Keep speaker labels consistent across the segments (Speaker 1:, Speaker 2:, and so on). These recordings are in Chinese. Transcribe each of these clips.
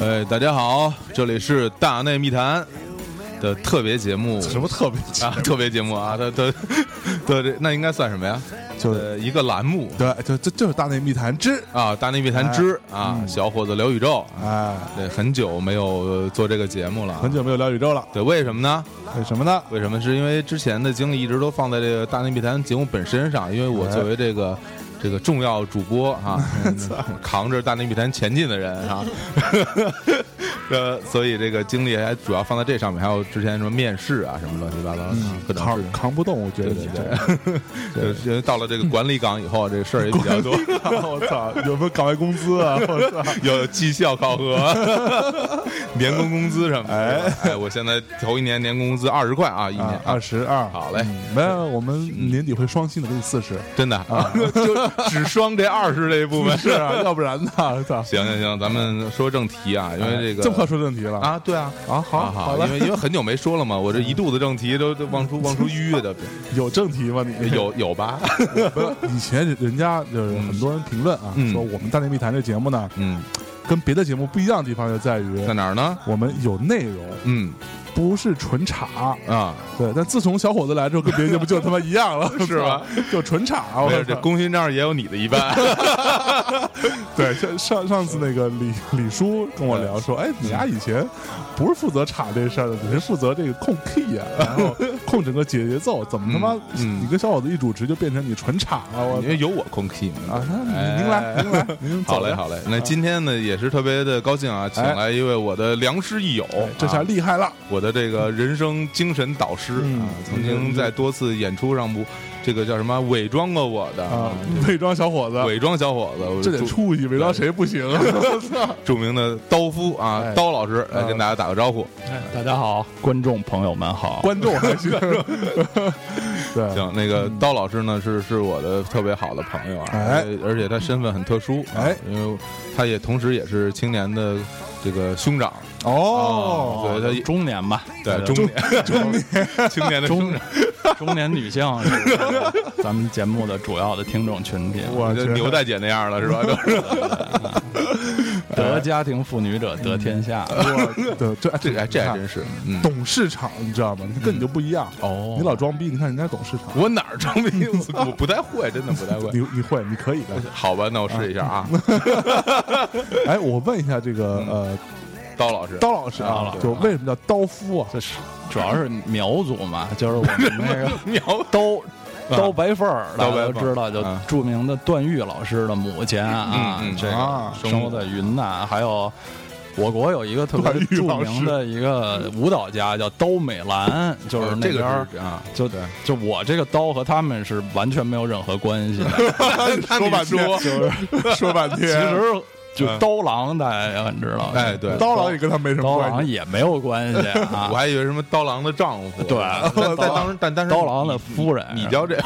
Speaker 1: 哎，大家好，这里是大内密谈的特别节目
Speaker 2: 什么特别
Speaker 1: 啊，特别节目啊，它它它这那应该算什么呀？
Speaker 2: 就是
Speaker 1: 呃一个栏目
Speaker 2: 对，就就就是大内密谈之
Speaker 1: 啊，《大内密谈之》
Speaker 2: 嗯
Speaker 1: 啊，小伙子聊宇宙。啊
Speaker 2: 哎，
Speaker 1: 对，很久没有呃做这个节目了啊。
Speaker 2: 很久没有聊宇宙了，
Speaker 1: 对，为什么呢？
Speaker 2: 为什么呢？
Speaker 1: 为什么？是因为之前的精力一直都放在这个《大内密谈》节目本身上，因为我
Speaker 2: 哎
Speaker 1: 作为这个。这个重要主播啊， 嗯扛着《大内密谈》前进的人 啊，呃，所以这个精力还主要放在这上面，还有之前什么面试啊，什么乱七八糟的
Speaker 2: 嗯
Speaker 1: 各种事
Speaker 2: 扛
Speaker 1: 情。
Speaker 2: 扛不动，我觉得你这
Speaker 1: 对，因为到了这个管理岗以后，这事儿也比较多，
Speaker 2: 我操，有没有岗位工资 啊？我操，
Speaker 1: 有绩效考核、 年工工资什么的。
Speaker 2: 哎
Speaker 1: 哎，我现在头一年年工资二十块啊，一年
Speaker 2: 啊，二十二，
Speaker 1: 好嘞
Speaker 2: 嗯没有，我们年底会双薪的，给你四 十，
Speaker 1: 真的，就只双这二十这一部分。
Speaker 2: 啊 是啊，要不然呢？我操，
Speaker 1: 行行行，咱们说正题啊，因为这个
Speaker 2: 哎这么快说正题了
Speaker 1: 啊，对啊。
Speaker 2: 啊，好
Speaker 1: 啊好，
Speaker 2: 了
Speaker 1: 因，为因为很久没说了嘛，我这一肚子正题都都往出往出淤 的，
Speaker 2: 有正题吗？你
Speaker 1: 有有吧？
Speaker 2: 不是 以前人家就是很多人评论啊，
Speaker 1: 嗯
Speaker 2: 说我们大内密谈这节目呢，
Speaker 1: 嗯，
Speaker 2: 跟别的节目不一样的地方就在于
Speaker 1: 在哪儿呢？
Speaker 2: 我们有内容，
Speaker 1: 嗯
Speaker 2: 不是纯茶。
Speaker 1: 啊，
Speaker 2: 对，但自从小伙子来之后，跟别的节目就他妈一样了，
Speaker 1: 是 吧？
Speaker 2: 就纯茶。我
Speaker 1: 没
Speaker 2: 操
Speaker 1: 有，这功勋账也有你的一 半。
Speaker 2: 对，像上上次那个李李叔跟我聊说，哎，你丫以前不是负责查这事儿的，你是负责这个控 key 啊，然后 控整个节奏，怎么他妈
Speaker 1: 嗯嗯
Speaker 2: 你跟小伙子一主持就变成你纯查了？我
Speaker 1: 因为有我空气嘛
Speaker 2: 啊，
Speaker 1: 哎
Speaker 2: 那您来，您来，您走
Speaker 1: 好嘞
Speaker 2: 着，
Speaker 1: 好嘞，那今天呢也是特别的高兴啊，请
Speaker 2: 哎
Speaker 1: 来一位我的良师益友，
Speaker 2: 这下
Speaker 1: 啊
Speaker 2: 厉害了，
Speaker 1: 我的这个人生精神导师
Speaker 2: 嗯
Speaker 1: 啊，曾经在多次演出上不，这个叫什么伪装过我的啊
Speaker 2: 啊， 伪装小伙子，
Speaker 1: 嗯伪装小伙子，我
Speaker 2: 这
Speaker 1: 著
Speaker 2: 得出息，伪装谁不行啊？
Speaker 1: 著名的刀夫啊
Speaker 2: 哎，
Speaker 1: 刀老师来
Speaker 2: 嗯
Speaker 1: 跟大家打个招呼。
Speaker 3: 哎大家好，观众朋友们好。
Speaker 2: 观众还行， 对，
Speaker 1: 行，那个刀老师呢是是我的特别好的朋友啊，
Speaker 2: 嗯哎
Speaker 1: 而而且他身份很特殊，啊
Speaker 2: 哎，
Speaker 1: 因为他也同时也是青年的这个兄长，
Speaker 2: 哦，
Speaker 1: 对他
Speaker 3: 中年吧，
Speaker 2: 哎
Speaker 1: 对
Speaker 3: 呃
Speaker 1: 中年 中年青年的兄长，
Speaker 3: 中年女性是 咱们节目的主要的听众群体，
Speaker 2: 我
Speaker 1: 就
Speaker 2: 觉得
Speaker 1: 牛大姐那样了是 吧？都是
Speaker 3: 得家庭妇女者
Speaker 1: 嗯
Speaker 3: 得天下。
Speaker 2: 我对，这
Speaker 1: 这哎这还真
Speaker 2: 是
Speaker 1: 是，嗯，
Speaker 2: 懂市场，你知道吗？你跟你就不一样，
Speaker 1: 哦
Speaker 2: 你老装逼，你看人家懂市场，
Speaker 1: 我哪儿装逼？我不太会，真的不太会。
Speaker 2: 你你会，你可以的。
Speaker 1: 好吧，那我试一下
Speaker 3: 嗯
Speaker 1: 啊，
Speaker 2: 哎，我问一下这个呃，
Speaker 1: 嗯刀老师，
Speaker 2: 刀老师
Speaker 3: 刀老
Speaker 2: 啊，
Speaker 3: 师
Speaker 2: 就为什么叫刀夫啊？
Speaker 3: 这是主要是苗族 嘛，就是我们那个
Speaker 1: 苗
Speaker 3: 刀
Speaker 1: 啊
Speaker 3: 刀白凤儿，大
Speaker 1: 刀白凤
Speaker 3: 家都
Speaker 1: 儿
Speaker 3: 知道，就
Speaker 1: 啊
Speaker 3: 著名的段誉老师的母亲啊
Speaker 1: 嗯嗯，
Speaker 3: 这个
Speaker 2: 啊
Speaker 3: 生活在云南，还有。我国有一个特
Speaker 2: 段
Speaker 3: 别
Speaker 2: 誉
Speaker 3: 著
Speaker 2: 老师
Speaker 3: 名的一个舞蹈家叫刀美兰，就是那
Speaker 1: 这
Speaker 3: 边儿
Speaker 1: 个是啊，
Speaker 3: 就
Speaker 1: 对
Speaker 3: 就我这个刀和他们是完全没有任何关系的。
Speaker 1: 那你
Speaker 2: 半天
Speaker 1: 说，
Speaker 2: 说半
Speaker 3: 其
Speaker 2: 天，
Speaker 3: 实就刀郎，大家你知道吗？
Speaker 1: 哎，对，
Speaker 2: 刀郎也跟他没什么
Speaker 3: 刀
Speaker 2: 关
Speaker 3: 郎
Speaker 2: 系。
Speaker 3: 也没有关系啊
Speaker 1: 我。还以为什么刀郎的丈夫，
Speaker 3: 对
Speaker 1: 但但当时但但是
Speaker 3: 刀郎的夫人，
Speaker 1: 你叫这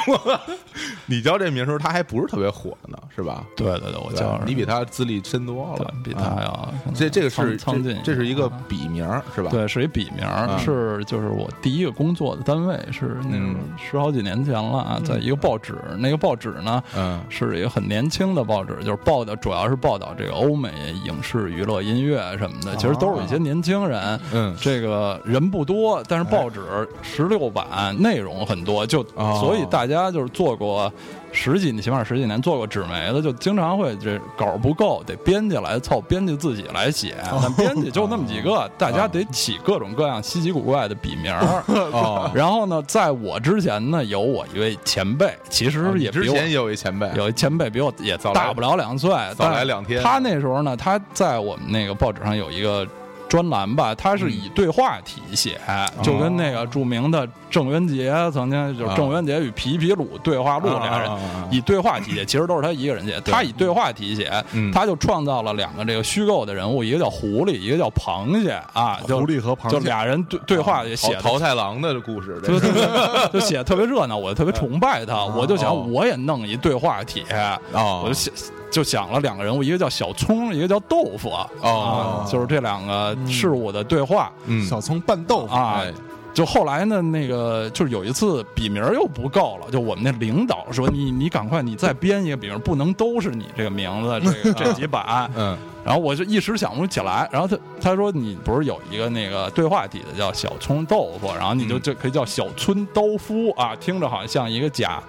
Speaker 1: 你叫这名时候，他还不是特别火呢，是吧？
Speaker 3: 对对对，我
Speaker 1: 对
Speaker 3: 叫
Speaker 1: 吧你比他资历深多了
Speaker 3: 对，比他
Speaker 1: 啊
Speaker 3: 要
Speaker 1: 这这个是
Speaker 3: 苍苍劲啊
Speaker 1: 这，这是一个笔名是吧？
Speaker 3: 对，是一笔名儿，是就是我第一个工作的单位是那种
Speaker 1: 嗯
Speaker 3: 十好几年前了啊，在一个报纸，那个报纸呢。
Speaker 1: 嗯，
Speaker 3: 是一个很年轻的报纸，就是报道主要是报道这个欧美影视、娱乐、音乐什么的，其实都是一些年轻人。
Speaker 1: 哦嗯
Speaker 3: 这个人不多，但是报纸十六版，内容很多，就、
Speaker 1: 哦
Speaker 3: 所以大家就是做过十几，起码十几年做过纸媒的，就经常会这稿不够，得编辑来凑，编辑自己来写，
Speaker 1: 哦
Speaker 3: 但编辑就那么几个，大家得起各种各样稀奇古怪的笔名儿。
Speaker 1: 哦，
Speaker 3: 然后呢，在我之前呢，有我一位前辈， 其实也
Speaker 1: 哦之
Speaker 3: 比我
Speaker 1: 前也有一前辈，
Speaker 3: 有一前辈比我也
Speaker 1: 早来
Speaker 3: 哎大不了两岁，
Speaker 1: 早来
Speaker 3: 但
Speaker 1: 两天，
Speaker 3: 他那时候呢，他在我们那个报纸上有一个专栏吧，他是
Speaker 1: 嗯
Speaker 3: 以对话题写，
Speaker 1: 哦
Speaker 3: 就跟那个著名的郑渊洁曾经就是
Speaker 1: 啊
Speaker 3: 郑渊洁与皮皮鲁对话录俩人。
Speaker 1: 啊啊啊啊
Speaker 3: 以对话题写，其实都是他一个人写。他以对话题写，
Speaker 1: 嗯
Speaker 3: 他就创造了两个这个虚构的人物，一个叫狐狸，一个叫螃蟹啊，就
Speaker 2: 狐狸和螃蟹
Speaker 3: 就俩人对对话也写
Speaker 1: 淘啊
Speaker 3: 的
Speaker 1: 淘太郎的故事，这
Speaker 3: 就是就 就写得特别热闹，我特别崇拜他，我就
Speaker 1: 哦
Speaker 3: 想我也弄一对话帖，
Speaker 1: 哦
Speaker 3: 我就想就想了两个人物，一个叫小葱，一个叫豆腐，啊
Speaker 1: 哦
Speaker 3: 啊，就是这两个事物的对话
Speaker 1: 嗯
Speaker 2: 小葱拌豆腐，
Speaker 3: 啊
Speaker 1: 哎，
Speaker 3: 就后来呢，那个就是有一次笔名儿又不够了，就我们那领导说你你赶快你再编一个笔名儿，不能都是你这个名字这个这几版。
Speaker 1: 嗯，
Speaker 3: 然后我就一时想不起来，然后他他说你不是有一个那个对话体的叫小葱豆腐，然后你就就可以叫小村兜夫啊，听着好像像一个假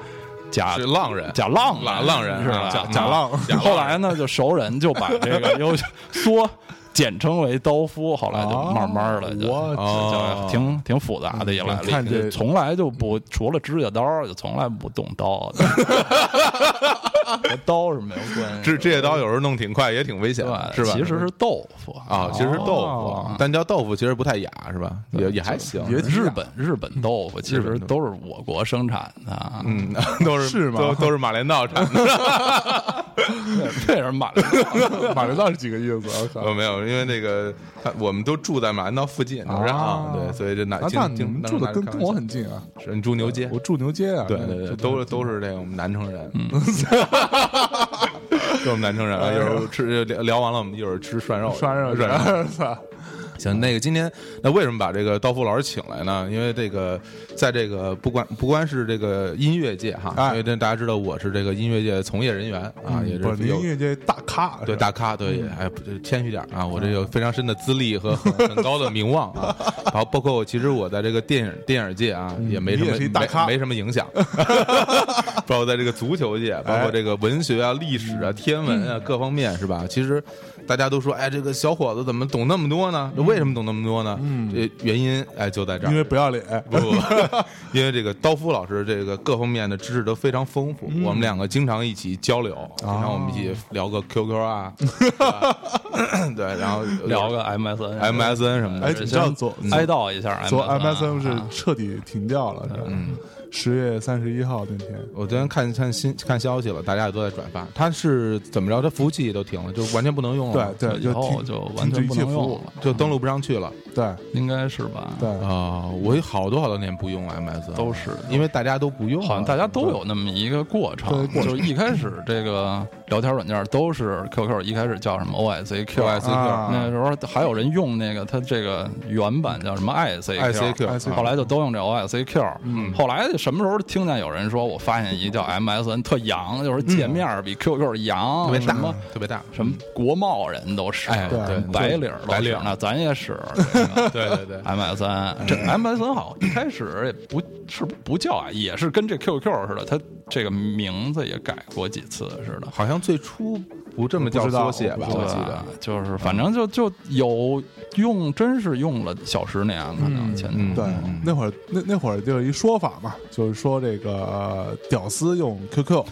Speaker 3: 假
Speaker 1: 是浪人，
Speaker 3: 假浪
Speaker 1: 浪浪人
Speaker 3: 是
Speaker 1: 啊
Speaker 3: 吧？
Speaker 1: 假
Speaker 3: 嗯
Speaker 1: 假
Speaker 2: 浪
Speaker 1: 假浪
Speaker 3: 后来呢，就熟人就把这个又缩简称为刀夫，后来就慢慢的就
Speaker 2: 我
Speaker 1: 哦
Speaker 3: 就挺挺复杂的一来
Speaker 2: 看这
Speaker 3: 历，从来就不除了指甲刀就从来不动刀的， 和刀是没有关系
Speaker 1: 这
Speaker 3: 的，
Speaker 1: 这些刀有时候弄挺快，也挺危险
Speaker 3: 对
Speaker 1: 的，
Speaker 3: 吧？
Speaker 1: 是吧？
Speaker 3: 其实是豆腐
Speaker 1: 啊，其实是豆
Speaker 2: 哦
Speaker 1: 腐，但叫豆腐其实不太雅，是吧？也也还行，
Speaker 2: 也挺
Speaker 3: 日
Speaker 2: 雅
Speaker 3: 本日本豆腐其实都是我国生产的啊，
Speaker 1: 嗯， 都是
Speaker 2: 是吗
Speaker 1: 都都是马连道产 的，
Speaker 3: 为什么买了
Speaker 2: 马连道是几个意思？我靠
Speaker 1: 呃，没有，因为那个他我们都住在马连道附近，你知道
Speaker 2: 啊
Speaker 1: 啊，对，所以这哪
Speaker 2: 啊那
Speaker 1: 经
Speaker 2: 你
Speaker 1: 经
Speaker 2: 们住的跟跟我很近啊，
Speaker 1: 是你住牛街，
Speaker 2: 我住牛街啊，
Speaker 1: 对
Speaker 2: 那
Speaker 1: 对对，
Speaker 2: 住
Speaker 1: 都
Speaker 2: 牛
Speaker 1: 是
Speaker 2: 街
Speaker 1: 都是这个我们南城人，
Speaker 2: 嗯
Speaker 1: 都是我们南城人 啊。一会儿吃聊聊完了，我们一会儿吃涮肉，
Speaker 2: 涮肉
Speaker 1: 涮肉。
Speaker 2: 人， 操
Speaker 1: 行，那个今天那为什么把这个刀夫老师请来呢？因为这个在这个不管不光是这个音乐界哈，
Speaker 2: 哎嗯
Speaker 1: 因为这大家知道我是这个音乐界从业人员啊，也
Speaker 2: 不是
Speaker 1: 是
Speaker 2: 您
Speaker 1: 有
Speaker 2: 音乐界大咖，
Speaker 1: 对
Speaker 2: 是吧嗯
Speaker 1: 大咖，对，也哎，不就谦虚点儿啊，我这有非常深的资历和很很高的名望 啊，然后包括我，其实我在这个电影电影界啊，也没什
Speaker 2: 嗯你
Speaker 1: 么
Speaker 2: 也是一大咖
Speaker 1: 没，没什么 影响，包括在这个足球界，包
Speaker 2: 哎
Speaker 1: 括这个文学啊、历史
Speaker 2: 嗯
Speaker 1: 啊、天文啊各方面是吧？其实大家都说，哎，这个小伙子怎么懂那么多呢？为什么懂那么多呢？这原因哎就在这儿，
Speaker 2: 嗯因为不要脸，
Speaker 1: 不 不，不因为这个刀夫老师这个各方面的知识都非常丰富，
Speaker 3: 嗯
Speaker 1: 我们两个经常一起交流，
Speaker 3: 啊
Speaker 1: 经常我们一起聊个 QQ 啊，是吧 对，然后
Speaker 3: 聊个 MSN
Speaker 1: MSN 什么
Speaker 2: 哎
Speaker 1: 的，
Speaker 2: 你知
Speaker 3: 先
Speaker 2: 道昨
Speaker 3: 哀悼一下
Speaker 2: 昨
Speaker 3: MSN 啊
Speaker 2: MSN 是彻底停掉了，是吧？十月三十一号那天，
Speaker 1: 我昨天看看新看消息了，大家也都在转发，它是怎么着？它服务器也都停了，就完全不能用了
Speaker 2: 对，对，
Speaker 3: 以后
Speaker 2: 停
Speaker 3: 就完
Speaker 2: 停止
Speaker 3: 全
Speaker 2: 一
Speaker 3: 不
Speaker 2: 切
Speaker 3: 能
Speaker 2: 服
Speaker 3: 用
Speaker 2: 务，
Speaker 3: 了，
Speaker 1: 就登录不上去了
Speaker 2: 对
Speaker 3: 应该是吧？
Speaker 2: 对，
Speaker 1: 啊！我有好多好多年不用 MSN，
Speaker 3: 都是
Speaker 1: 因为大家都不用了，
Speaker 3: 好像大家都有那么一个过
Speaker 2: 对
Speaker 3: 程，
Speaker 2: 过程
Speaker 3: 就一开始这个聊天软件都是 QQ，一开始叫什么 OICQ，
Speaker 1: QICQ
Speaker 2: 啊
Speaker 3: 那时候还有人用那个它这个原版叫什么 ICQ，
Speaker 1: ICQ
Speaker 3: 后来就都用这 OICQ，嗯，后来什么时候听见有人说我发现一叫 MSN 特洋，就是界面比 QQ 洋，
Speaker 1: 嗯特别
Speaker 3: 什
Speaker 1: 大
Speaker 3: 么，
Speaker 1: 特别大，嗯
Speaker 3: 什么国贸人都是，
Speaker 1: 哎对
Speaker 2: 对
Speaker 3: 白领儿都
Speaker 1: 白
Speaker 3: 是
Speaker 1: 领儿
Speaker 3: 那咱也是。 这个
Speaker 1: 对对对。
Speaker 3: MSN，这 MSN 好像一开始也不是不叫啊，也是跟这 QQ 似的，它这个名字也改过几次似的。
Speaker 1: 好像最初不这么
Speaker 2: 我不
Speaker 1: 叫
Speaker 2: 知
Speaker 1: 缩
Speaker 2: 道
Speaker 1: 写吧，
Speaker 2: 我不
Speaker 1: 我
Speaker 2: 知
Speaker 1: 记
Speaker 2: 道
Speaker 1: 得
Speaker 3: 吧，就是反正就就有用，真是用了小十年，可能前
Speaker 1: 嗯
Speaker 2: 对
Speaker 1: 嗯，
Speaker 2: 那会儿那那会儿就有一说法嘛，就是说这个呃屌丝用 QQ，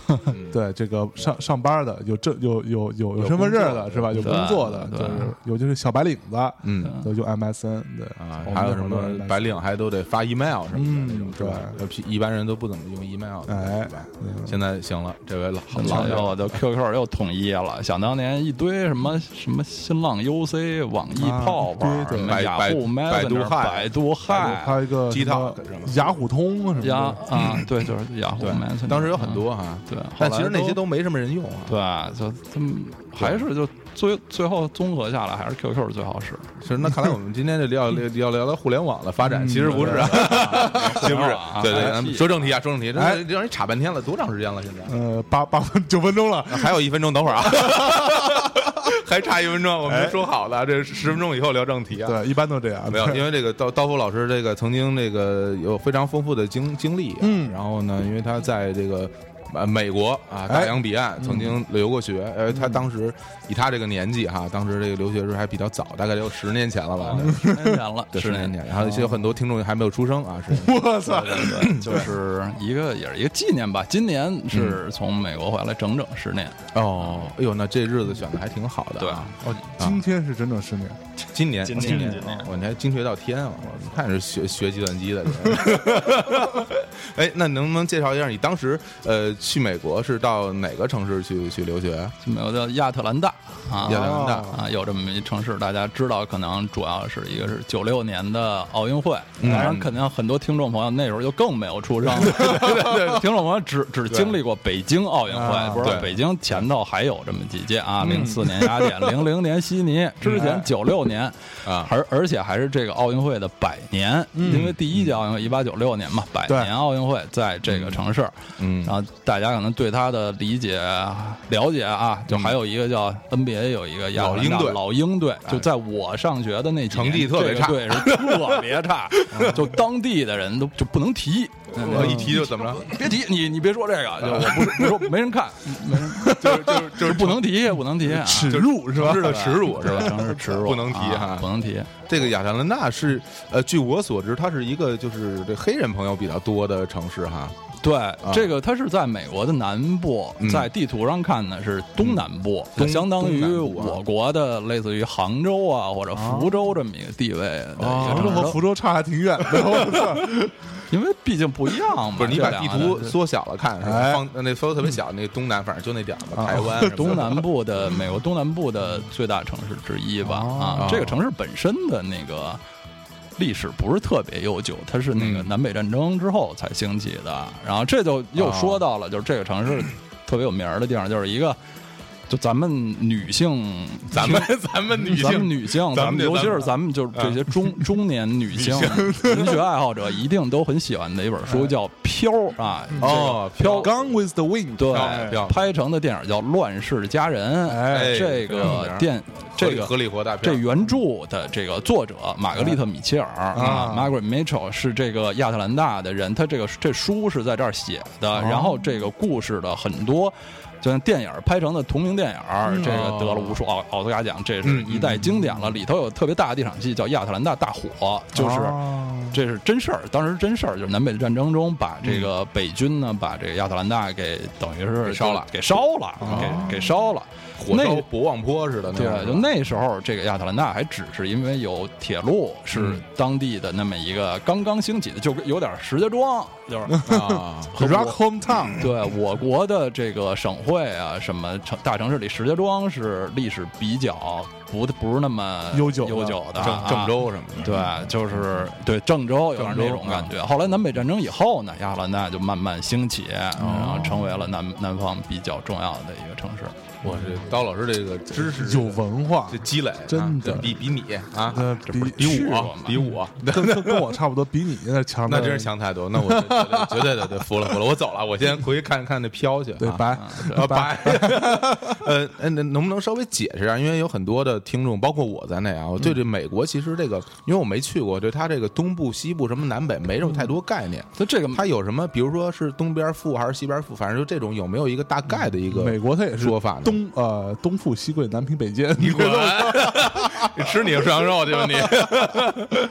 Speaker 2: 对 这个上上班的有证有有有有身份证的是吧？有
Speaker 3: 对
Speaker 2: 工作的，
Speaker 3: 对
Speaker 2: 就是有就是小白领子，
Speaker 1: 嗯。
Speaker 2: 都用 MSN 对
Speaker 1: 啊
Speaker 2: 嗯我，们
Speaker 1: 还有
Speaker 2: 那
Speaker 1: 什
Speaker 2: 会儿都是
Speaker 1: 么
Speaker 2: MSN
Speaker 1: 白领还都得发 email 什么的那种
Speaker 2: 嗯，
Speaker 1: 是吧？呃一般人都不怎么用 email 的，
Speaker 2: 哎
Speaker 1: 对吧？现在行了，这位老
Speaker 3: 老
Speaker 1: 老
Speaker 3: 又就 QQ 又统一了，想当年一堆什么什么新浪 UC、网易
Speaker 2: 啊
Speaker 3: 泡泡、
Speaker 2: 对对
Speaker 3: 什么
Speaker 1: 百
Speaker 3: 雅
Speaker 1: 百
Speaker 3: 虎、
Speaker 1: 百度
Speaker 3: Messenger、
Speaker 1: 嗨
Speaker 3: 百度
Speaker 2: 还
Speaker 3: 嗨、
Speaker 2: 有一个什么
Speaker 1: Gtalk 是吗
Speaker 2: 雅虎通什么
Speaker 3: 雅
Speaker 2: 的，
Speaker 3: 啊，对，就是雅虎
Speaker 1: 对
Speaker 3: Messenger，，
Speaker 1: 当时有很多哈，
Speaker 3: 嗯对
Speaker 1: 但
Speaker 3: 后
Speaker 1: 其
Speaker 3: 来
Speaker 1: 实那
Speaker 3: 都
Speaker 1: 些都没什么人用啊，
Speaker 3: 对，就这么还是就最最后综合下来，还是 QQ 最好使。
Speaker 1: 是那看来我们今天就聊聊聊聊聊互联网的发
Speaker 2: 嗯
Speaker 1: 展，其实不是啊， 其实不是
Speaker 3: 啊，
Speaker 1: 对对，
Speaker 3: 啊
Speaker 1: 咱们
Speaker 3: IT
Speaker 1: 说正题啊，说正题，
Speaker 2: 哦哎
Speaker 1: 这这让人岔半天了，多长时间了？现在
Speaker 2: 呃，八八分九分钟了，
Speaker 1: 还有一分钟，等会儿 啊，还差一分钟，
Speaker 2: 哎
Speaker 1: 我们说好的，这十分钟以后聊正题啊，
Speaker 2: 对，一般都这样，
Speaker 1: 没有，因为这个刀刀夫老师这个曾经这个有非常丰富的经经历、嗯，然后呢，因为他在这个。呃，美国啊，大洋彼岸曾经留过学，呃，他当时以他这个年纪哈，当时这个留学时候还比较早，大概得有十年前了吧，
Speaker 3: 十年前了，
Speaker 1: 对，十年
Speaker 3: 前。
Speaker 1: 前。然后有很多听众还没有出生啊，是
Speaker 2: 我
Speaker 3: 哦
Speaker 2: 操，
Speaker 3: 对，就是一个也是一个纪念吧。今年
Speaker 1: 嗯
Speaker 3: 是从美国回来整整十年，
Speaker 1: 哦，哎呦，那这日子选的还挺好的，啊
Speaker 3: 对，啊
Speaker 2: 哦，今天是整整十年，
Speaker 1: 今年，今
Speaker 3: 今年
Speaker 1: 年
Speaker 3: 今
Speaker 1: 哦
Speaker 3: 年，
Speaker 1: 我你还精确到天啊！我看是学学计算机的。这人 哎，那能不能介绍一下你当时呃去美国是到哪个城市去去留学？
Speaker 3: 就美国叫亚特兰大啊，
Speaker 1: 亚特兰大
Speaker 2: 哦
Speaker 3: 啊，有这么一城市，大家知道，可能主要是一个是九六年的奥运会，
Speaker 1: 嗯
Speaker 3: 当然肯定很多听众朋友那时候就更没有出生，听众朋友只只经历过北京奥运
Speaker 2: 啊
Speaker 3: 会，不知道
Speaker 1: 对
Speaker 3: 北京前头还有这么几届啊，零四年雅典，零零年悉尼，之前九六年年，
Speaker 1: 啊，
Speaker 3: 而而且还是这个奥运会的百年，因为第一届奥运会一八九六年嘛，百
Speaker 2: 对
Speaker 3: 年奥运会在这个城市，
Speaker 1: 嗯
Speaker 3: 然后大家可能对他的理解了解啊，就还有一个叫 NBA 有一个亚特兰
Speaker 1: 老鹰
Speaker 3: 大
Speaker 1: 队
Speaker 3: 老鹰队，哎就在我上学的那几年
Speaker 1: 成绩特别差
Speaker 3: 对，是特别 差，嗯就当地的人都就不能提，
Speaker 1: 我哦一提就怎么着，
Speaker 3: 嗯别提你，你别说这个，就我 不是不说没人看，没人
Speaker 1: 就是就是就
Speaker 3: 就是不能提，不能提啊，
Speaker 2: 耻辱是吧？
Speaker 1: 是的耻辱是吧？
Speaker 3: 城市耻辱，
Speaker 1: 不能提
Speaker 3: 啊
Speaker 1: 哈
Speaker 3: 不能提，
Speaker 1: 这个亚特兰大是呃，据我所知，它是一个就是这黑人朋友比较多的城市
Speaker 3: 啊
Speaker 1: 哈。
Speaker 3: 对，这个它是在美国的南部
Speaker 1: 啊嗯，
Speaker 3: 在地图上看呢是东南部，就
Speaker 1: 东
Speaker 3: 相当于
Speaker 1: 东南部啊
Speaker 3: 我国的类似于杭州啊或者福州这么一个地位的一
Speaker 1: 哦
Speaker 2: 杭
Speaker 3: 个
Speaker 2: 州和
Speaker 3: 城市，
Speaker 2: 福州差还挺远的，我
Speaker 3: 因为毕竟不一样嘛。
Speaker 1: 不是你
Speaker 3: 这
Speaker 1: 把
Speaker 3: 两
Speaker 1: 地
Speaker 3: 个
Speaker 1: 图
Speaker 3: 对
Speaker 1: 缩小了看，是吧
Speaker 2: 哎
Speaker 1: 放那缩的特别小，那东南反正就那点儿吧，台湾什么的
Speaker 3: 哦东南部的美国东南部的最大城市之一吧
Speaker 2: 哦
Speaker 3: 啊，这个城市本身的那个历史不是特别悠久，它是那个
Speaker 1: 嗯
Speaker 3: 南北战争之后才兴起的。然后这就又
Speaker 1: 哦
Speaker 3: 说到了，就是这个城市特别有名儿的地方，就是一个。就咱们女性，
Speaker 1: 咱们咱们女
Speaker 3: 咱们
Speaker 1: 性
Speaker 3: 女性，
Speaker 1: 咱们
Speaker 3: 咱们
Speaker 1: 这
Speaker 3: 尤其是
Speaker 1: 咱
Speaker 3: 咱们就是这些中、中年女 性
Speaker 1: 女嗯
Speaker 3: 文学爱好者，一定都很喜欢的一本书叫《飘》啊，
Speaker 1: 哦
Speaker 3: 这个
Speaker 2: 操
Speaker 3: 飘
Speaker 2: ，Gone with the Wind，
Speaker 1: 哎
Speaker 3: 对，拍成的电影叫《乱世佳人》。
Speaker 2: 哎
Speaker 3: 这个电这个
Speaker 1: 合理啊活大
Speaker 3: 这
Speaker 1: 片儿，
Speaker 3: 原著的这个作者玛格丽特·米切尔
Speaker 2: 啊
Speaker 3: 啊，Margaret Mitchell 是这个亚特兰大的人，他这个这书是在这儿写的，然后这个故事的很多。就像电影拍成的同名电影儿，这个得了无数奥奥斯卡奖，这是一代经典了。里头有特别大的一场戏叫《亚特兰大大火》，就是
Speaker 2: 哦
Speaker 3: 这是真事儿，当时真事儿，就是南北战争中把这个北军呢，把这个亚特兰大给等于是
Speaker 1: 给烧了嗯
Speaker 3: 给烧了，给给烧了。
Speaker 1: 火
Speaker 3: 那
Speaker 1: 烧博望坡似的那
Speaker 3: 对，
Speaker 1: 样
Speaker 3: 就那时候这个亚特兰大还只是因为有铁路，是
Speaker 1: 嗯
Speaker 3: 当地的那么一个刚刚兴起的，就有点石家庄，就是
Speaker 1: 啊，
Speaker 3: 和
Speaker 2: ，Rock
Speaker 3: 我。
Speaker 2: Home Town，
Speaker 3: 对我国的这个省会啊，什么城大城市里，石家庄是历史比较不不是那么
Speaker 2: 悠久的
Speaker 3: 悠久的，啊
Speaker 1: 郑郑州什么的，
Speaker 3: 对，就是对郑州嗯有点那种感觉。后来南北战争以后呢，亚特兰大就慢慢兴起，然后成为了南南方比较重要的一个城市。
Speaker 1: 我这刀老师这个知识
Speaker 2: 有文化
Speaker 1: 这，积累啊，
Speaker 2: 真的
Speaker 1: 这比比你啊，
Speaker 2: 呃，比
Speaker 1: 比
Speaker 3: 是
Speaker 1: 我啊
Speaker 3: 吗
Speaker 1: 比我，
Speaker 2: 跟跟跟我差不多，比你那强的，
Speaker 1: 那真是强太多，那我绝对绝对的对服了服了，我走了，我先回去看看那飘去，
Speaker 2: 对
Speaker 1: 啊
Speaker 2: 白
Speaker 1: 啊，白， 呃，呃那能不能稍微解释啊？因为有很多的听众，包括我在内啊，我对这美国其实这个，因为我没去过，对它这个东部、西部什么南北没什么太多概念。
Speaker 3: 所以这个
Speaker 1: 它有什么？比如说是东边富还是西边富？反正就这种，有没有一个大概的一个
Speaker 2: 美国它也是
Speaker 1: 说法呢？
Speaker 2: 东呃东富西贵南平北贱，
Speaker 1: 你滚！你 吃你的涮羊肉去吧 你！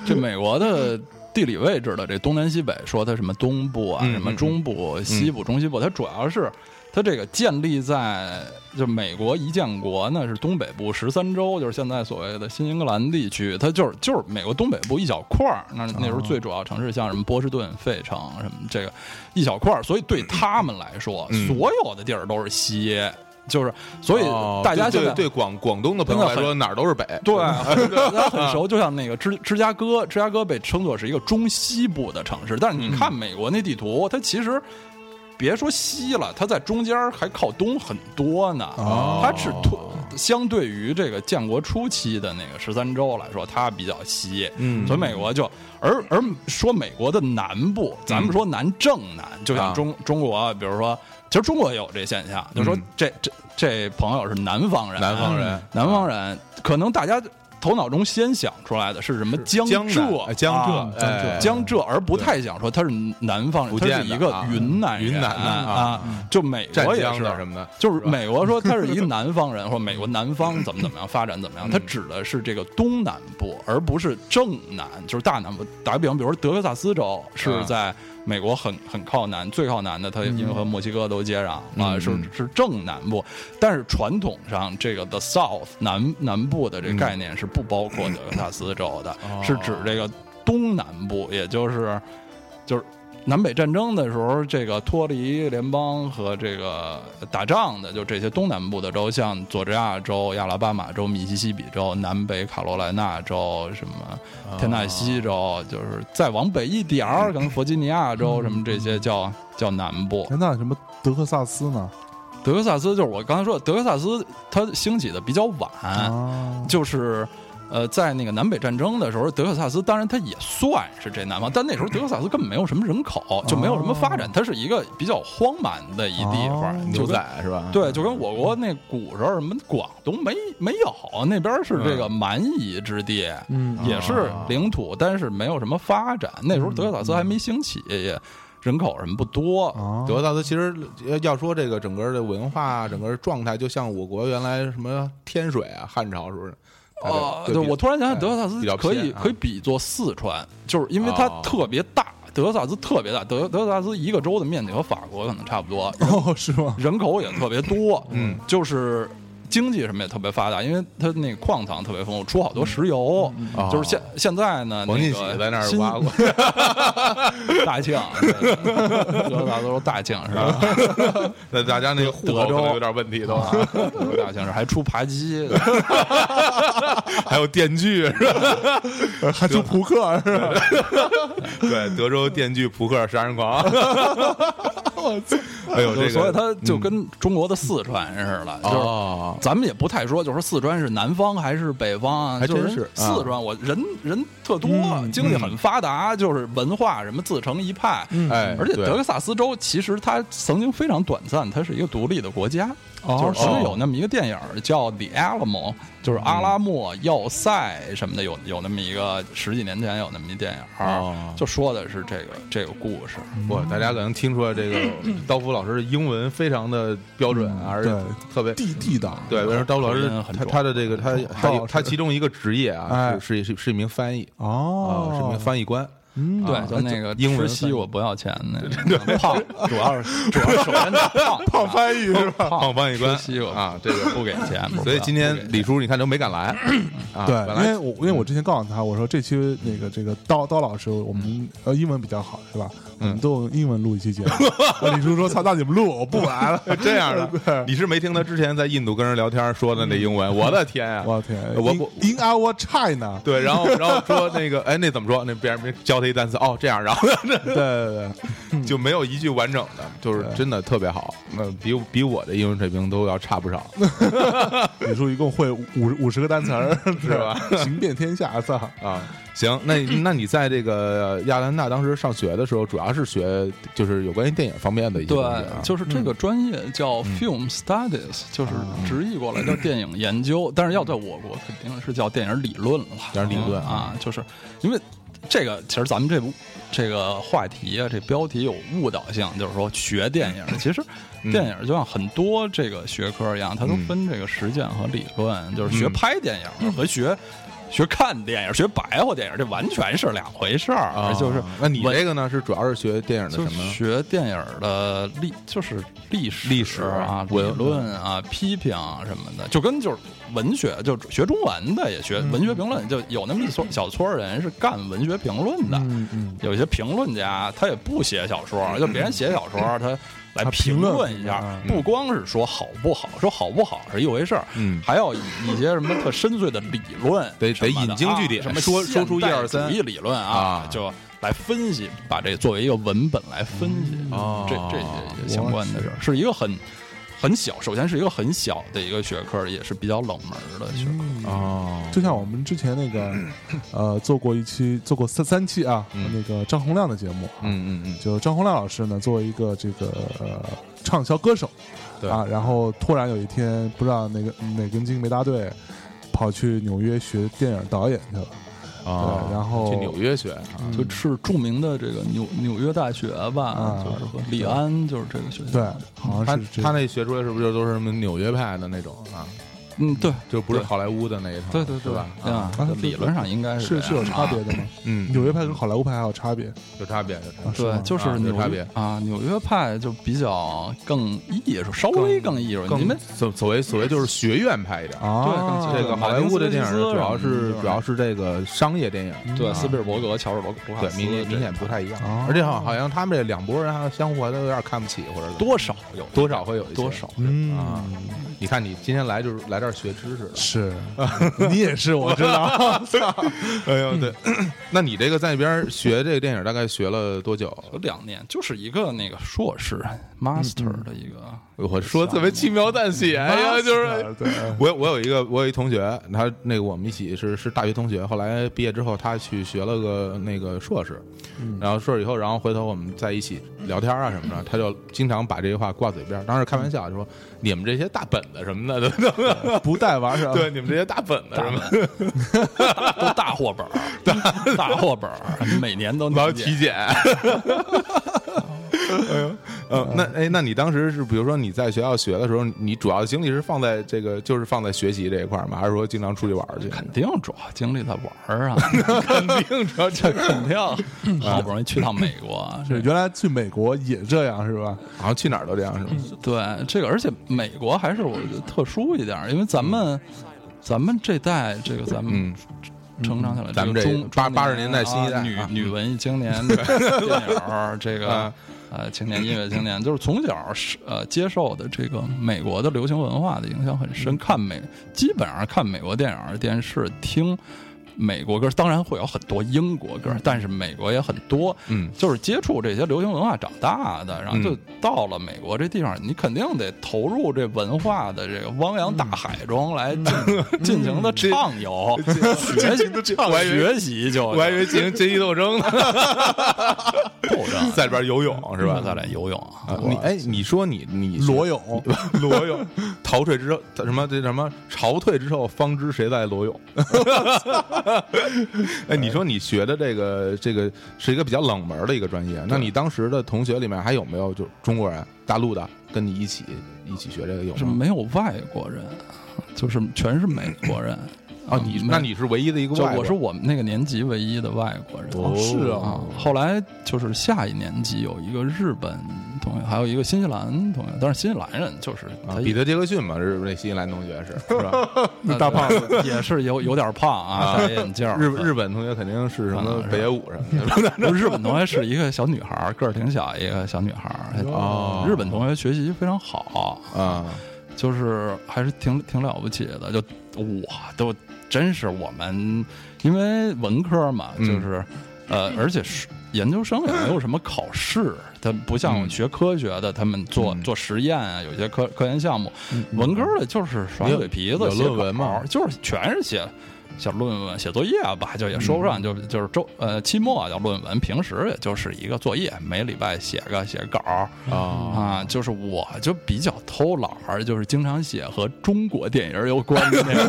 Speaker 3: 这美国的地理位置的这东南西北，说它什么东部啊，
Speaker 1: 嗯
Speaker 3: 什么中部、西部、中西部，它主要是它这个建立在就美国一建国呢是东北部十三州，就是现在所谓的新英格兰地区，它就是就是美国东北部一小块儿。那那时
Speaker 1: 哦
Speaker 3: 候最主要城市像什么波士顿、费城什么这个一小块儿，所以对他们来说，
Speaker 1: 嗯
Speaker 3: 所有的地儿都是西。就是，所以
Speaker 1: 哦
Speaker 3: 大
Speaker 1: 对
Speaker 3: 家现在
Speaker 1: 对对广广东的朋友
Speaker 3: 真
Speaker 1: 来
Speaker 3: 的
Speaker 1: 说，哪儿都是北。
Speaker 3: 对， 很大家很熟，就像那个芝芝加哥，芝加哥被称作是一个中西部的城市，但是你看
Speaker 1: 嗯
Speaker 3: 美国那地图，它其实。别说西了，它在中间还靠东很多呢。
Speaker 2: 哦
Speaker 3: 它是突相对于这个建国初期的那个十三州来说，它比较西。
Speaker 1: 嗯
Speaker 3: 所以美国就而而说美国的南部，咱们说南正南，就
Speaker 1: 嗯啊
Speaker 3: 像中、中国，比如说，其实中国也有这现象，就说
Speaker 1: 嗯
Speaker 3: 这、这这朋友是南方人，
Speaker 1: 南方人
Speaker 3: 嗯南方人，可能大家头脑中先想出来的是什么江
Speaker 1: 江
Speaker 3: 浙
Speaker 1: 南、哎江
Speaker 2: 啊
Speaker 1: 浙、
Speaker 2: 江
Speaker 1: 哎
Speaker 2: 浙
Speaker 3: 江浙，而不太想说他是南方人，
Speaker 1: 福
Speaker 3: 他
Speaker 1: 建的
Speaker 3: 是一个
Speaker 1: 啊
Speaker 3: 云南人
Speaker 1: 云南的啊
Speaker 3: 啊，就美
Speaker 1: 湛
Speaker 3: 国也
Speaker 1: 江
Speaker 3: 是
Speaker 1: 的什么的
Speaker 3: 就是美国说他是一南方人， 或美国南方怎么怎么样发展怎么样，他指的是这个东南部，而不是正南，就是大南部。打个比方，比如说德克萨斯州是在美国很很靠南，最靠南的，它因为和墨西哥都接壤啊，是是正南部。但是传统上这个 the South 南南部的这个概念是不包括德克萨斯州的，是指这个东南部，也就是就是南北战争的时候，这个脱离联邦和这个打仗的，就这些东南部的州，像佐治亚州、亚拉巴马州、密西西比州、南北卡罗来纳州、什么田纳西州，就是再往北一点儿，可能弗吉尼亚州什么这些叫叫南部。
Speaker 2: 哎那什么德克萨斯呢？
Speaker 3: 德克萨斯就是我刚才说的，德克萨斯它兴起的比较晚，
Speaker 2: 啊，
Speaker 3: 就是呃，在那个南北战争的时候，德克萨斯当然它也算是这南方，但那时候德克萨斯根本没有什么人
Speaker 2: 哦
Speaker 3: 口，就没有什么发展，它是一个比较荒蛮的一地
Speaker 2: 哦，
Speaker 3: 方就
Speaker 1: 牛
Speaker 3: 跟
Speaker 1: 仔是吧？
Speaker 3: 对，就跟我国那古时候什么广东没没有，那边是这个蛮夷之地，
Speaker 2: 嗯
Speaker 3: 也是领土，但是没有什么发展。那时候德克萨斯还没兴起，也人口什么不多。
Speaker 2: 啊，
Speaker 1: 德克萨斯其实呃要说这个整个的文化、整个状态，就像我国原来什么天水啊，汉朝是不是？大概
Speaker 3: 哦，
Speaker 1: 对
Speaker 3: 对，
Speaker 1: 比
Speaker 3: 我突然想起
Speaker 1: 哎
Speaker 3: 德克萨斯
Speaker 1: 比较
Speaker 3: 可
Speaker 1: 偏
Speaker 3: 以
Speaker 1: 啊
Speaker 3: 可以比作四川，就是因为它
Speaker 1: 哦
Speaker 3: 特别大，德克萨斯特别大，德德克萨斯一个州的面积和法国可能差不多，
Speaker 2: 哦，是吗？
Speaker 3: 人口也特别多，嗯，就是经济什么也特别发达，因为它那个矿藏特别丰富，出好多石油，
Speaker 1: 嗯
Speaker 3: 就是现现在呢，
Speaker 1: 王
Speaker 3: 那
Speaker 1: 进
Speaker 3: 个
Speaker 1: 喜在那儿
Speaker 3: 新
Speaker 1: 挖过，
Speaker 3: 大庆，啊对德大都是大庆是吧？
Speaker 1: 那大家那个户口可能有点问题都，啊
Speaker 3: 德大庆是还出扒鸡，
Speaker 1: 哦还有电锯是吧？
Speaker 2: 呃还就扑克是吧？
Speaker 1: 对，德州电锯扑克杀人 狂，
Speaker 2: 我操！
Speaker 1: 哎呦，这个
Speaker 3: 所以它就跟中国的四川似的，就是。
Speaker 1: 哦，
Speaker 3: 咱们也不太说，就是说四川是南方还是北方啊？
Speaker 1: 还真
Speaker 3: 就是四川，我人人特多，经济很发达，就是文化什么自成一派。
Speaker 1: 哎
Speaker 3: 而且
Speaker 1: 对
Speaker 3: 德克萨斯州其实它曾经非常短暂，它是一个独立的国家。
Speaker 2: 哦
Speaker 3: 就是
Speaker 1: 是
Speaker 3: 其
Speaker 1: 吗
Speaker 3: 实有那么一个电影儿叫《The Alamo》，就是阿拉莫要塞什么的，有有那么一个十几年前有那么一电影
Speaker 1: 哦嗯
Speaker 3: 儿，就说的是这个这个故事。
Speaker 1: 不，大家可能听出来这个刀夫老师的英文非常的标准啊，而且
Speaker 2: 对
Speaker 1: 特别
Speaker 2: 地地道，
Speaker 1: 对，为什么刀夫老师
Speaker 3: 嗯口音很
Speaker 1: 他
Speaker 3: 重嗯
Speaker 1: 他的这个他他有他其中一个职业啊
Speaker 2: 哎
Speaker 1: 是是是是一名翻译啊，
Speaker 2: 哦，
Speaker 1: 是一名翻译 官。
Speaker 2: 嗯，
Speaker 3: 对，就那个
Speaker 1: 英文
Speaker 3: 吃西我不要钱那个胖，主要是主要是首先他 胖
Speaker 2: 胖翻译是吧？
Speaker 1: 胖翻译官
Speaker 3: 吃西瓜
Speaker 1: 啊，这个
Speaker 3: 不给 钱，
Speaker 1: 所以今
Speaker 3: 不
Speaker 1: 天
Speaker 3: 给
Speaker 1: 李叔你看都没敢来，啊，
Speaker 2: 对，
Speaker 1: 本
Speaker 2: 因
Speaker 1: 来
Speaker 2: 为我因为我之前告诉他，我说这期那个这个刀刀老师，我
Speaker 1: 嗯
Speaker 2: 们呃英文比较好是吧？我们都用英文录一期节 目。李叔说：“操，那你们录，我不来了。
Speaker 1: 这样 的，你是没听他之前在印度跟人聊天说的那英
Speaker 3: 嗯
Speaker 1: 文，我的天啊”！
Speaker 2: 我天，
Speaker 1: 我
Speaker 2: In-
Speaker 1: 我
Speaker 2: In our China，
Speaker 1: 对，然后然后说那个，哎，那怎么说？那别人没教他一单词，哦，这样，然后
Speaker 2: 对对
Speaker 3: 嗯
Speaker 1: 就没有一句完整的，就是真的特别好，那比比我的英文水平都要差不 少，
Speaker 2: 对，李叔一共会五五十个单词儿， 是
Speaker 1: 嗯吧？
Speaker 2: 行遍天下，操！
Speaker 1: 啊，行，那你那你在这个亚特兰大当时上学的时候，主要是学就是有关于电影方面的一些东西啊
Speaker 3: 对，就是这个专业叫 film studies，就是直译过来叫电影研究，但是要在我国肯定是叫电影理论了。
Speaker 1: 电影理论
Speaker 3: 啊，就是因为这个，其实咱们这部这个话题啊，这标题有误导性，就是说学电影，其实电影就像很多这个学科一样，它都分这个实践和理论，就是学拍电影和学。学看电影，学白话电影，这完全是两回事儿，
Speaker 1: 啊，
Speaker 3: 就是
Speaker 1: 那你
Speaker 3: 文
Speaker 1: 这个呢是主要是学电影的
Speaker 3: 就
Speaker 1: 什
Speaker 3: 是
Speaker 1: 么呢？
Speaker 3: 学电影儿的历，就是历史、
Speaker 1: 历史
Speaker 3: 啊、理
Speaker 1: 文
Speaker 3: 论啊、批评啊什么的，就跟就是文学，就学中文的也
Speaker 1: 嗯
Speaker 3: 学文学评论，就有那么一撮小撮儿人是干文学评论的。
Speaker 2: 嗯嗯，
Speaker 3: 有一些评论家他也不写小说，就别人写小说，他来
Speaker 2: 他
Speaker 3: 评
Speaker 2: 评论
Speaker 3: 论一下
Speaker 2: 啊，
Speaker 3: 不光是说好不好，说好不好是一回事儿，
Speaker 1: 嗯
Speaker 3: 还要以一些什么特深邃的理论
Speaker 1: 得
Speaker 3: 什么的，
Speaker 1: 得引经据典
Speaker 3: 啊什么
Speaker 1: 说说出一二三
Speaker 3: 现代主义理论啊
Speaker 1: 啊，
Speaker 3: 就来分析，把这作为一个文本来分析
Speaker 1: 哦，
Speaker 3: 这这些相关的事儿，是一个很很小，首先是一个很小的一个学科，也是比较冷门的学科。
Speaker 1: 哦，
Speaker 2: 嗯就像我们之前那个呃做过一期，做过三三期啊，
Speaker 1: 嗯
Speaker 2: 那个张洪亮的节目，啊
Speaker 1: 嗯嗯嗯，
Speaker 2: 就张洪亮老师呢，作为一个这个呃畅销歌手，
Speaker 1: 对
Speaker 2: 啊，然后突然有一天不知道哪个哪根筋没搭对，跑去纽约学电影导演去了。
Speaker 1: 啊，
Speaker 2: 对然后嗯
Speaker 1: 去纽约学啊，
Speaker 3: 就是著名的这个纽纽约大学吧
Speaker 2: 啊，
Speaker 3: 就是说李安就是这个学校。
Speaker 2: 对，好
Speaker 1: 他
Speaker 2: 像哦是这
Speaker 1: 他
Speaker 2: 个
Speaker 1: 那学出来是不是就都是什么纽约派的那种啊？
Speaker 3: 嗯，对，
Speaker 1: 就不是
Speaker 3: 对
Speaker 1: 好莱坞的那一套，
Speaker 3: 对对
Speaker 1: 是吧？
Speaker 3: 啊
Speaker 2: 啊，
Speaker 3: 理论上应该
Speaker 2: 是
Speaker 3: 这
Speaker 2: 是
Speaker 3: 样
Speaker 2: 有差别的吗？
Speaker 1: 嗯，
Speaker 2: 纽约派跟好莱坞派还有差别
Speaker 1: 有差别，有差别。
Speaker 2: 是吗
Speaker 3: 对，就是
Speaker 1: 啊有
Speaker 3: 纽
Speaker 1: 差
Speaker 3: 约
Speaker 1: 别
Speaker 3: 啊，纽约派就比较更艺术，稍微更艺术。你
Speaker 1: 更
Speaker 3: 们
Speaker 1: 所所谓所谓就是学院派一点。
Speaker 2: 啊
Speaker 3: 更
Speaker 1: 这
Speaker 3: 接
Speaker 1: 个
Speaker 3: 近
Speaker 1: 好莱坞的电影
Speaker 3: 马丁斯
Speaker 1: 主
Speaker 3: 科西斯
Speaker 1: 要
Speaker 3: 什么
Speaker 1: 是
Speaker 3: 的
Speaker 1: 主要是这个商业电影，
Speaker 3: 对
Speaker 1: 啊
Speaker 3: 斯皮尔伯格、乔治罗卢卡
Speaker 1: 对
Speaker 3: 斯
Speaker 1: 明显明显不太一
Speaker 2: 哦
Speaker 1: 样，而且好好像他们这两拨人还相互还都有点看不起或者怎么
Speaker 3: 多少有
Speaker 1: 多少会有一些
Speaker 3: 多少。
Speaker 2: 嗯
Speaker 1: 啊。你看你今天来就是来这儿学知识的，
Speaker 2: 是，你也是，我知 道。嗯
Speaker 1: 哎呦对，那你这个在那边学这个电影大概学了多久？
Speaker 3: 嗯有两年，就是一个那个硕士 master 的一个
Speaker 1: 我说特别轻描淡写，哎呀，就是
Speaker 2: 啊对，
Speaker 1: 我我有一个我有一同学，他那个我们一起是是大学同学，后来毕业之后他去学了个那个硕士，然后硕士以后，然后回头我们在一起聊天啊什么的，他就经常把这些话挂嘴边儿，当时开玩笑说你们这些大本子什么的，对
Speaker 2: 不带娃是吧？
Speaker 1: 对，你们这些大本子什么的，
Speaker 3: 都大货本儿， 大大货本儿，每年都
Speaker 1: 老
Speaker 3: 能
Speaker 1: 体 检。嗯，那哎，那你当时是比如说你在学校学的时候，你主要的精力是放在这个，就是放在学习这一块儿吗？还是说经常出去玩儿去？
Speaker 3: 肯定主要精力在玩儿 啊，
Speaker 1: 肯定主要这
Speaker 3: 这 肯定啊好不容易去趟美国，啊
Speaker 2: 是原来去美国也这样是吧？
Speaker 1: 好像去哪儿都这样是吗？
Speaker 3: 对这个，而且美国还是我觉得特殊一点儿，因为咱们咱们这代这个咱们
Speaker 1: 嗯，
Speaker 3: 成长起来，
Speaker 1: 咱们
Speaker 3: 这
Speaker 1: 这
Speaker 3: 个中
Speaker 1: 八
Speaker 3: 中
Speaker 1: 80年代新一代
Speaker 3: 啊女
Speaker 1: 啊
Speaker 3: 女文艺青年、 这个电影儿这个
Speaker 1: 啊
Speaker 3: 呃青年音乐青年，就是从小是呃接受的这个美国的流行文化的影响很深，看美基本上看美国电影儿、电视听。美国歌当然会有很多英国歌，但是美国也很多，
Speaker 1: 嗯
Speaker 3: 就是接触这些流行文化长大的，然后就
Speaker 1: 嗯
Speaker 3: 到了美国这地方，你肯定得投入这文化的这个汪洋大海中来尽尽情的畅游，学习畅
Speaker 1: 我还以为
Speaker 3: 学习就
Speaker 1: 我还以为进行阶级斗争呢，
Speaker 3: 斗争
Speaker 1: 在里边游泳是吧？
Speaker 3: 咱俩游泳
Speaker 1: 啊你哎，你说你你是
Speaker 2: 裸泳，
Speaker 1: 裸泳， 逃退之后什么这什么潮退之后，方知谁在裸泳。 哎，你说你学的这个这个是一个比较冷门的一个专业，那你当时的同学里面还有没有就中国人、大陆的跟你一起一起学这个有
Speaker 3: 是
Speaker 1: 吗？
Speaker 3: 没有外国人，就是全是美国人
Speaker 1: 哦，你
Speaker 3: 没
Speaker 1: 那你是唯一的一个
Speaker 3: 就
Speaker 1: 外国
Speaker 3: 我是我们那个年级唯一的外国人。
Speaker 1: 哦
Speaker 2: 是啊
Speaker 3: 啊，后来就是下一年级有一个日本同学，还有一个新西兰同学，但是新西兰人就是
Speaker 1: 啊
Speaker 3: 他
Speaker 1: 彼得杰克逊嘛，日本那新西兰同学是是 吧？
Speaker 2: 那大胖子，
Speaker 3: 也呃是有有点胖啊，戴眼镜儿。
Speaker 1: 日日本同学肯定是什
Speaker 3: 啊
Speaker 1: 么北野武什么 的。
Speaker 3: 不是日本同学是一个小女孩儿，个儿挺小，一个小女孩儿。
Speaker 1: 哦
Speaker 3: 日本同学学习非常好，
Speaker 1: 啊，
Speaker 3: 就是还是挺挺了不起的。就哇，都真是我们，因为文科嘛，
Speaker 1: 嗯
Speaker 3: 就是、呃，而且是研究生也没有什么考试，它不像
Speaker 1: 嗯
Speaker 3: 学科学的，他们做、
Speaker 1: 嗯
Speaker 3: 做实验啊，有些科科研项目。文科的就是耍
Speaker 1: 有
Speaker 3: 嘴皮
Speaker 1: 有
Speaker 3: 子，写
Speaker 1: 论文
Speaker 3: 稿
Speaker 1: 吗
Speaker 3: 就是全是写。写论文、写作业吧，就
Speaker 1: 嗯
Speaker 3: 也说不上，就就是周呃期末叫论文，平时也就是一个作业，每礼拜写个写稿儿，
Speaker 1: 啊
Speaker 3: 啊，就是我就比较偷懒儿，就是经常写和中国电影有关的内 容，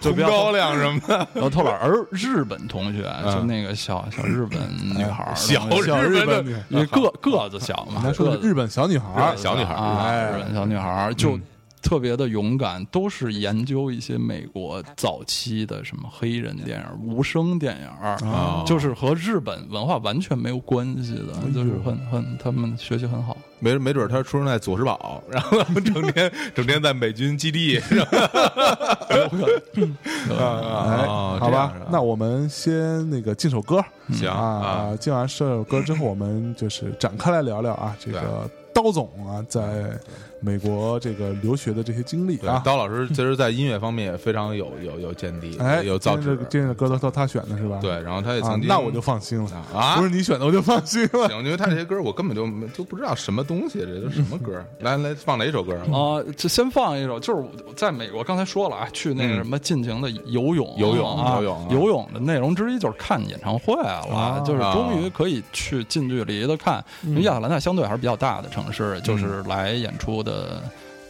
Speaker 3: 就
Speaker 1: 红
Speaker 3: 比较偷
Speaker 1: 高粱什么的，
Speaker 3: 然后偷懒儿。而日本同学，就那个小小日本女孩儿，
Speaker 1: 嗯哎小
Speaker 3: 同学
Speaker 2: 小日
Speaker 1: 日本
Speaker 2: 本
Speaker 1: 的
Speaker 2: 女，
Speaker 3: 因为个个子小嘛，
Speaker 2: 你还说
Speaker 3: 个
Speaker 2: 的
Speaker 3: 子
Speaker 2: 日本小女孩
Speaker 1: 日 本，小女孩儿嗯
Speaker 3: 啊，
Speaker 2: 哎
Speaker 3: 日本小女孩儿就特别的勇敢，都是研究一些美国早期的什么黑人电影、无声电影儿，
Speaker 1: 哦
Speaker 3: 就是和日本文化完全没有关系的，就是很很他们学习很好。
Speaker 1: 没没准他出生在佐世保，然后整天整天在美军基地，是吧？嗯
Speaker 2: 哎，
Speaker 1: 啊
Speaker 2: 好吧，那
Speaker 1: 我
Speaker 2: 我们先那个进首歌，
Speaker 1: 行啊
Speaker 2: 啊，进完这首歌之后，我们就是展开来聊聊啊，这个刀总啊，在美国这个留学的这些经历
Speaker 1: 对
Speaker 2: 啊。
Speaker 1: 刀老师其实，在音乐方面也非常有有有见地，
Speaker 2: 哎，
Speaker 1: 有造
Speaker 2: 今天
Speaker 1: 诣
Speaker 2: 这个。今天的歌都都他选的是吧？
Speaker 1: 对，然后他也
Speaker 2: 啊
Speaker 1: 曾，经，
Speaker 2: 那我就放心了，
Speaker 1: 啊，
Speaker 2: 不是你选的我就放心了。
Speaker 1: 行，因为他这些歌我根本就没就不知道什么东西，这都什么歌？来来，放哪一首歌？
Speaker 3: 啊，这先放一首，就是我在美国刚才说了啊，去那个什么尽情的游泳，
Speaker 1: 嗯游泳
Speaker 3: 啊，
Speaker 1: 游泳啊啊
Speaker 3: 游泳的内容之一就是看演唱会了，就是终于可以去近距离的看，因为亚特兰大相对还是比较大的城市，
Speaker 1: 嗯
Speaker 3: 就是来演出的。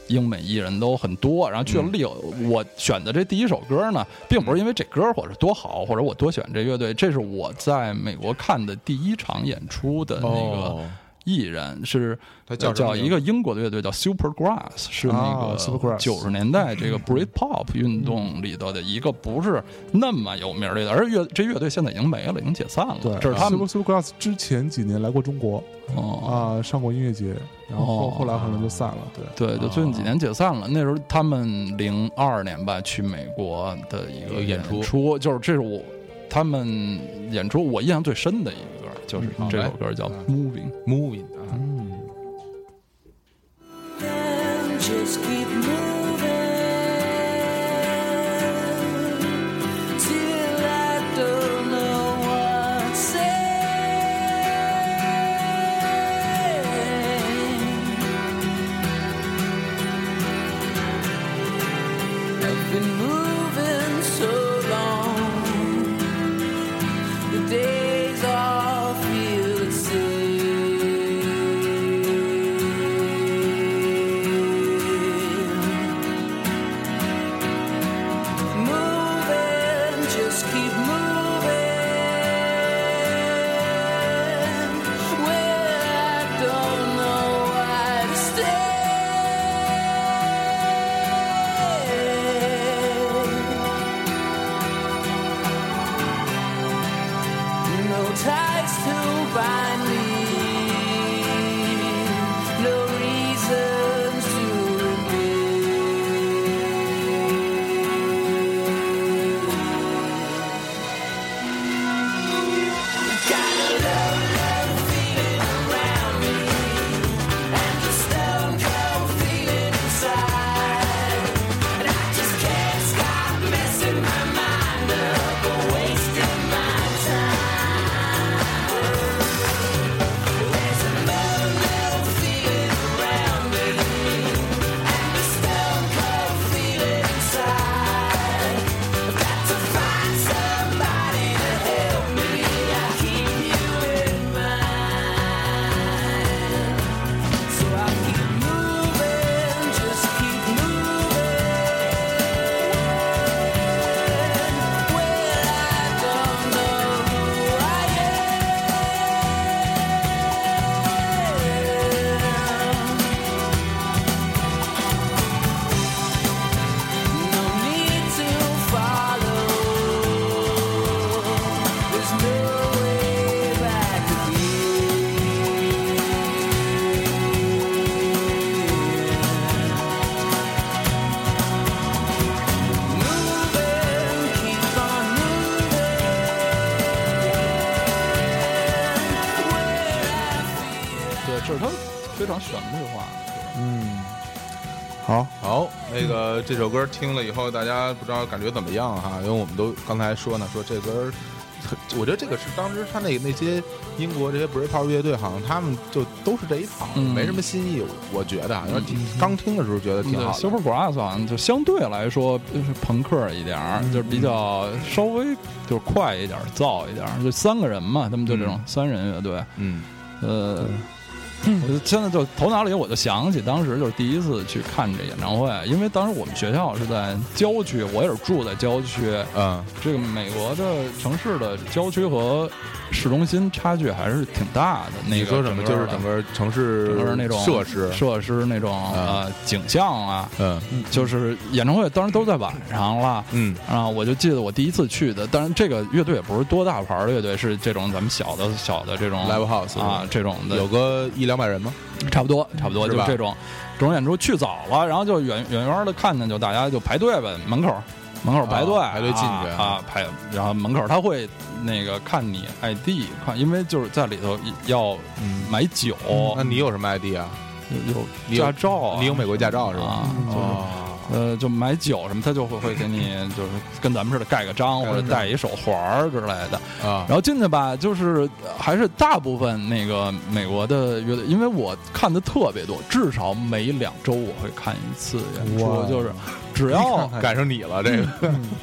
Speaker 3: 英美艺人都很多，然后去了
Speaker 1: 嗯
Speaker 3: 利友。我选的这第一首歌呢，并不是因为这歌或者多好，或者我多喜欢这乐队，这是我在美国看的第一场演出的那个
Speaker 1: 哦
Speaker 3: 艺人是
Speaker 1: 他叫什么
Speaker 3: 呃叫一个英国的乐队叫 Supergrass，是那
Speaker 2: 啊
Speaker 3: 个
Speaker 2: ，Supergrass
Speaker 3: 九十年代这个 Britpop 运动里头的一个不是那么有名儿的乐队，而乐这乐队现在已经没了，已经解散了。
Speaker 2: 对，
Speaker 3: 这是他们
Speaker 2: Super Super Glass 之前几年来过中国
Speaker 3: 哦，
Speaker 2: 啊，上过音乐节，然后
Speaker 3: 哦
Speaker 2: 后来可能就散了。对，
Speaker 3: 对，就最近几年解散了。那时候他们零二年吧去美国的一
Speaker 1: 有
Speaker 3: 个
Speaker 1: 演出
Speaker 3: 出就是这是我他们演出我印象最深的一个歌，就是
Speaker 1: 嗯
Speaker 3: 这
Speaker 1: 好
Speaker 3: 首
Speaker 1: 来
Speaker 3: 歌叫
Speaker 1: 嗯
Speaker 3: Moving。
Speaker 1: Moving 啊，
Speaker 4: And just keep moving till I don't know what to say. been moving so long. The days all feel the same. Moving, just keep moving. Well, I don't know why to stay. No ties to bind me. No reasons to remain. So I keep moving, just keep moving. Well, I don't know who I am. No need to follow. There's no way back again. Moving, keep on moving.
Speaker 3: 对，这是他非常旋律化的。
Speaker 2: 嗯，好，
Speaker 1: 好，那个这首歌听了以后，大家不知道感觉怎么样哈？因为我们都刚才说呢，说这歌儿，我觉得这个是当时他那那些英国这些 Britpop 乐队，好像他们就都是这一套，
Speaker 3: 嗯
Speaker 1: 没什么新意。我觉得啊，因为挺刚听的时候觉得挺好的，
Speaker 3: Super Grass 好像就相对来说就是朋克一点儿，
Speaker 1: 嗯
Speaker 3: 就是比较稍微就是快一点儿、燥一点儿，就三个人嘛，他们就这种
Speaker 1: 嗯
Speaker 3: 三人乐队。
Speaker 1: 嗯
Speaker 3: 呃，我就现在就头脑里我就想起当时就是第一次去看这演唱会，因为当时我们学校是在郊区，我也是住在郊区，
Speaker 1: 嗯
Speaker 3: 这个美国的城市的郊区和市中心差距还是挺大的。
Speaker 1: 啊
Speaker 3: 那
Speaker 1: 你
Speaker 3: 个
Speaker 1: 说什么？就是整
Speaker 3: 个
Speaker 1: 个城市
Speaker 3: 整个那种
Speaker 1: 设施，
Speaker 3: 设施那种呃景象啊，
Speaker 1: 嗯
Speaker 3: 就是演唱会当然都在晚上了。
Speaker 1: 嗯
Speaker 3: 啊，我就记得我第一次去的，当然这个乐队也不是多大牌儿的乐队，是这种咱们小的小的这种
Speaker 1: ，Live House 嗯
Speaker 3: 啊，这种的
Speaker 1: 有个一两百人吗？
Speaker 3: 差不多，差不多
Speaker 1: 是
Speaker 3: 就
Speaker 1: 吧
Speaker 3: 这种这种演出去早了，然后就远远远的看见，就大家就排队呗，门口门口排队、
Speaker 1: 啊排队进去
Speaker 3: 啊
Speaker 1: 啊
Speaker 3: 啊排，然后门口他会那个看你 ID，看，因为就是在里头要
Speaker 1: 嗯，
Speaker 3: 买酒，
Speaker 1: 那你有什么 ID 啊？
Speaker 3: 有
Speaker 1: 你
Speaker 3: 有
Speaker 1: 有
Speaker 3: 哦驾照啊、
Speaker 1: 你有美国驾照是吧？
Speaker 3: 啊，就是
Speaker 1: 哦，
Speaker 3: 呃，就买酒什么，他就会会给你就是跟咱们似的盖个章
Speaker 1: 盖
Speaker 3: 或
Speaker 1: 个章
Speaker 3: 者戴一手环儿之类的，
Speaker 1: 啊
Speaker 3: 然后进去吧，就是呃还是大部分那个美国的乐队，因为我看的特别多，至少每两周我会看一次演出
Speaker 2: 哇，
Speaker 3: 就是只要
Speaker 1: 赶上你了，这个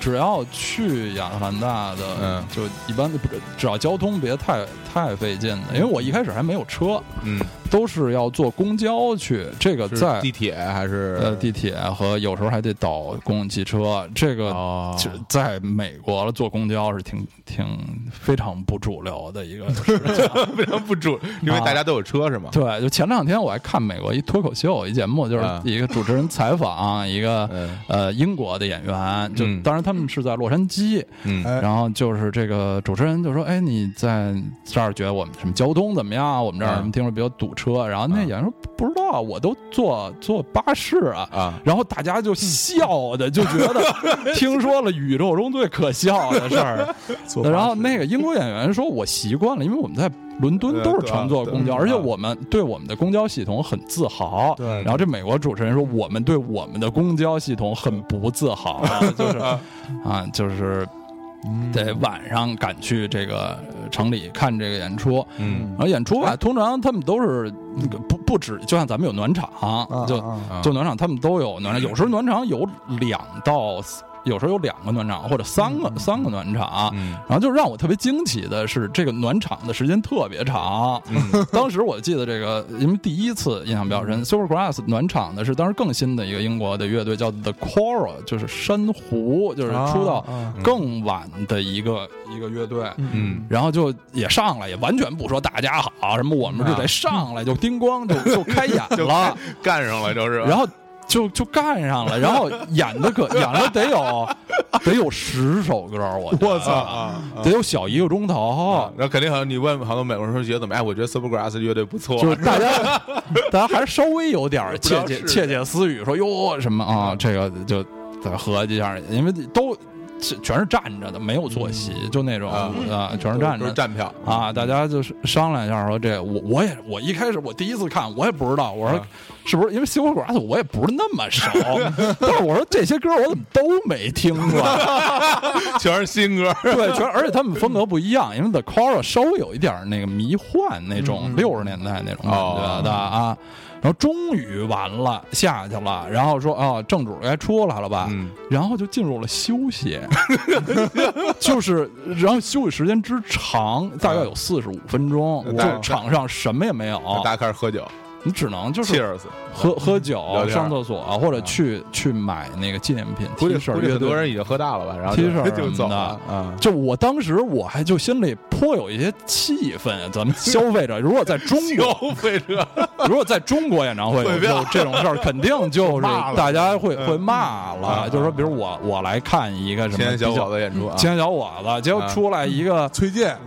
Speaker 3: 只要去亚特兰大的，
Speaker 1: 嗯
Speaker 3: 就一般的不是只要交通别太太费劲的，因为我一开始还没有车，
Speaker 1: 嗯，
Speaker 3: 都是要坐公交去，这个
Speaker 1: 是
Speaker 3: 在
Speaker 1: 地铁还是
Speaker 3: 呃地铁和有时候还得倒公共汽车，这个
Speaker 1: 哦
Speaker 3: 就在美国了，坐公交是挺挺非常不主流 的一个事情。
Speaker 1: 非常不准，因为大家都有车是吗？
Speaker 3: 对，就前两天我还看美国一脱口秀一节目，就是
Speaker 1: 啊
Speaker 3: 一个主持人采访一个
Speaker 1: 嗯
Speaker 3: 呃英国的演员，就
Speaker 1: 嗯
Speaker 3: 当然他们是在洛杉矶，
Speaker 1: 嗯
Speaker 2: 哎
Speaker 3: 然后就是这个主持人就说：“哎，你在这儿觉得我们什么交通怎么样啊？我们这儿
Speaker 1: 嗯
Speaker 3: 什么听说比较堵车。”然后那
Speaker 1: 嗯
Speaker 3: 演员说：“不知道啊，我都坐坐巴士啊。”
Speaker 1: 啊，
Speaker 3: 然后大家就笑的，就觉得听说了宇宙中最可笑的事儿。
Speaker 2: 做
Speaker 3: 然后
Speaker 2: 法
Speaker 3: 那个英国演员说：“我习惯了，因为我们在伦敦都是乘坐公交，
Speaker 1: 对对
Speaker 3: 而且我们对我们的公交系统很自豪。”
Speaker 2: 对
Speaker 3: 然后这美国主持人说：“我们对我们的公交系统很不自豪，就是啊，就是得晚上赶去这个呃城里看这个演出。”
Speaker 1: 嗯
Speaker 3: 然后演出吧，通常他们都是那个不不止，就像咱们有暖场，就
Speaker 2: 啊
Speaker 1: 啊
Speaker 3: 就暖场，他们都有暖场，有时候暖场有两到，有时候有两个暖场或者三个、三个暖场。
Speaker 1: 嗯
Speaker 3: 然后就让我特别惊奇的是，这个暖场的时间特别长。
Speaker 1: 嗯
Speaker 3: 当时我记得这个，因为第一次印象比较深，Supergrass 暖场的是当时更新的一个英国的乐队叫 The Coral，就是珊瑚，就是出道
Speaker 2: 啊
Speaker 3: 更晚的一个一个乐队。
Speaker 1: 嗯
Speaker 3: 然后就也上来，也完全不说大家好啊什么，我们就
Speaker 1: 嗯
Speaker 3: 得上来就叮咣就就开 演
Speaker 1: 就
Speaker 3: 了，
Speaker 1: 干上了就是，
Speaker 3: 然后就就干 上了，然后演的可演了得有得有十首歌，我觉得
Speaker 2: 我操
Speaker 1: 啊
Speaker 3: 得有小一个钟头，
Speaker 1: 然后哦肯定好像你问好多美国人说觉得怎么样？哎我觉得 Supergrass 乐队不错，
Speaker 3: 就是大 家大家还是稍微有点儿
Speaker 1: 不知
Speaker 3: 窃
Speaker 1: 道
Speaker 3: 窃
Speaker 1: 是嗯
Speaker 3: 窃窃私语，说哟什么啊，这个就再合计一下，因为都全是站着的，没有坐席，就那种
Speaker 1: 啊
Speaker 3: 啊，全
Speaker 1: 都
Speaker 3: 是站
Speaker 1: 都
Speaker 3: 着
Speaker 1: 是。站票
Speaker 3: 啊，大家就是商量一下说这我我也我一开始我第一次看我也不知道，我说
Speaker 1: 啊
Speaker 3: 是不是因为西瓜果子我也不是那么 熟，但是我说这些歌我怎么都没听过，
Speaker 1: 全是新歌，
Speaker 3: 对，全而且他们风格不一样，因为 The Coral 稍微有一点儿那个迷幻那
Speaker 1: 嗯
Speaker 3: 种六十年代那种感
Speaker 1: 哦
Speaker 3: 觉的啊。然后终于完了，下去了，然后说啊，正主该出来了吧？
Speaker 1: 嗯
Speaker 3: 然后就进入了休息， 就是然后休息时间之长，大概有四十五分钟，
Speaker 1: 嗯
Speaker 3: 就场上什么也没有，
Speaker 1: 大家开始喝酒
Speaker 3: 你只能就是
Speaker 1: ，Cheers。
Speaker 3: 喝喝
Speaker 1: 聊
Speaker 3: 酒、
Speaker 1: 天嗯
Speaker 3: 上厕所或者去去买那个纪念品
Speaker 1: 估
Speaker 3: T
Speaker 1: 计
Speaker 3: 恤
Speaker 1: 估计
Speaker 3: 乐
Speaker 1: 很
Speaker 3: 队
Speaker 1: 多人已经喝大了吧，然后
Speaker 3: T
Speaker 1: 就
Speaker 3: 恤
Speaker 1: 就
Speaker 3: 什
Speaker 1: 走
Speaker 3: 么
Speaker 1: 了
Speaker 3: 的
Speaker 1: 啊。
Speaker 3: 就我当时我还就心里颇有一些气愤，啊咱们消费者如果在中国，
Speaker 1: 消费者
Speaker 3: 如果在中国演唱会有
Speaker 1: 毁掉
Speaker 3: 有这种事儿，肯定 就是
Speaker 2: 骂了
Speaker 3: 大家会
Speaker 1: 嗯
Speaker 3: 会骂了，
Speaker 1: 嗯
Speaker 3: 就是说，比如我我来看一个什
Speaker 1: 天
Speaker 3: 么
Speaker 1: 天
Speaker 3: 比
Speaker 1: 小
Speaker 3: 较
Speaker 1: 伙子演出啊，
Speaker 3: 青年小伙子，结果
Speaker 1: 嗯
Speaker 3: 出来 一个
Speaker 2: 崔健，
Speaker 1: 啊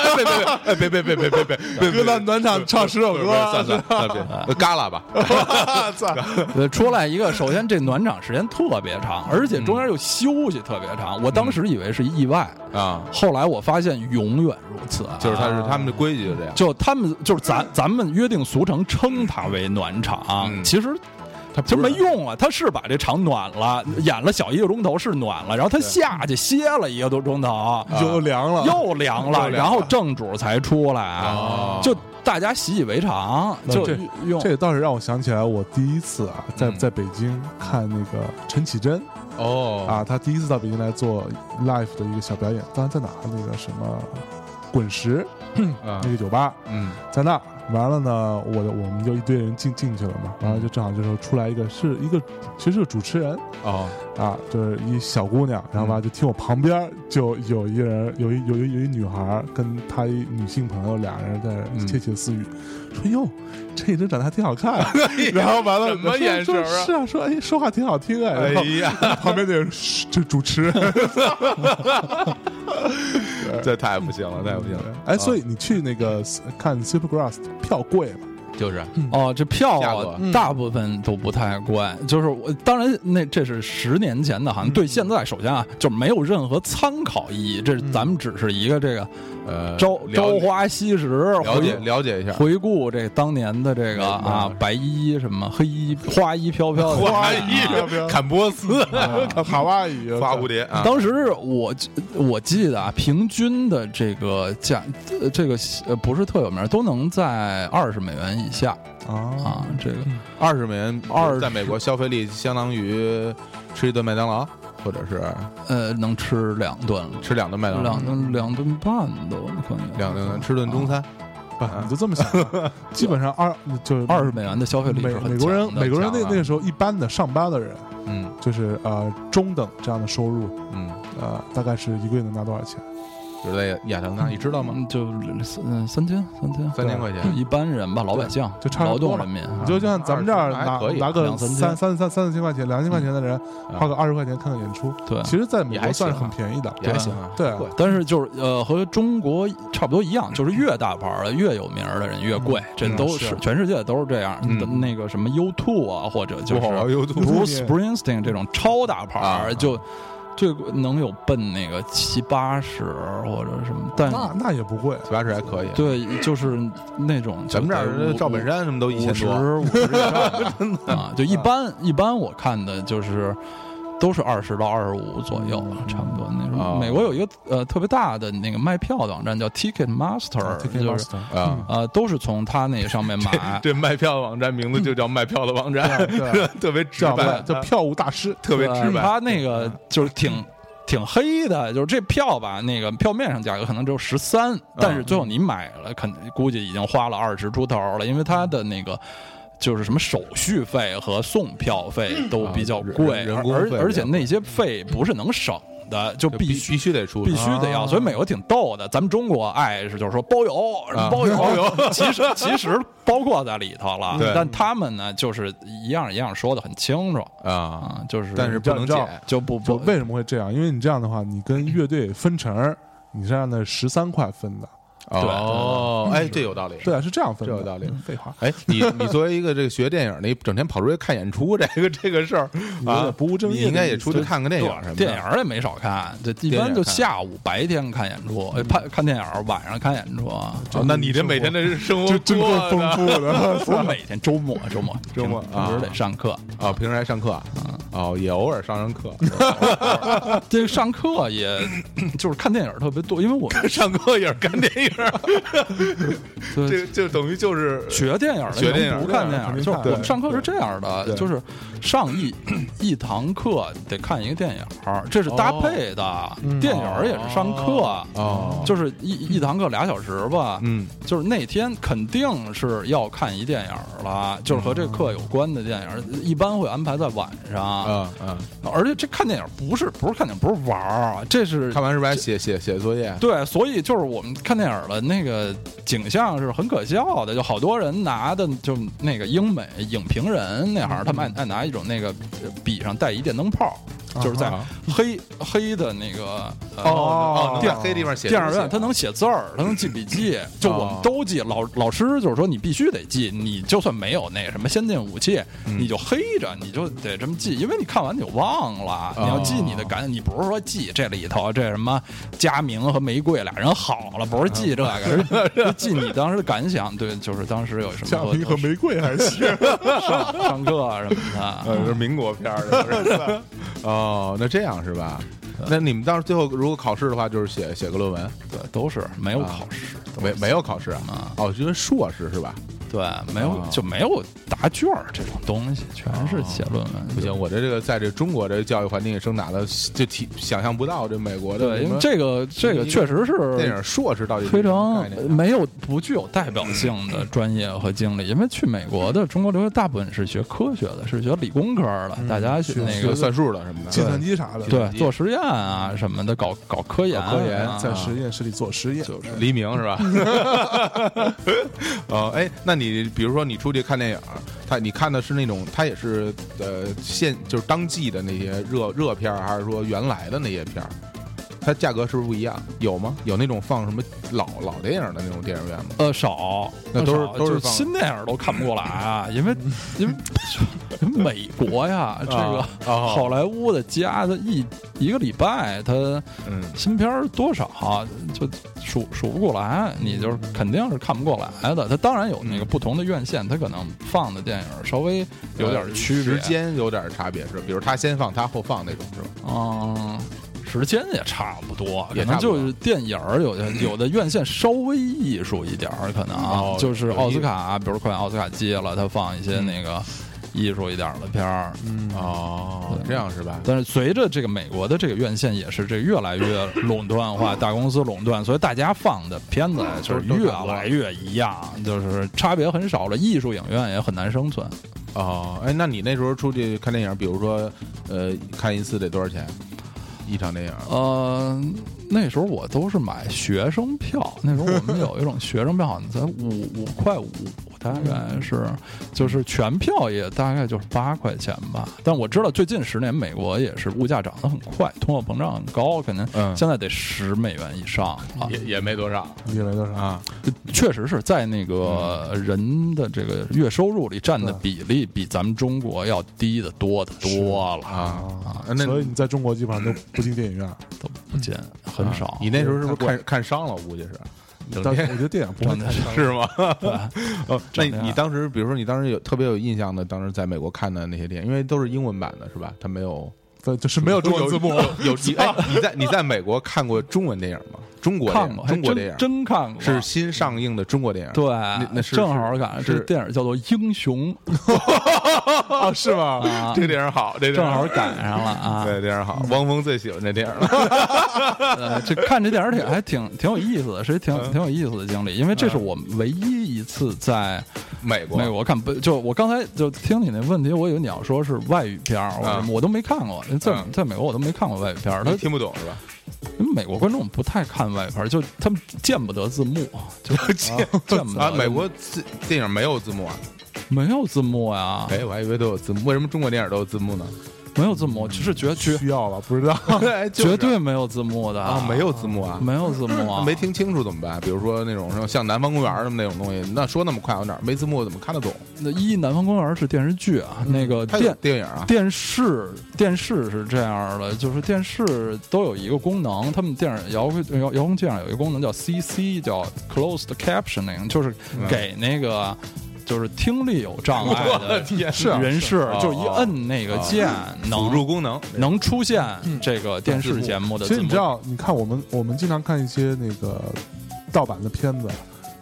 Speaker 1: 哎别别别别别别别别
Speaker 2: 歌到暖场唱十首歌，
Speaker 1: 算算算别，嘎啦吧，
Speaker 3: 呃，出来一个，首先这暖场时间特别长，而且中间又休息特别长，我当时以为是意外，
Speaker 1: 啊，
Speaker 3: 后来我发现永远如此，啊
Speaker 1: 就是他是他们的规矩就这样，
Speaker 3: 就他们就是咱咱们约定俗成称它为暖场，
Speaker 1: 嗯
Speaker 3: 其实。其实没用啊，他是把这场暖了，演了小一个钟头是暖了，然后他下去歇了一个多钟头，
Speaker 2: 又凉了，
Speaker 3: 又凉了，
Speaker 1: 啊又凉了
Speaker 3: 然后正主才出来，
Speaker 1: 哦
Speaker 3: 就大家习以为常，
Speaker 2: 那
Speaker 3: 就
Speaker 2: 这
Speaker 3: 用
Speaker 2: 这倒是让我想起来，我第一次啊，在
Speaker 1: 嗯
Speaker 2: 在北京看那个陈绮贞
Speaker 1: 哦
Speaker 2: 啊，她第一次到北京来做 live 的一个小表演，当时在哪儿？那个什么滚石
Speaker 1: 啊
Speaker 2: 那个酒吧，
Speaker 1: 嗯
Speaker 2: 在那儿。完了呢，我的我们就一堆人进进去了嘛，
Speaker 1: 嗯
Speaker 2: 完了就正好就是出来一个是一个其实是个主持人
Speaker 1: 哦
Speaker 2: 啊，就是一小姑娘，然后
Speaker 1: 嗯
Speaker 2: 吧就听我旁边儿就有一个人有一有一有一女孩儿跟她一女性朋友俩人在那
Speaker 1: 嗯
Speaker 2: 窃窃私语，说哟这女生长得还挺好看 啊，然后完了，
Speaker 1: 什么眼神
Speaker 2: 说
Speaker 1: 儿啊
Speaker 2: 说是啊，说哎，说话挺好听哎。
Speaker 1: 哎
Speaker 2: 然后
Speaker 1: 呀， 哎
Speaker 2: 旁边那人嘘这主持人，
Speaker 1: 这太不行了，太不行了，
Speaker 2: 哎，所以你去那个看 Supergrass 票贵吗？
Speaker 1: 就是嗯
Speaker 3: 哦，这票
Speaker 1: 价格
Speaker 3: 啊，大部分都不太贵。就是我当然那这是十年前的，好
Speaker 1: 嗯
Speaker 3: 像对现在首先啊，就没有任何参考意义。这是咱们只是一个这个
Speaker 1: 嗯呃，
Speaker 3: 朝
Speaker 1: 了
Speaker 3: 朝
Speaker 1: 解
Speaker 3: 花夕拾，
Speaker 1: 了解
Speaker 3: 回
Speaker 1: 了解一下，
Speaker 3: 回顾这当年的这个
Speaker 1: 明白
Speaker 3: 啊，白衣什么黑衣花衣飘飘的
Speaker 1: 花
Speaker 3: 啊
Speaker 1: 衣
Speaker 2: 要不要嗯
Speaker 1: 坎波斯啊
Speaker 2: 卡哇伊
Speaker 1: 花蝴蝶啊，
Speaker 3: 当时我记我记得啊，平均的这个价，呃这个呃不是特有名，都能在二十美元以下
Speaker 2: 啊，
Speaker 3: 啊。这个
Speaker 1: 二十美元，
Speaker 3: 20
Speaker 1: 在美国消费力相当于吃一顿麦当劳，或者是
Speaker 3: 呃能吃两顿了。
Speaker 1: 吃两顿麦当劳
Speaker 3: 两，顿嗯两顿半都可能，
Speaker 1: 两顿吃顿中餐，
Speaker 3: 啊
Speaker 2: 不，哎你就这么想 吧，基本上二就是
Speaker 3: 二十美元的消费力
Speaker 2: 美
Speaker 3: 是很
Speaker 2: 美国人
Speaker 3: 强的
Speaker 2: 美国人
Speaker 1: 强
Speaker 2: 那
Speaker 1: 啊
Speaker 2: 那个时候一般的上班的人，
Speaker 1: 嗯
Speaker 2: 就是呃中等这样的收入，
Speaker 1: 嗯，
Speaker 2: 呃大概是一个月能拿多少钱？
Speaker 1: 就是在亚特兰大，你知道吗？
Speaker 3: 嗯就三三千三千，
Speaker 1: 三千块
Speaker 3: 就
Speaker 1: 钱，
Speaker 3: 一般人吧，老百姓
Speaker 2: 就差
Speaker 3: 劳
Speaker 2: 不多
Speaker 3: 动
Speaker 2: 嘛
Speaker 3: 人民，
Speaker 2: 你就像咱们这儿
Speaker 1: 啊二十
Speaker 2: 拿
Speaker 1: 还可以啊
Speaker 2: 拿个
Speaker 3: 两三千
Speaker 2: 三三三三四千块钱、两千块钱的人，
Speaker 1: 嗯
Speaker 2: 花个二十块钱看个演出，
Speaker 3: 对。
Speaker 2: 其实在美
Speaker 1: 也
Speaker 2: 国
Speaker 1: 还
Speaker 2: 算是
Speaker 1: 行
Speaker 2: 很
Speaker 1: 啊
Speaker 2: 便宜的。
Speaker 1: 也还行啊，
Speaker 2: 对啊
Speaker 1: 不贵
Speaker 3: 但是就是呃，和中国差不多一样，就是越大牌儿的、越有名儿的人越贵，这
Speaker 2: 嗯
Speaker 3: 都
Speaker 2: 是
Speaker 3: 全世界都是这样。
Speaker 1: 嗯
Speaker 3: 的那个什么 U Two 啊，或者就是
Speaker 1: 哇 YouTube
Speaker 3: Bruce Springsteen 这种超大牌
Speaker 1: 啊啊
Speaker 3: 儿，就最贵能有奔那个七八十或者什么，但
Speaker 2: 那那也不贵，啊
Speaker 1: 八十还可以，
Speaker 3: 对，就是那种就
Speaker 1: 咱们这
Speaker 3: 得
Speaker 1: 儿
Speaker 3: 五
Speaker 1: 赵本山什么都一
Speaker 3: 五
Speaker 1: 千
Speaker 3: 十
Speaker 1: 多，
Speaker 3: 五十以上啊，就一般一般我看的就是都是二十到二十五左右，差不多那时候。
Speaker 1: 哦
Speaker 3: 美国有一个呃特别大的那个卖票的网站叫 Ticket Master，、就是
Speaker 1: 啊。。
Speaker 3: 呃都是从他那上面买
Speaker 1: 这卖票网站名字就叫卖票的网站，
Speaker 2: 对对
Speaker 1: 特别直
Speaker 2: 叫
Speaker 1: 白，
Speaker 2: 叫票务大师，
Speaker 1: 啊特别
Speaker 3: 对
Speaker 1: 直白。
Speaker 3: 他呃那
Speaker 1: 嗯
Speaker 3: 个就是挺挺黑的，就是这票吧，那个票面上价格可能只有十
Speaker 1: 嗯
Speaker 3: 三，但是最后你买了，肯估计已经花了二十出头了，因为他的那个。就是什么手续费和送票费都比较
Speaker 1: 嗯啊人
Speaker 3: 贵，
Speaker 1: 人
Speaker 3: 而
Speaker 1: 工费
Speaker 3: 而而
Speaker 1: 比较嗯
Speaker 3: 且那些费不是能省的，就
Speaker 1: 就
Speaker 3: 必须
Speaker 1: 必须得出，啊
Speaker 3: 必须得要，所以美国挺逗的。咱们中国爱是就是说包邮，什
Speaker 1: 啊
Speaker 3: 么包邮，包邮其实其实包括在里头了
Speaker 1: 对，
Speaker 3: 但他们呢就是一样一样说的很清楚
Speaker 1: 啊，
Speaker 3: 啊，就是
Speaker 1: 但是不能
Speaker 2: 这
Speaker 1: 减
Speaker 2: 样
Speaker 3: 就不
Speaker 2: 就
Speaker 3: 不
Speaker 2: 为什么会这样？因为你这样的话，你跟乐队分成儿，你是按那十三块分的，
Speaker 1: 哦，哎，这有道理。
Speaker 2: 对啊，是这样分的，
Speaker 1: 这有道理
Speaker 2: 嗯废话，
Speaker 1: 哎，你你作为一个这个学电影的，你整天跑出去看演出，这个这个事儿
Speaker 2: 有
Speaker 1: 啊
Speaker 2: 点，不务正业
Speaker 1: 你
Speaker 2: 的
Speaker 1: 应该
Speaker 2: 意
Speaker 1: 也
Speaker 2: 思
Speaker 1: 出去看看电影什么的。
Speaker 3: 电影儿也没少看，这一般就下午白天看演出，哎看看电影儿，晚上看演出啊，
Speaker 1: 哦，那你这每天的生活
Speaker 2: 就真够
Speaker 1: 过
Speaker 2: 丰
Speaker 1: 的
Speaker 2: 富 的，
Speaker 3: 不是每天，周末周末
Speaker 1: 周末
Speaker 3: 平时得上课，
Speaker 1: 啊！平时还上课啊，哦，也偶尔上上课，
Speaker 3: 这个上课也就是看电影儿特别多，因为我们
Speaker 1: 上课也是看电影，
Speaker 3: 对
Speaker 1: 这就等于就是
Speaker 3: 学电影儿的，
Speaker 1: 学电影儿啊
Speaker 3: 能不看电影
Speaker 2: 肯
Speaker 3: 儿，
Speaker 2: 定
Speaker 3: 就是
Speaker 2: 看
Speaker 3: 我们上课是这样的，就是上一一堂课得看一个电影儿，这是搭配的，电影儿也是上课，
Speaker 1: 嗯哦，
Speaker 3: 就是一一堂课俩小时吧，
Speaker 1: 嗯，
Speaker 3: 就是那天肯定是要看一电影儿了，就是和这课有关的电影儿，一般会安排在晚上，
Speaker 1: 啊啊，
Speaker 3: 而且这看电影儿不是不是看电影儿不是玩儿，啊这是
Speaker 1: 看完是不是还哦写写写作业？
Speaker 3: 对，所以就是我们看电影的那个景象是很可笑的，就好多人拿的就那个英美影评人那行，他
Speaker 1: 嗯
Speaker 3: 们爱爱拿一种那个呃笔上带一电灯泡，就是在黑黑的那个呃
Speaker 1: 啊哦，能在黑地方写
Speaker 3: 电影
Speaker 1: 东西啊
Speaker 3: 院，他能写字儿，他能记 笔记，就我们都记。老老师就是说，你必须得记，你就算没有那什么先进武器，
Speaker 1: 嗯
Speaker 3: 你就黑着，你就得这么记，因为你看完你就忘了。
Speaker 1: 哦
Speaker 3: 你要记你的感，你不是说记这里头这什么佳明和玫瑰俩人好了，不是记这个，
Speaker 1: 嗯
Speaker 3: 是是记你当时的感想。对，就是当时有什么
Speaker 2: 嘉宾和玫瑰还行，
Speaker 3: 上上课啊什么的。
Speaker 1: 呃，是民国片儿的。 哦，那这样是吧？那你们到时候最后如果考试的话，就是写写个论文，
Speaker 3: 对，都是没有考试，
Speaker 1: 没没有考试啊
Speaker 3: 啊？
Speaker 1: 哦，因为硕士是吧？
Speaker 3: 对，没有
Speaker 1: 哦
Speaker 3: 就没有答卷儿这种东西，全是写论文。
Speaker 1: 不行，我这这个在这中国这教育环境里生打的，就体想象不到这美国的
Speaker 3: 对，
Speaker 1: 什
Speaker 3: 因为
Speaker 1: 么
Speaker 3: 这个这个确实
Speaker 1: 电
Speaker 3: 是
Speaker 1: 影硕士到底是
Speaker 3: 非
Speaker 1: 什么
Speaker 3: 常
Speaker 1: 概念啊
Speaker 3: 呃没有不具有代表性的专业和经历，因为去美国的中国留学大部分是学科学的，是学理工科的，大家学
Speaker 2: 是
Speaker 3: 那
Speaker 1: 这
Speaker 3: 个
Speaker 1: 个嗯算数的什么的，
Speaker 2: 计算机啥的，
Speaker 3: 对做实验啊什么的，搞搞科研啊，
Speaker 1: 搞科研
Speaker 2: 在实验室里做实验，
Speaker 1: 就是黎明是 吧？哦，哎，那你比如说你出去看电影，他你看的是那种，他也是呃现就是当季的那些热热片儿，还是说原来的那些片儿？它价格是不是不一样？有吗？有那种放什么老老电影的那种电影院吗？
Speaker 3: 呃少，
Speaker 1: 那都是
Speaker 3: 少
Speaker 1: 都是
Speaker 3: 就
Speaker 1: 放
Speaker 3: 新电影都看不过来啊， 因为因为美国呀，这个
Speaker 1: 啊哦
Speaker 3: 好莱坞的家，它一一个礼拜它。
Speaker 1: 嗯，
Speaker 3: 新片儿多少就数数不过来，你就是肯定是看不过来的。它当然有那个不同的院线，它可能放的电影稍微有点区别。
Speaker 1: 时间有点差别是吧，比如他先放，他后放那种是吧？
Speaker 3: 嗯，时间也差不多，
Speaker 1: 也
Speaker 3: 可
Speaker 1: 差不
Speaker 3: 能
Speaker 1: 多
Speaker 3: 就是电影儿有的有的院线稍微艺术一点儿，可能、啊
Speaker 1: 哦
Speaker 3: 就是
Speaker 1: 有嗯
Speaker 3: 奥斯
Speaker 1: 意思
Speaker 3: 卡，比如快奥斯卡季了，它放一些那个艺术一点儿的片儿。
Speaker 2: 嗯，
Speaker 1: 哦，这样是吧？
Speaker 3: 但是随着这个美国的这个院线也是这越来越垄断化，大公司垄断，所以大家放的片子就是越来越一样，就是差别很少了。艺术影院也很难生存。
Speaker 1: 哦，哎，那你那时候出去看电影，比如说呃，看一次得多少钱？一场电影？
Speaker 3: 呃，那时候我都是买学生票，那时候我们有一种学生票，好像才五五块五，大概是就是全票也大概就是八块钱吧。但我知道最近十年美国也是物价涨得很快，通货膨胀很高，可能
Speaker 1: 嗯
Speaker 3: 现在得十美元以上啊了。
Speaker 1: 也也没多少
Speaker 2: 你来多少？
Speaker 1: 啊。
Speaker 3: 确实是在那个
Speaker 1: 嗯
Speaker 3: 人的这个月收入里占的比例比咱们中国要低的多的多了，
Speaker 1: 啊
Speaker 2: 啊，
Speaker 1: 那
Speaker 2: 所以你在中国基本上都不进电影院，
Speaker 3: 都不见很少。
Speaker 1: 啊你那时候是不是看看伤了？我估计是，整
Speaker 2: 但我
Speaker 1: 天
Speaker 2: 觉得电影不会
Speaker 1: 嗯
Speaker 2: 太 少。
Speaker 1: 是吗？哦，那
Speaker 3: 整天
Speaker 1: 你当时，比如说你当时有特别有印象的，当时在美国看的那些电影，因为都是英文版的，是吧？它没有
Speaker 2: 对，就是没有中文
Speaker 1: 有
Speaker 2: 字幕，
Speaker 1: 有有你哎，你在你在美国看过中文电影吗？中国电
Speaker 3: 看
Speaker 1: 影
Speaker 3: 过，还
Speaker 1: 中国
Speaker 3: 真
Speaker 1: 电影
Speaker 3: 真看过，
Speaker 1: 是新上映的中国电影，
Speaker 3: 对，
Speaker 1: 那那是
Speaker 3: 正好赶上
Speaker 1: 是
Speaker 3: 这电影叫做《英雄》，
Speaker 2: 啊，是吗？
Speaker 3: 啊
Speaker 1: 这个电影好，这个电影
Speaker 3: 正好赶上了啊。
Speaker 1: 对电影好，汪峰最喜欢这电影了，
Speaker 3: 呃，这看这电影儿挺还挺挺有意思的，是一挺
Speaker 1: 嗯
Speaker 3: 挺有意思的经历，因为这是我唯一一次在
Speaker 1: 美国
Speaker 3: 美国看，不就我刚才就听你那问题，我以为你要说是外语片儿，我、
Speaker 1: 嗯
Speaker 3: 我都没看过，在
Speaker 1: 嗯
Speaker 3: 在美国我都没看过外语片儿，他
Speaker 1: 你听不懂 是吧？
Speaker 3: 因为美国观众不太看外语片儿，就他们见不得 字幕，就见见不得
Speaker 1: 啊，美国字电影没有字幕啊？
Speaker 3: 没有字幕呀，
Speaker 1: 哎，我还以为都有字幕，为什么中国电影都有字幕呢？
Speaker 3: 没有字
Speaker 1: 嗯
Speaker 3: 幕，就是绝绝
Speaker 2: 需要了，不知道。
Speaker 1: 对，就是
Speaker 3: 啊绝对没有字幕的
Speaker 1: 啊，没有字幕啊，
Speaker 3: 没有字幕啊，
Speaker 1: 没听清楚怎么办？比如说那种什么像《南方公园》什么那种东西，那说那么快有哪儿没字幕怎么看得懂？
Speaker 3: 那一《南方公园》是电视剧啊，那个
Speaker 1: 嗯它有
Speaker 3: 电
Speaker 1: 电影啊，
Speaker 3: 电视电视是这样的，就是电视都有一个功能，他们电影遥控遥遥控器上有一个功能叫 CC，叫 Closed Captioning，就是
Speaker 1: 嗯
Speaker 3: 给那个。就是听力有障碍的
Speaker 1: 天
Speaker 2: 是啊
Speaker 3: 人士
Speaker 1: 哎啊，
Speaker 3: 就一摁那个键，
Speaker 1: 辅
Speaker 3: 能
Speaker 1: 助功能，
Speaker 3: 能出现这个电视节目的
Speaker 2: 其
Speaker 3: 字
Speaker 2: 实你
Speaker 3: 幕
Speaker 2: 知。道，你看我们我们经常看一些那个盗版的片子，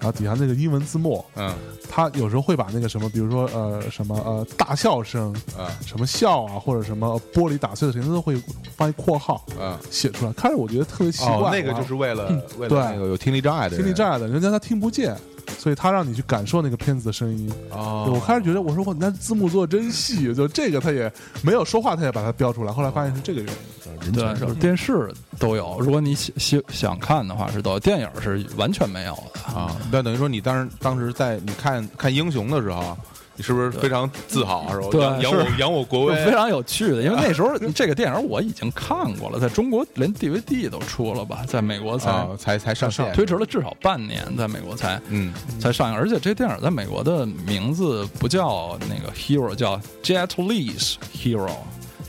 Speaker 2: 然后底下那个英文字幕，
Speaker 1: 嗯
Speaker 2: 它有时候会把那个什么，比如说呃什么呃大笑声、
Speaker 1: 嗯
Speaker 2: 什么笑啊，或者什么玻璃打碎的声音，它都会放一括号
Speaker 1: 嗯，
Speaker 2: 写出来。开始我觉得特别奇怪
Speaker 1: 哦
Speaker 2: 啊，，
Speaker 1: 那个就是为
Speaker 3: 嗯
Speaker 1: 了为
Speaker 2: 对
Speaker 1: 了那个有听力障碍的人
Speaker 2: 听力障碍的，人家他听不见。所以他让你去感受那个片子的声音，
Speaker 1: 哦，
Speaker 2: 我开始觉得我说我那字幕做的真细，就这个他也没有说话，他也把它标出来。后来发现是这个原因。
Speaker 1: 人
Speaker 3: 对，就是电视都有。如果你想想想看的话，是都有；电影是完全没有的啊。
Speaker 1: 啊，那等于说你当时当时在你看看英雄的时候，啊你是不是非常自豪啊说
Speaker 3: 对
Speaker 1: 扬扬
Speaker 3: 是
Speaker 1: 我扬我国威
Speaker 3: 非？常有趣的，因为那时候这个电影我已经看过了，在中国连 DVD 都出了吧，在美国才
Speaker 1: 啊，才才上线，
Speaker 3: 哎推迟了至少半年，在美国才
Speaker 1: 嗯，
Speaker 3: 才上映，而且这电影在美国的名字不叫那个 Hero，叫 Jet Li's Hero。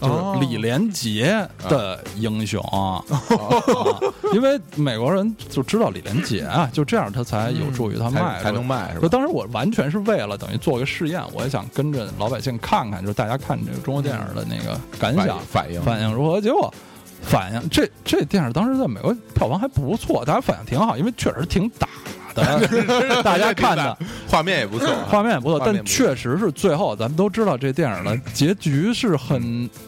Speaker 3: 就是
Speaker 1: 哦
Speaker 3: 李连杰的英雄啊，啊因为美国人就知道李连杰啊，就这样他才有助于他卖
Speaker 1: 嗯才
Speaker 3: 出
Speaker 1: 才能卖是
Speaker 3: 就
Speaker 1: 吧？
Speaker 3: 当时我完全是为了等于做个试验，我也想跟着老百姓看看，就是大家看这个中国电影的那个感想、
Speaker 1: 反应
Speaker 3: 反应如何。结果反应这这电影当时在美国票房还不错，大家反应挺好，因为确实挺打 的，大家看的
Speaker 1: 画面也不错啊，
Speaker 3: 画面也不错，
Speaker 1: 画面
Speaker 3: 但
Speaker 1: 也不错
Speaker 3: 确实是最后咱们都知道这电影的结局是
Speaker 2: 嗯
Speaker 3: 很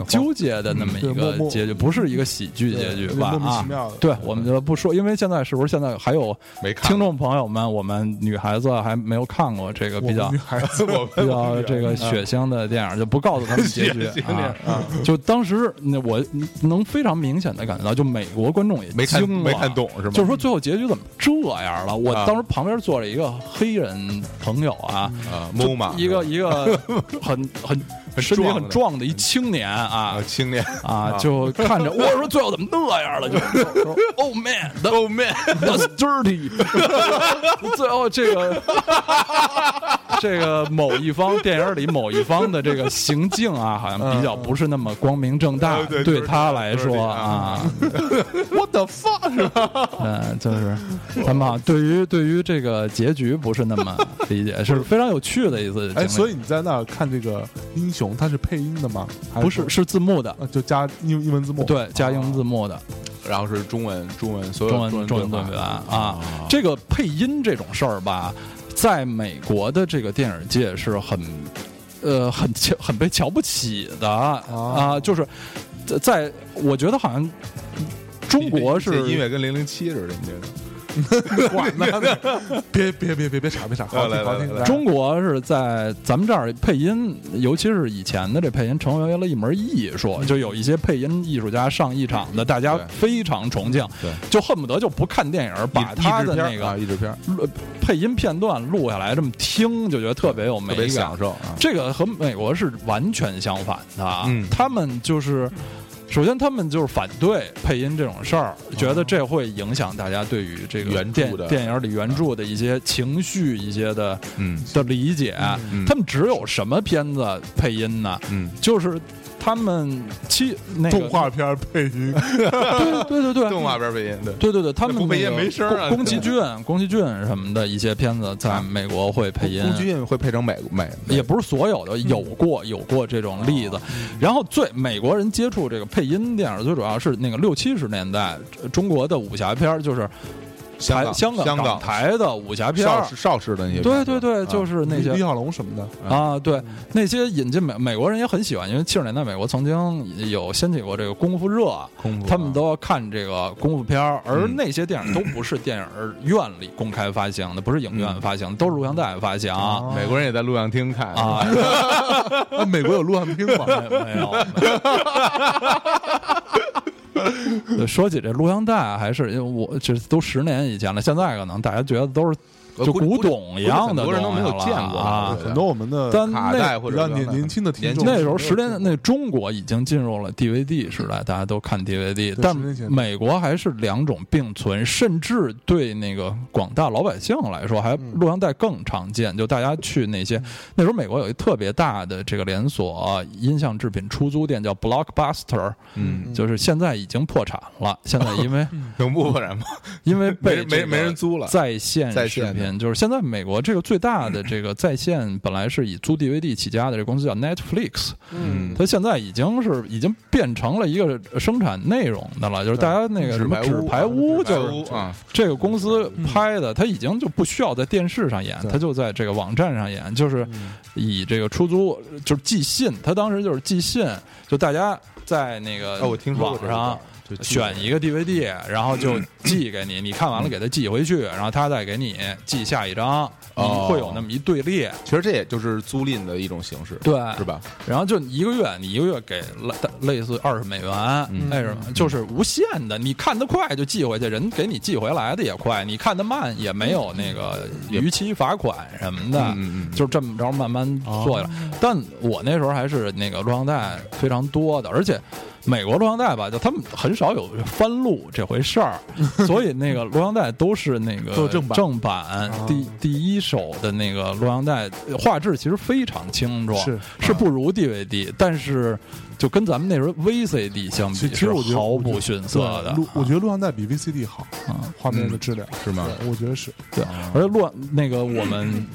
Speaker 3: 很纠结的那么一
Speaker 2: 对
Speaker 3: 个
Speaker 2: 默默
Speaker 3: 结局，不是一个喜剧结局
Speaker 2: 对
Speaker 3: 吧
Speaker 2: 莫？名
Speaker 3: 啊
Speaker 2: 其妙的，
Speaker 3: 对，我们就不说，因为现在是不是现在还有
Speaker 1: 没看
Speaker 3: 听众朋友们，我们女孩子还没有看过这个比较
Speaker 2: 我们女孩 子，
Speaker 1: 哎我
Speaker 3: 比较啊这个血腥的电影，就不告诉他们结局
Speaker 1: 嗯 血腥电
Speaker 3: 啊。啊就当时那我能非常明显的感觉到，就美国观众也
Speaker 1: 没看
Speaker 3: 惊了
Speaker 1: 没看懂是吗？
Speaker 3: 就是说最后结局怎么这样了？我
Speaker 1: 啊
Speaker 3: 当时旁边坐着一个黑人朋友啊，
Speaker 1: 啊
Speaker 3: 就
Speaker 1: ，MoMA
Speaker 3: 一个一个很 很身体
Speaker 1: 壮
Speaker 3: 很
Speaker 1: 的
Speaker 3: 壮的一青年啊
Speaker 1: 啊，青年
Speaker 3: 啊，就看着我说最后怎么那样了？就就说 Oh man, the
Speaker 1: Oh man，
Speaker 3: That's dirty 。 最后这个这个某一方电影里某一方的这个行径啊，好像比较不是那么光明正大，
Speaker 1: 嗯对
Speaker 3: 对
Speaker 1: 就是
Speaker 3: 他来
Speaker 1: dirty
Speaker 3: 说
Speaker 1: 啊
Speaker 3: 啊，
Speaker 2: 我的 fuck 是吧？
Speaker 3: 嗯，就是他们啊对于对于这个结局不是那么理解，是非常有趣的一次经历。
Speaker 2: 哎，所以你在那儿看这个英雄，它是配音的吗？还
Speaker 3: 不是
Speaker 2: 说，
Speaker 3: 是字幕的，
Speaker 2: 呃就加英英文字幕。
Speaker 3: 对，加英文字幕的。
Speaker 1: 然后是中文中文所有
Speaker 3: 中文中
Speaker 1: 中
Speaker 3: 文对
Speaker 1: 文
Speaker 3: 白
Speaker 1: 对白
Speaker 3: 啊，这个配音这种事儿吧，在美国的这个电影界是很，呃，很瞧很被瞧不起的啊、就是在在我觉得好像中国是
Speaker 1: 这音乐跟零零七似的，你觉得？
Speaker 2: 管他呢，别别别别别吵别吵，好
Speaker 1: 来
Speaker 2: 听
Speaker 1: 来
Speaker 2: 好听
Speaker 1: 来。
Speaker 2: 来
Speaker 3: 中国是在咱们这儿配音，尤其是以前的这配音成为了一门艺术，就有一些配音艺术家上一场的，大家
Speaker 1: 嗯对
Speaker 3: 非常崇敬，
Speaker 1: 对
Speaker 3: 就恨不得就不看电影，把
Speaker 1: 译
Speaker 3: 他
Speaker 1: 译制
Speaker 3: 的
Speaker 1: 片
Speaker 3: 那个
Speaker 1: 啊译制片
Speaker 3: 录配音片段录下来这么听，就觉得特别有
Speaker 1: 特
Speaker 3: 美
Speaker 1: 别
Speaker 3: 感
Speaker 1: 享。受啊，
Speaker 3: 这个和美国是完全相反的啊，
Speaker 1: 嗯
Speaker 3: 他们就是。首先，他们就是反对配音这种事儿，觉得这会影响大家对于这个
Speaker 1: 嗯原著
Speaker 3: 电
Speaker 1: 的
Speaker 3: 电影里原著的一些情绪、一些的
Speaker 1: 嗯
Speaker 3: 的理解。
Speaker 1: 嗯
Speaker 3: 他们只有什么片子配音呢？
Speaker 1: 嗯
Speaker 3: 就是他们七那个
Speaker 2: 动画片配音，
Speaker 3: 对对对
Speaker 1: 动画边配音对。
Speaker 3: 对对对，他们
Speaker 1: 不配音
Speaker 3: 那个
Speaker 1: 没声儿啊
Speaker 3: 宫宫崎骏、宫崎骏什么的一些片子，在美国会配音。
Speaker 1: 宫崎骏嗯会配成美美，
Speaker 3: 也不是所有的，有过有过这种例
Speaker 1: 啊
Speaker 3: 子。然后最美国人接触这个配音电影，最主要是那个六七十年代呃中国的武侠片儿，就是
Speaker 1: 香
Speaker 3: 台
Speaker 1: 港
Speaker 3: 香港
Speaker 1: 香
Speaker 3: 港
Speaker 1: 港
Speaker 3: 台的武侠片
Speaker 1: 邵
Speaker 3: 儿。
Speaker 1: 氏邵氏的那些片
Speaker 3: 对
Speaker 1: 子，
Speaker 3: 对对，就
Speaker 1: 啊
Speaker 3: 是那些
Speaker 2: 李小龙什么的，
Speaker 1: 嗯
Speaker 3: 啊，对，那些引进美美国人也很喜欢，因为七十年代美国曾经有掀起过这个功夫热，啊
Speaker 1: 功夫
Speaker 3: 他们都要看这个功夫片儿，而
Speaker 1: 嗯
Speaker 3: 那些电影都不是电影院里公开发行的，不是影院发
Speaker 1: 嗯
Speaker 3: 行的，都是录像带发行啊。
Speaker 1: 美国人也在录像厅看，
Speaker 2: 啊，美国有录像厅
Speaker 1: 哦
Speaker 2: 吗？
Speaker 3: 没有。没有 说起这录像带，还是因为我这都十年以前了，现在可能大家觉得都是
Speaker 1: 呃
Speaker 3: 就
Speaker 1: 估计
Speaker 3: 古董一样的
Speaker 1: 估计很多人都没有
Speaker 3: 东西
Speaker 1: 见
Speaker 3: 了
Speaker 1: 过
Speaker 3: 啊
Speaker 1: 对。
Speaker 2: 很多我们的
Speaker 3: 但
Speaker 1: 卡带
Speaker 3: 啊那
Speaker 1: 或者
Speaker 2: 比较
Speaker 1: 录像
Speaker 2: 年
Speaker 1: 带
Speaker 2: 年轻的听众
Speaker 1: 年
Speaker 3: 那
Speaker 1: 轻
Speaker 3: 时候十年，那中国已经进入了 DVD 时代，大家都看 DVD，
Speaker 2: 对
Speaker 3: 但
Speaker 2: 10年前
Speaker 3: 美国还是两种并存，甚至对那个广大老百姓来说，
Speaker 2: 嗯
Speaker 3: 还录像带更常见。就大家去那些那时候美国有一特别大的这个连锁音像制品出租店叫 Blockbuster，
Speaker 1: 嗯，
Speaker 3: 就是现在已经破产了。现在因为
Speaker 2: 嗯
Speaker 1: 能不不然吗？
Speaker 3: 因为
Speaker 1: 没
Speaker 3: 被
Speaker 1: 人
Speaker 3: 这
Speaker 1: 没
Speaker 3: 个
Speaker 1: 没人租了
Speaker 3: 在线
Speaker 1: 在
Speaker 3: 视
Speaker 1: 线的
Speaker 3: 频，就是现在美国这个最大的这个在线，本来是以租 DVD 起家的这公司叫 Netflix，
Speaker 1: 嗯，
Speaker 3: 它现在已经是已经变成了一个生产内容的了，就是大家那个什么纸牌屋，
Speaker 1: 纸牌
Speaker 3: 就是
Speaker 1: 屋啊，
Speaker 3: 这个公司拍的，它已经就不需要在电视上演，
Speaker 2: 对
Speaker 3: 它就在这个网站上演，就是
Speaker 1: 嗯
Speaker 3: 以这个出租就是寄信，它当时就是寄信，就大家在那个
Speaker 1: 哦，我听说过这
Speaker 3: 网
Speaker 1: 个
Speaker 3: 上。
Speaker 1: 就嗯记
Speaker 3: 选一个 DVD，然后就寄给你，你看完了给他寄回去，然后他再给你寄下一张，你
Speaker 1: 哦
Speaker 3: 会有那么一队列。
Speaker 1: 其实这也就是租赁的一种形式，
Speaker 3: 对
Speaker 1: 是吧？
Speaker 3: 然后就一个月，你一个月给类类似二十美元，
Speaker 1: 嗯
Speaker 3: 那什么就是无限的。你看得快就寄回去，人给你寄回来的也快；你看得慢也没有那个逾期罚款什么的，
Speaker 1: 嗯嗯嗯哦
Speaker 3: 就这么着慢慢做下来。但我那时候还是那个录像带非常多的，而且美国录像带吧，就他们很少有翻录这回事 儿，所以那个录像带都是那个
Speaker 2: 都是正版
Speaker 3: 正版
Speaker 1: 哦
Speaker 3: 第第一手的那个录像带，呃画质其实非常清楚，
Speaker 2: 是
Speaker 3: 是不如 DVD，但是就跟咱们那时候 VCD 相
Speaker 2: 其
Speaker 3: 比
Speaker 2: 其
Speaker 3: 是
Speaker 2: 实我觉得
Speaker 3: 毫不逊色
Speaker 2: 对
Speaker 3: 的。
Speaker 2: 录，我觉得录像带比 VCD 好，
Speaker 3: 啊
Speaker 2: 画面的质量
Speaker 1: 是吗？
Speaker 2: 对我觉得是，
Speaker 3: 对，而且录那个我们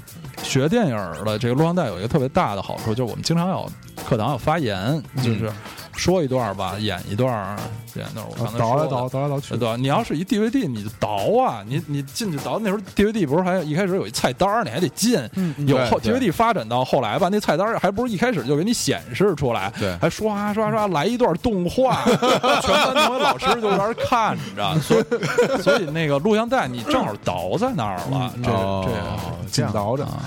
Speaker 3: 学电影儿的这个录像带有一个特别大的好处，就是我们经常要课堂要发言，
Speaker 2: 嗯
Speaker 3: 就是说一段儿吧，演一段儿，演一段儿。我刚
Speaker 2: 啊
Speaker 3: 才
Speaker 2: 倒
Speaker 3: 说
Speaker 2: 来
Speaker 3: 的
Speaker 2: 倒
Speaker 3: 呃
Speaker 2: 倒来倒去
Speaker 3: 对，吧？你要是一 DVD，你就倒啊，你你进去倒。那时候 DVD 不是还一开始有一菜单儿，你还得进。有
Speaker 1: 对
Speaker 3: 后
Speaker 1: 对
Speaker 3: DVD 发展到后来吧，那菜单儿还不是一开始就给你显示出来，
Speaker 1: 对
Speaker 3: 还刷刷刷来一段 动画，全班同学老师就在那儿看着，所以所以那个录像带你正好倒在那儿了，这
Speaker 1: 哦
Speaker 3: 这
Speaker 2: 紧 倒 着，
Speaker 3: 啊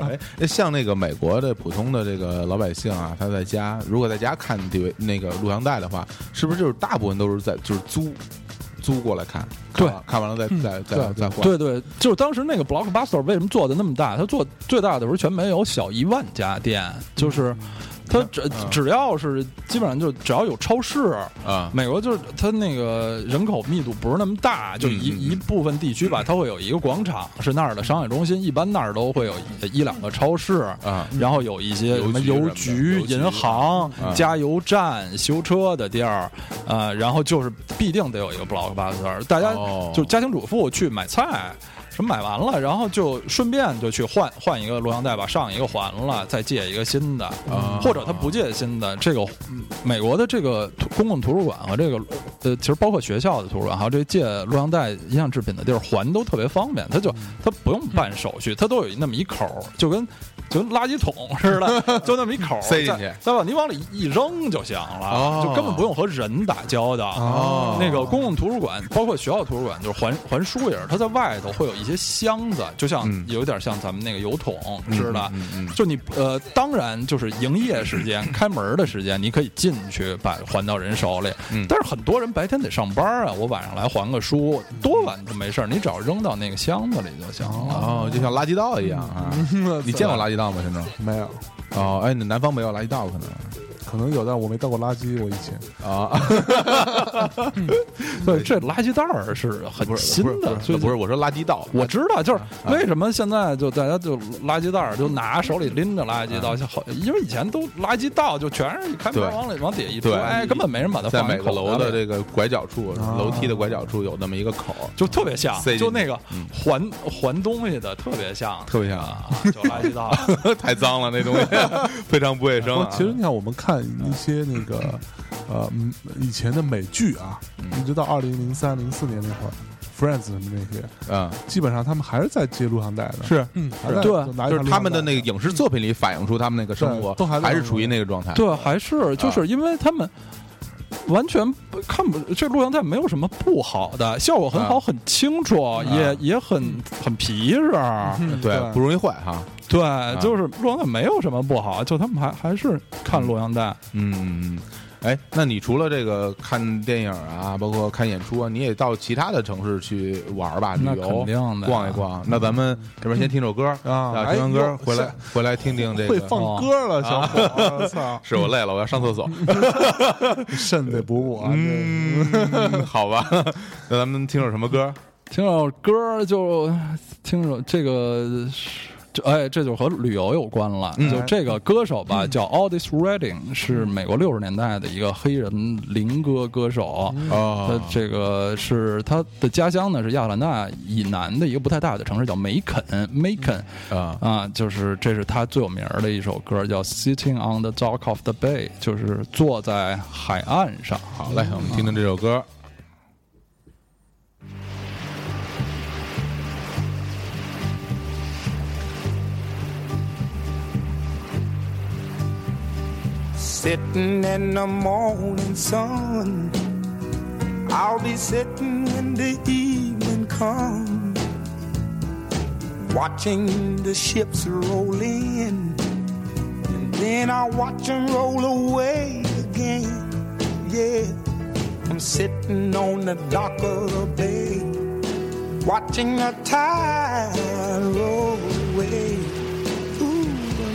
Speaker 1: 哎，那像那个美国的普通的这个老百姓啊，他在家如果在家看 DV 那个录像带的话，是不是就是大部分都是在就是租租过来看？看
Speaker 3: 对嗯
Speaker 1: 完看完了再再再
Speaker 2: 对
Speaker 1: 再换。
Speaker 3: 对对，就是当时那个 Blockbuster 为什么做的那么大？它做最大的时候全美有小一万家店，就是它只只要是基本上就只要有超市。
Speaker 1: 啊，
Speaker 3: 美国就是它那个人口密度不是那么大，就一、
Speaker 1: 嗯嗯
Speaker 3: 一部分地区吧，它会有一个广场是那儿的商业中心，一般那儿都会有一一两个超市
Speaker 1: 啊
Speaker 3: 然后有一些什么
Speaker 1: 邮
Speaker 3: 邮
Speaker 1: 局什么的
Speaker 3: 局、
Speaker 1: 邮局
Speaker 3: 银行、
Speaker 1: 啊
Speaker 3: 加油站、修车的地儿，呃，然后就是必定得有一个 Blockbuster，大家
Speaker 1: 哦
Speaker 3: 就家庭主妇去买菜。什么买完了，然后就顺便就去换换一个录像带，把上一个还了，再借一个新的，
Speaker 1: 啊
Speaker 3: 或者他不借新的。这个嗯美国的这个图公共图书馆和这个呃，其实包括学校的图书馆，还有这借录像带、音像制品的地儿还都特别方便，他就
Speaker 1: 嗯
Speaker 3: 他不用办手续，他都有那么一口儿，就跟就跟垃圾桶 似的，就那么一口儿
Speaker 1: 塞进
Speaker 3: 再
Speaker 1: 去
Speaker 3: 再往你往里一扔就行了，
Speaker 1: 哦
Speaker 3: 就根本不用和人打交道。
Speaker 1: 哦
Speaker 3: 那个公共图书馆，包括学校图书馆，就是还还书也是，它在外头会有一些箱子，就像、
Speaker 1: 嗯
Speaker 3: 有点像咱们那个油桶似的。
Speaker 1: 嗯嗯嗯
Speaker 3: 就你呃，当然就是营业时间、开门的时间，你可以进去把还到人手里。
Speaker 1: 嗯
Speaker 3: 但是很多人白天得上班啊，我晚上来还个书，多晚都没事儿，你只要扔到那个箱子里就行了。
Speaker 1: 哦，就像垃圾嗯道一样啊！你见过垃圾道吗？先生？
Speaker 2: 没有，
Speaker 1: 哦，哎，那南方没有垃圾道可能。
Speaker 2: 可能有，但我没倒过垃圾。我以前
Speaker 1: 啊，
Speaker 3: 对，这垃圾袋儿是很
Speaker 1: 不是
Speaker 3: 新的，
Speaker 1: 不是
Speaker 3: 所以
Speaker 1: 不是，啊我说垃圾道，
Speaker 3: 我知道，就是为什么现在就大家就垃圾袋儿就拿手里拎着垃圾倒，就好，因为以前都垃圾倒就全是一开
Speaker 1: 嗯
Speaker 3: 门
Speaker 1: 对
Speaker 3: 往里往底下一
Speaker 1: 对
Speaker 3: 推，哎根本没人把它
Speaker 1: 在
Speaker 3: 放
Speaker 1: 每
Speaker 3: 进
Speaker 1: 个
Speaker 3: 口
Speaker 1: 楼
Speaker 3: 袋
Speaker 1: 的
Speaker 3: 里
Speaker 1: 这个拐角处、楼梯的拐角处有那么一个口，
Speaker 3: 就特别像
Speaker 1: 塞，进
Speaker 3: 就
Speaker 1: 去嗯
Speaker 3: 那个还还东西的特别像，
Speaker 1: 特别像
Speaker 3: 啊， 就垃圾 袋儿。
Speaker 1: 啊太脏了，那东 西非常不卫生
Speaker 2: 不
Speaker 1: 啊。
Speaker 2: 过其实你看，我们看一些那个呃嗯以前的美剧啊，
Speaker 1: 嗯
Speaker 2: 一直到二零零三零四年那会儿，Friends 什么那些，
Speaker 1: 嗯，
Speaker 2: 基本上他们还是在接录像带的，
Speaker 1: 是
Speaker 2: 嗯，还在
Speaker 3: 对
Speaker 2: 拿一
Speaker 1: 就是
Speaker 2: 台录
Speaker 1: 他
Speaker 2: 像
Speaker 1: 们的
Speaker 2: 带
Speaker 1: 那个影视作品里反映出他们那个生活，
Speaker 2: 对都还在
Speaker 1: 还是处于那个状态。
Speaker 3: 对，还
Speaker 1: 啊
Speaker 3: 是就是因为他们完全不看不这录像带没有什么不好的，效果很好，
Speaker 1: 啊
Speaker 3: 很清楚，也也很很皮实。
Speaker 1: 对
Speaker 2: 对
Speaker 1: 不容易坏哈。啊
Speaker 3: 对，就是录像带没有什么不好，就他们还还是看录像带。
Speaker 1: 嗯，哎，那你除了这个看电影啊，包括看演出啊，你也到其他的城市去玩吧，旅
Speaker 3: 那
Speaker 1: 游
Speaker 3: 肯定的呀嗯
Speaker 1: 逛一逛。那咱们要不然先听首歌
Speaker 2: 啊
Speaker 1: 听完歌
Speaker 2: 哎呦
Speaker 1: 回来
Speaker 2: 是
Speaker 1: 回来听听这
Speaker 2: 会
Speaker 1: 个。
Speaker 2: 放歌
Speaker 1: 哦，
Speaker 2: 了，小伙儿，我操
Speaker 1: 是我累了，我要上厕 所。
Speaker 2: 肾得补补啊！
Speaker 1: 嗯，好吧，那咱们听首什么歌？
Speaker 3: 听首歌儿就听首这个是。就哎，这就和旅游有关了。
Speaker 1: 嗯
Speaker 3: 就这个歌手吧，叫 Aldis Redding，是美国六十年代的一个黑人灵歌歌手。他
Speaker 1: 哦
Speaker 3: 这个是他的家乡呢是亚特兰大以南的一个不太大的城市，叫梅肯 （Macon）
Speaker 1: 啊
Speaker 3: 啊，就是这是他最有名儿的一首歌，叫《Sitting on the Dock of the Bay》，就是坐在海岸上。啊
Speaker 1: 好嘞，我们听听这首歌。
Speaker 5: Sitting in the morning sun. I'll be sitting when the evening comes. Watching the ships roll in. And then I'll watch 'em roll away again. Yeah. I'm sitting on the dock of the bay. Watching the tide roll away. Ooh, I'm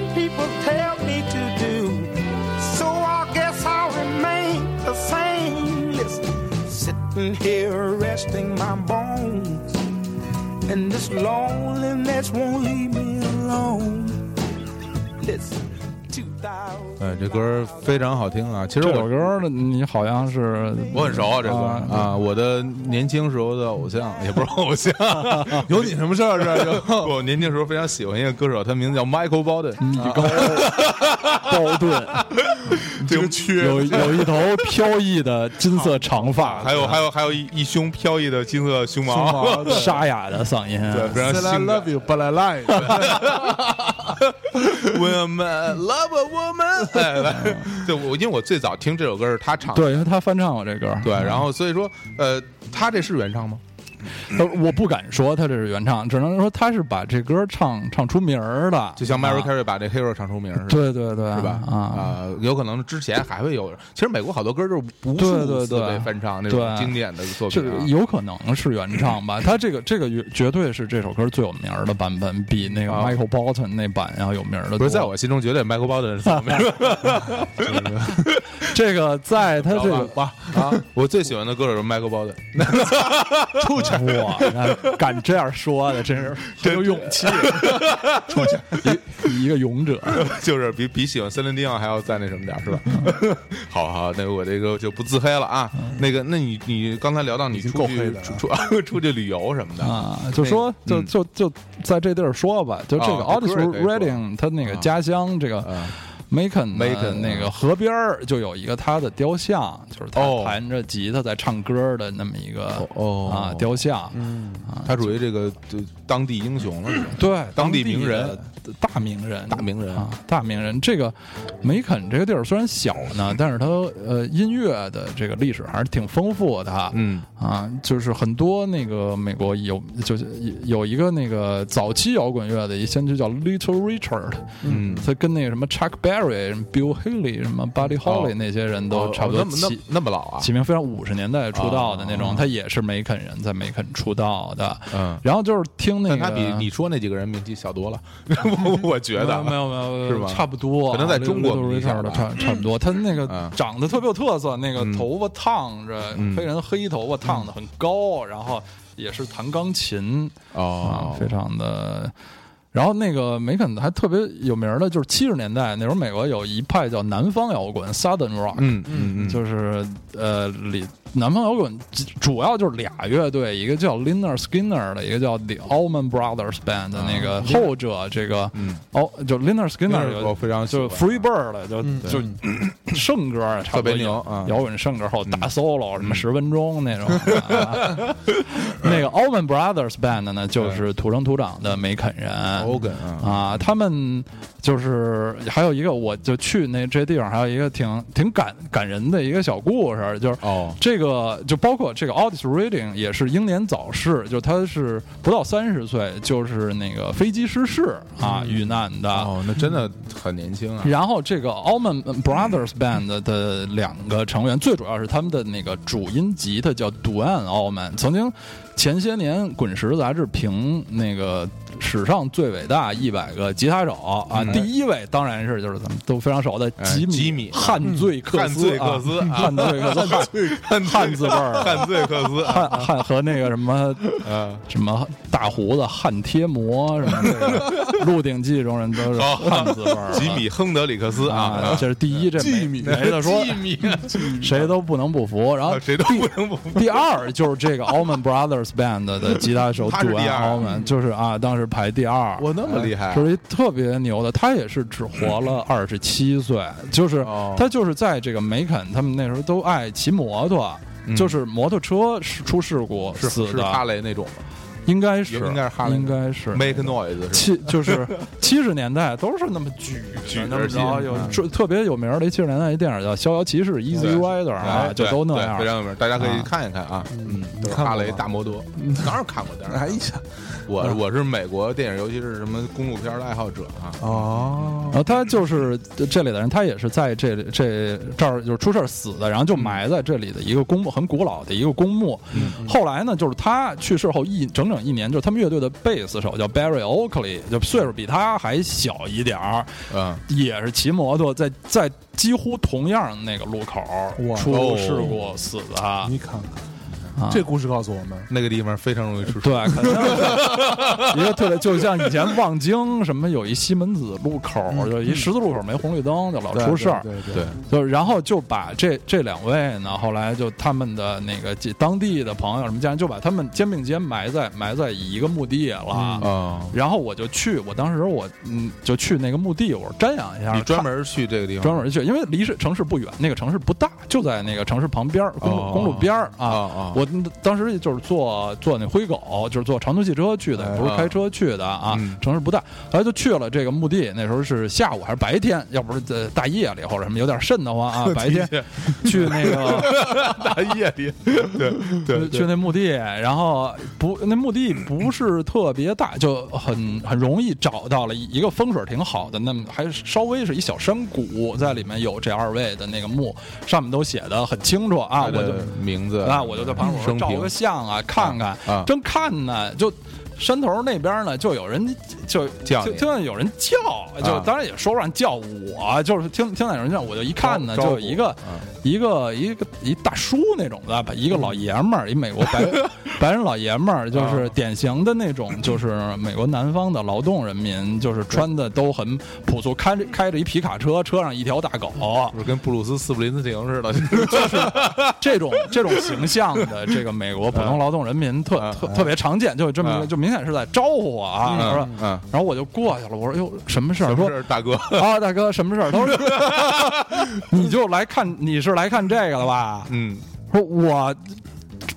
Speaker 5: people tell me to do. So I guess I'll remain the same. Listen, sitting here resting my bones. And this loneliness won't leave me alone. Listen, 2000.
Speaker 1: 嗯，这歌非常好听啊。其实
Speaker 3: 这
Speaker 1: 我
Speaker 3: 首歌呢，你好像是
Speaker 1: 我很熟啊，这歌
Speaker 3: 啊
Speaker 1: 啊，我的年轻时候的偶像，也不是偶 像，有你什么事儿 是吧？就我年轻时候非常喜欢一个歌手，他名字叫 Michael Bolton，
Speaker 3: 包顿，
Speaker 1: 挺缺
Speaker 3: 有有一头飘逸的金色长发，
Speaker 1: 还有还有还有一一胸飘逸的金色胸毛，
Speaker 2: 啊
Speaker 3: 沙哑的嗓音。
Speaker 1: 对，非常
Speaker 2: Said I
Speaker 1: 性
Speaker 2: love
Speaker 1: 感。
Speaker 2: you, but I lie。
Speaker 1: When a man love a woman，哎来对，我因为我最早听这首歌是他唱的，
Speaker 3: 对，因为他翻唱过这歌。
Speaker 1: 对，然后所以说，呃，他这是原唱吗？
Speaker 3: 呃，我不敢说他这是原唱，只能说他是把这歌唱唱出名儿的，
Speaker 1: 就像 Mary
Speaker 3: 啊
Speaker 1: Carey 把这 Hero 唱出名儿似的。
Speaker 3: 对对对，
Speaker 1: 是吧？
Speaker 3: 啊，
Speaker 1: 有可能之前还会有。其实美国好多歌就是无
Speaker 3: 对
Speaker 1: 数
Speaker 3: 对
Speaker 1: 次
Speaker 3: 对
Speaker 1: 被翻唱那种
Speaker 3: 对
Speaker 1: 经典的作
Speaker 3: 这
Speaker 1: 品、啊。
Speaker 3: 有可能是原唱 吧？他这个这个绝绝对是这首歌最有名儿的版本，比那个
Speaker 1: 啊
Speaker 3: Michael Bolton 那版要有名儿的多。
Speaker 1: 不是在我心中绝对 Michael Bolton 是怎么样
Speaker 3: 这个，在他这个
Speaker 1: 吧？啊，我最喜欢的歌手是 Michael Bolton，
Speaker 2: 出去，
Speaker 3: 哇，那敢这样说的，真是很有勇气，
Speaker 2: 出去。
Speaker 3: 一一个勇者。
Speaker 1: 就是比比喜欢森林迪奥还要再那什么点儿是吧？ 好好，那我这个就不自黑了啊。
Speaker 3: 嗯
Speaker 1: 那个，那你你刚才聊到你
Speaker 2: 已经
Speaker 1: 出
Speaker 2: 够
Speaker 1: 去
Speaker 2: 黑的
Speaker 1: 出出 出去旅游什么的，
Speaker 3: 啊，就说
Speaker 1: 那
Speaker 3: 就
Speaker 1: 嗯
Speaker 3: 就就在这地儿说吧，就这个
Speaker 1: 啊这歌
Speaker 3: Otis
Speaker 1: 也可以说
Speaker 3: Redding 他那个家乡这个
Speaker 1: 啊
Speaker 3: Macon 的
Speaker 1: Macon，嗯
Speaker 3: 那个河边儿就有一个他的雕像，就是
Speaker 1: 哦
Speaker 3: 他弹着吉他在唱歌的那么一个
Speaker 1: 哦嗯
Speaker 3: 啊雕像，
Speaker 1: 他属于这个就当地英雄了是吧，
Speaker 3: 对
Speaker 1: 当地
Speaker 3: 地
Speaker 1: 名人
Speaker 3: 的大名人
Speaker 1: 大名人
Speaker 3: 啊大名人。这个梅肯这个地儿虽然小呢，但是它呃音乐的这个历史还是挺丰富的哈。
Speaker 1: 嗯
Speaker 3: 啊，就是很多那个美国有就是有一个那个早期摇滚乐的一先驱叫 Little Richard，
Speaker 1: 嗯，
Speaker 3: 他跟那个什么 Chuck Berry、什么 Bill Haley、什么 Buddy
Speaker 1: 哦
Speaker 3: Holly 那些人都
Speaker 1: 哦
Speaker 3: 差不多
Speaker 1: 那么那
Speaker 3: 起
Speaker 1: 么那么老啊哦
Speaker 3: 起名非常五十年代出道的那种，他也是梅肯人，在梅肯出道的。
Speaker 1: 嗯
Speaker 3: 然后就是听那个，
Speaker 1: 但他比你说那几个人名气小多了， 我我觉
Speaker 3: 没
Speaker 1: 得
Speaker 3: 有
Speaker 1: 啊
Speaker 3: 没有没有，
Speaker 1: 是吧
Speaker 3: 差不多，啊
Speaker 1: 可能在中国不一样
Speaker 3: 差
Speaker 1: 吧
Speaker 3: 差差不多。他那
Speaker 1: 嗯
Speaker 3: 个长得特别有特色，那个头发烫着
Speaker 1: 嗯，
Speaker 3: 黑人黑头发烫的很高，然后也是弹钢琴啊
Speaker 1: 哦，，
Speaker 3: 非常的。然后那个梅肯还特别有名的，就是七十年代那时候，美国有一派叫南方摇滚 （Southern Rock），
Speaker 1: 嗯嗯嗯，
Speaker 3: 就是呃，里南方摇滚主要就是俩乐队，一个叫 Liner Skinner 的，一个叫 The Allman Brothers Band 的那个后者，这个
Speaker 1: 啊嗯
Speaker 3: 哦，就 Liner Skinner
Speaker 1: 我
Speaker 3: 有
Speaker 1: 非常喜
Speaker 3: 就
Speaker 1: 欢
Speaker 3: Free Bird 的，就
Speaker 1: 嗯对
Speaker 3: 就圣歌啊
Speaker 1: 特
Speaker 3: 差不多
Speaker 1: 别牛啊嗯
Speaker 3: 摇滚圣歌后大 solo 什么十分钟那种。啊 那个 Allman Brothers Band 呢，就是土生土长的梅肯人。
Speaker 1: Ogan 啊
Speaker 3: 啊，他们就是还有一个，我就去那这地方，还有一个挺挺感感人的一个小故事，就是
Speaker 1: 哦
Speaker 3: 这个就包括这个 Otis Reading 也是英年早逝，就他是不到三十岁，就是那个飞机失事啊遇难的。
Speaker 1: 嗯哦，那真的很年轻啊，
Speaker 3: 然后这个 Allman Brothers Band 的两个成员，最主要是他们的那个主音吉他叫杜安·奥曼，曾经前些年《滚石》杂志评那个史上最伟大一百个吉他手啊，
Speaker 1: 嗯
Speaker 3: 第一位当然是就是咱们都非常熟的
Speaker 1: 哎
Speaker 3: 吉米
Speaker 1: 吉米
Speaker 3: 汉醉克斯啊
Speaker 1: 汉醉克斯啊
Speaker 3: 汉醉克斯
Speaker 1: 汉
Speaker 3: 汉字辈儿 啊
Speaker 1: 汉字克斯 啊
Speaker 3: 汉汉和那个什么
Speaker 1: 啊，
Speaker 3: 什么大胡子汉贴膜什么这个， 《鹿鼎记》中人都是
Speaker 1: 好
Speaker 3: 汉字辈儿啊
Speaker 1: 哦 吉米亨德里克斯啊
Speaker 3: 啊，，这是第一，这没
Speaker 2: 吉米
Speaker 3: 没得说
Speaker 1: 吉， 米
Speaker 3: 谁都不能不服。然后
Speaker 1: 啊， 谁都不能不
Speaker 3: 第二就是这个 Allman Brothers Band 的吉他手
Speaker 1: 他是
Speaker 3: 杜
Speaker 1: 第二嗯
Speaker 3: 安 Allman，就是啊，当时排第二。哎
Speaker 1: 我那么厉害啊
Speaker 3: 是一特别牛的，他也是只 活了二十七岁，就是
Speaker 1: 哦
Speaker 3: 他就是在这个梅肯，他们那时候都爱骑摩托，就是摩托车是出事故
Speaker 1: 嗯是
Speaker 3: 死
Speaker 1: 是哈
Speaker 3: 的，
Speaker 1: 雷那种吗
Speaker 3: 应该是
Speaker 1: 应该是哈嗯雷
Speaker 3: 应该是
Speaker 1: ，make noise 是吧
Speaker 3: 七就是七十年代都是那么举
Speaker 1: 举
Speaker 3: 那
Speaker 1: 着
Speaker 3: 么
Speaker 1: 劲
Speaker 3: 着，有
Speaker 1: 嗯
Speaker 3: 这特别有名儿的七十年代一电影叫《逍遥骑士》
Speaker 1: 对
Speaker 3: （Easy Rider） 啊，
Speaker 1: 哎
Speaker 3: 就
Speaker 1: 对
Speaker 3: 都那
Speaker 1: 对
Speaker 3: 样
Speaker 1: 非
Speaker 3: 儿。
Speaker 1: 常有名，大家可以
Speaker 3: 啊
Speaker 1: 看一看啊，嗯，都是
Speaker 2: 看过
Speaker 1: 哈雷
Speaker 2: 吗
Speaker 1: 大摩托，
Speaker 3: 嗯
Speaker 1: 当然看过，当然
Speaker 2: 哎呀，
Speaker 1: 我我是美国电影，尤其是什么公路片的爱好者啊。
Speaker 2: 哦
Speaker 3: 然，后他就是这里的人，他也是在这里这这儿就是出事儿死的，
Speaker 1: 嗯
Speaker 3: 然后就埋在这里的一个公墓，很古老的一个公墓。
Speaker 1: 嗯
Speaker 3: 后来呢，就是他去世后一整整一年，就是他们乐队的贝斯手叫 Barry Oakley，就岁数比他还小一点儿，
Speaker 1: 嗯，
Speaker 3: 也是骑摩托在在几乎同样那个路口
Speaker 1: 哦
Speaker 2: 哇
Speaker 3: 出事故死的。
Speaker 2: 你看看，
Speaker 3: 啊
Speaker 2: 这故事告诉我们，
Speaker 1: 那个地方非常容易出事。
Speaker 3: 对， 肯定是一个特别，就像以前望京什么有一西门子路口，就是一十字路口没红绿灯，就老
Speaker 2: 嗯对
Speaker 3: 出事儿。
Speaker 2: 对对
Speaker 1: 对，
Speaker 3: 就然后就把这这两位呢，后来就他们的那个这当地的朋友什么家人，就把他们肩并肩埋在埋在一个墓地了。
Speaker 2: 嗯
Speaker 1: 啊，
Speaker 3: 然后我就去，我当时我嗯就去那个墓地，我说瞻仰一下，
Speaker 1: 你专
Speaker 3: 看
Speaker 1: 门去这个地方？
Speaker 3: 专门去，因为离市城市不远，那个城市不大，就在那个城市旁边儿，公路、
Speaker 1: 哦
Speaker 3: 公路边儿
Speaker 1: 啊
Speaker 3: 啊。
Speaker 1: 啊！
Speaker 3: 我当时就是坐坐那灰狗，就是坐长途汽车去的，
Speaker 2: 哎
Speaker 3: 不是开车去的啊，
Speaker 1: 嗯
Speaker 3: 城市不大。后来就去了这个墓地，那时候是下午还是白天，要不是在大夜里或者什么有点瘆得慌啊， 白天去那个
Speaker 1: 大夜里， 对对
Speaker 3: 去那墓地，然后不那墓地不是特别大，就很很容易找到了一个风水挺好的，那么还稍微是一小山谷，在里面有这二位的那个墓，上面都写的很清楚啊，我就
Speaker 1: 名字
Speaker 3: 啊，我就在旁边我说
Speaker 1: 生
Speaker 3: 照
Speaker 1: 平
Speaker 3: 个相啊，看看
Speaker 1: 啊
Speaker 3: 正看呢，就山头那边呢，就有人就
Speaker 1: 叫
Speaker 3: 就
Speaker 1: 你
Speaker 3: 听见有人叫，就
Speaker 1: 啊
Speaker 3: 当然也说不上叫我，就是听听见有人叫，我就一看呢，
Speaker 1: 招
Speaker 3: 就
Speaker 1: 招呼
Speaker 3: 有一个
Speaker 1: 啊
Speaker 3: 一个一个一大叔那种的吧，一个老爷们儿，一美国白 白人老爷们儿，
Speaker 1: 啊
Speaker 3: 就是典型的那种，就是美国南方的劳动人民，就是穿的都很朴素，开着开着一皮卡车，车上一条大狗，
Speaker 1: 不是跟布鲁斯·斯普林斯廷 似的，
Speaker 3: 这 种这种形象的这个美国普通劳动人民特特特别常见，就这么一个
Speaker 1: 嗯
Speaker 3: 就明显是在招呼我啊，
Speaker 1: 嗯
Speaker 3: 是吧
Speaker 1: 嗯
Speaker 3: 然后我就过去了，我说哟什么事
Speaker 1: 什
Speaker 3: 儿？
Speaker 1: 么
Speaker 3: 说
Speaker 1: 事儿，大哥？
Speaker 3: 啊，大哥，什么事儿？他说 你就来看，你是来看这个的吧？
Speaker 1: 嗯，
Speaker 3: 说我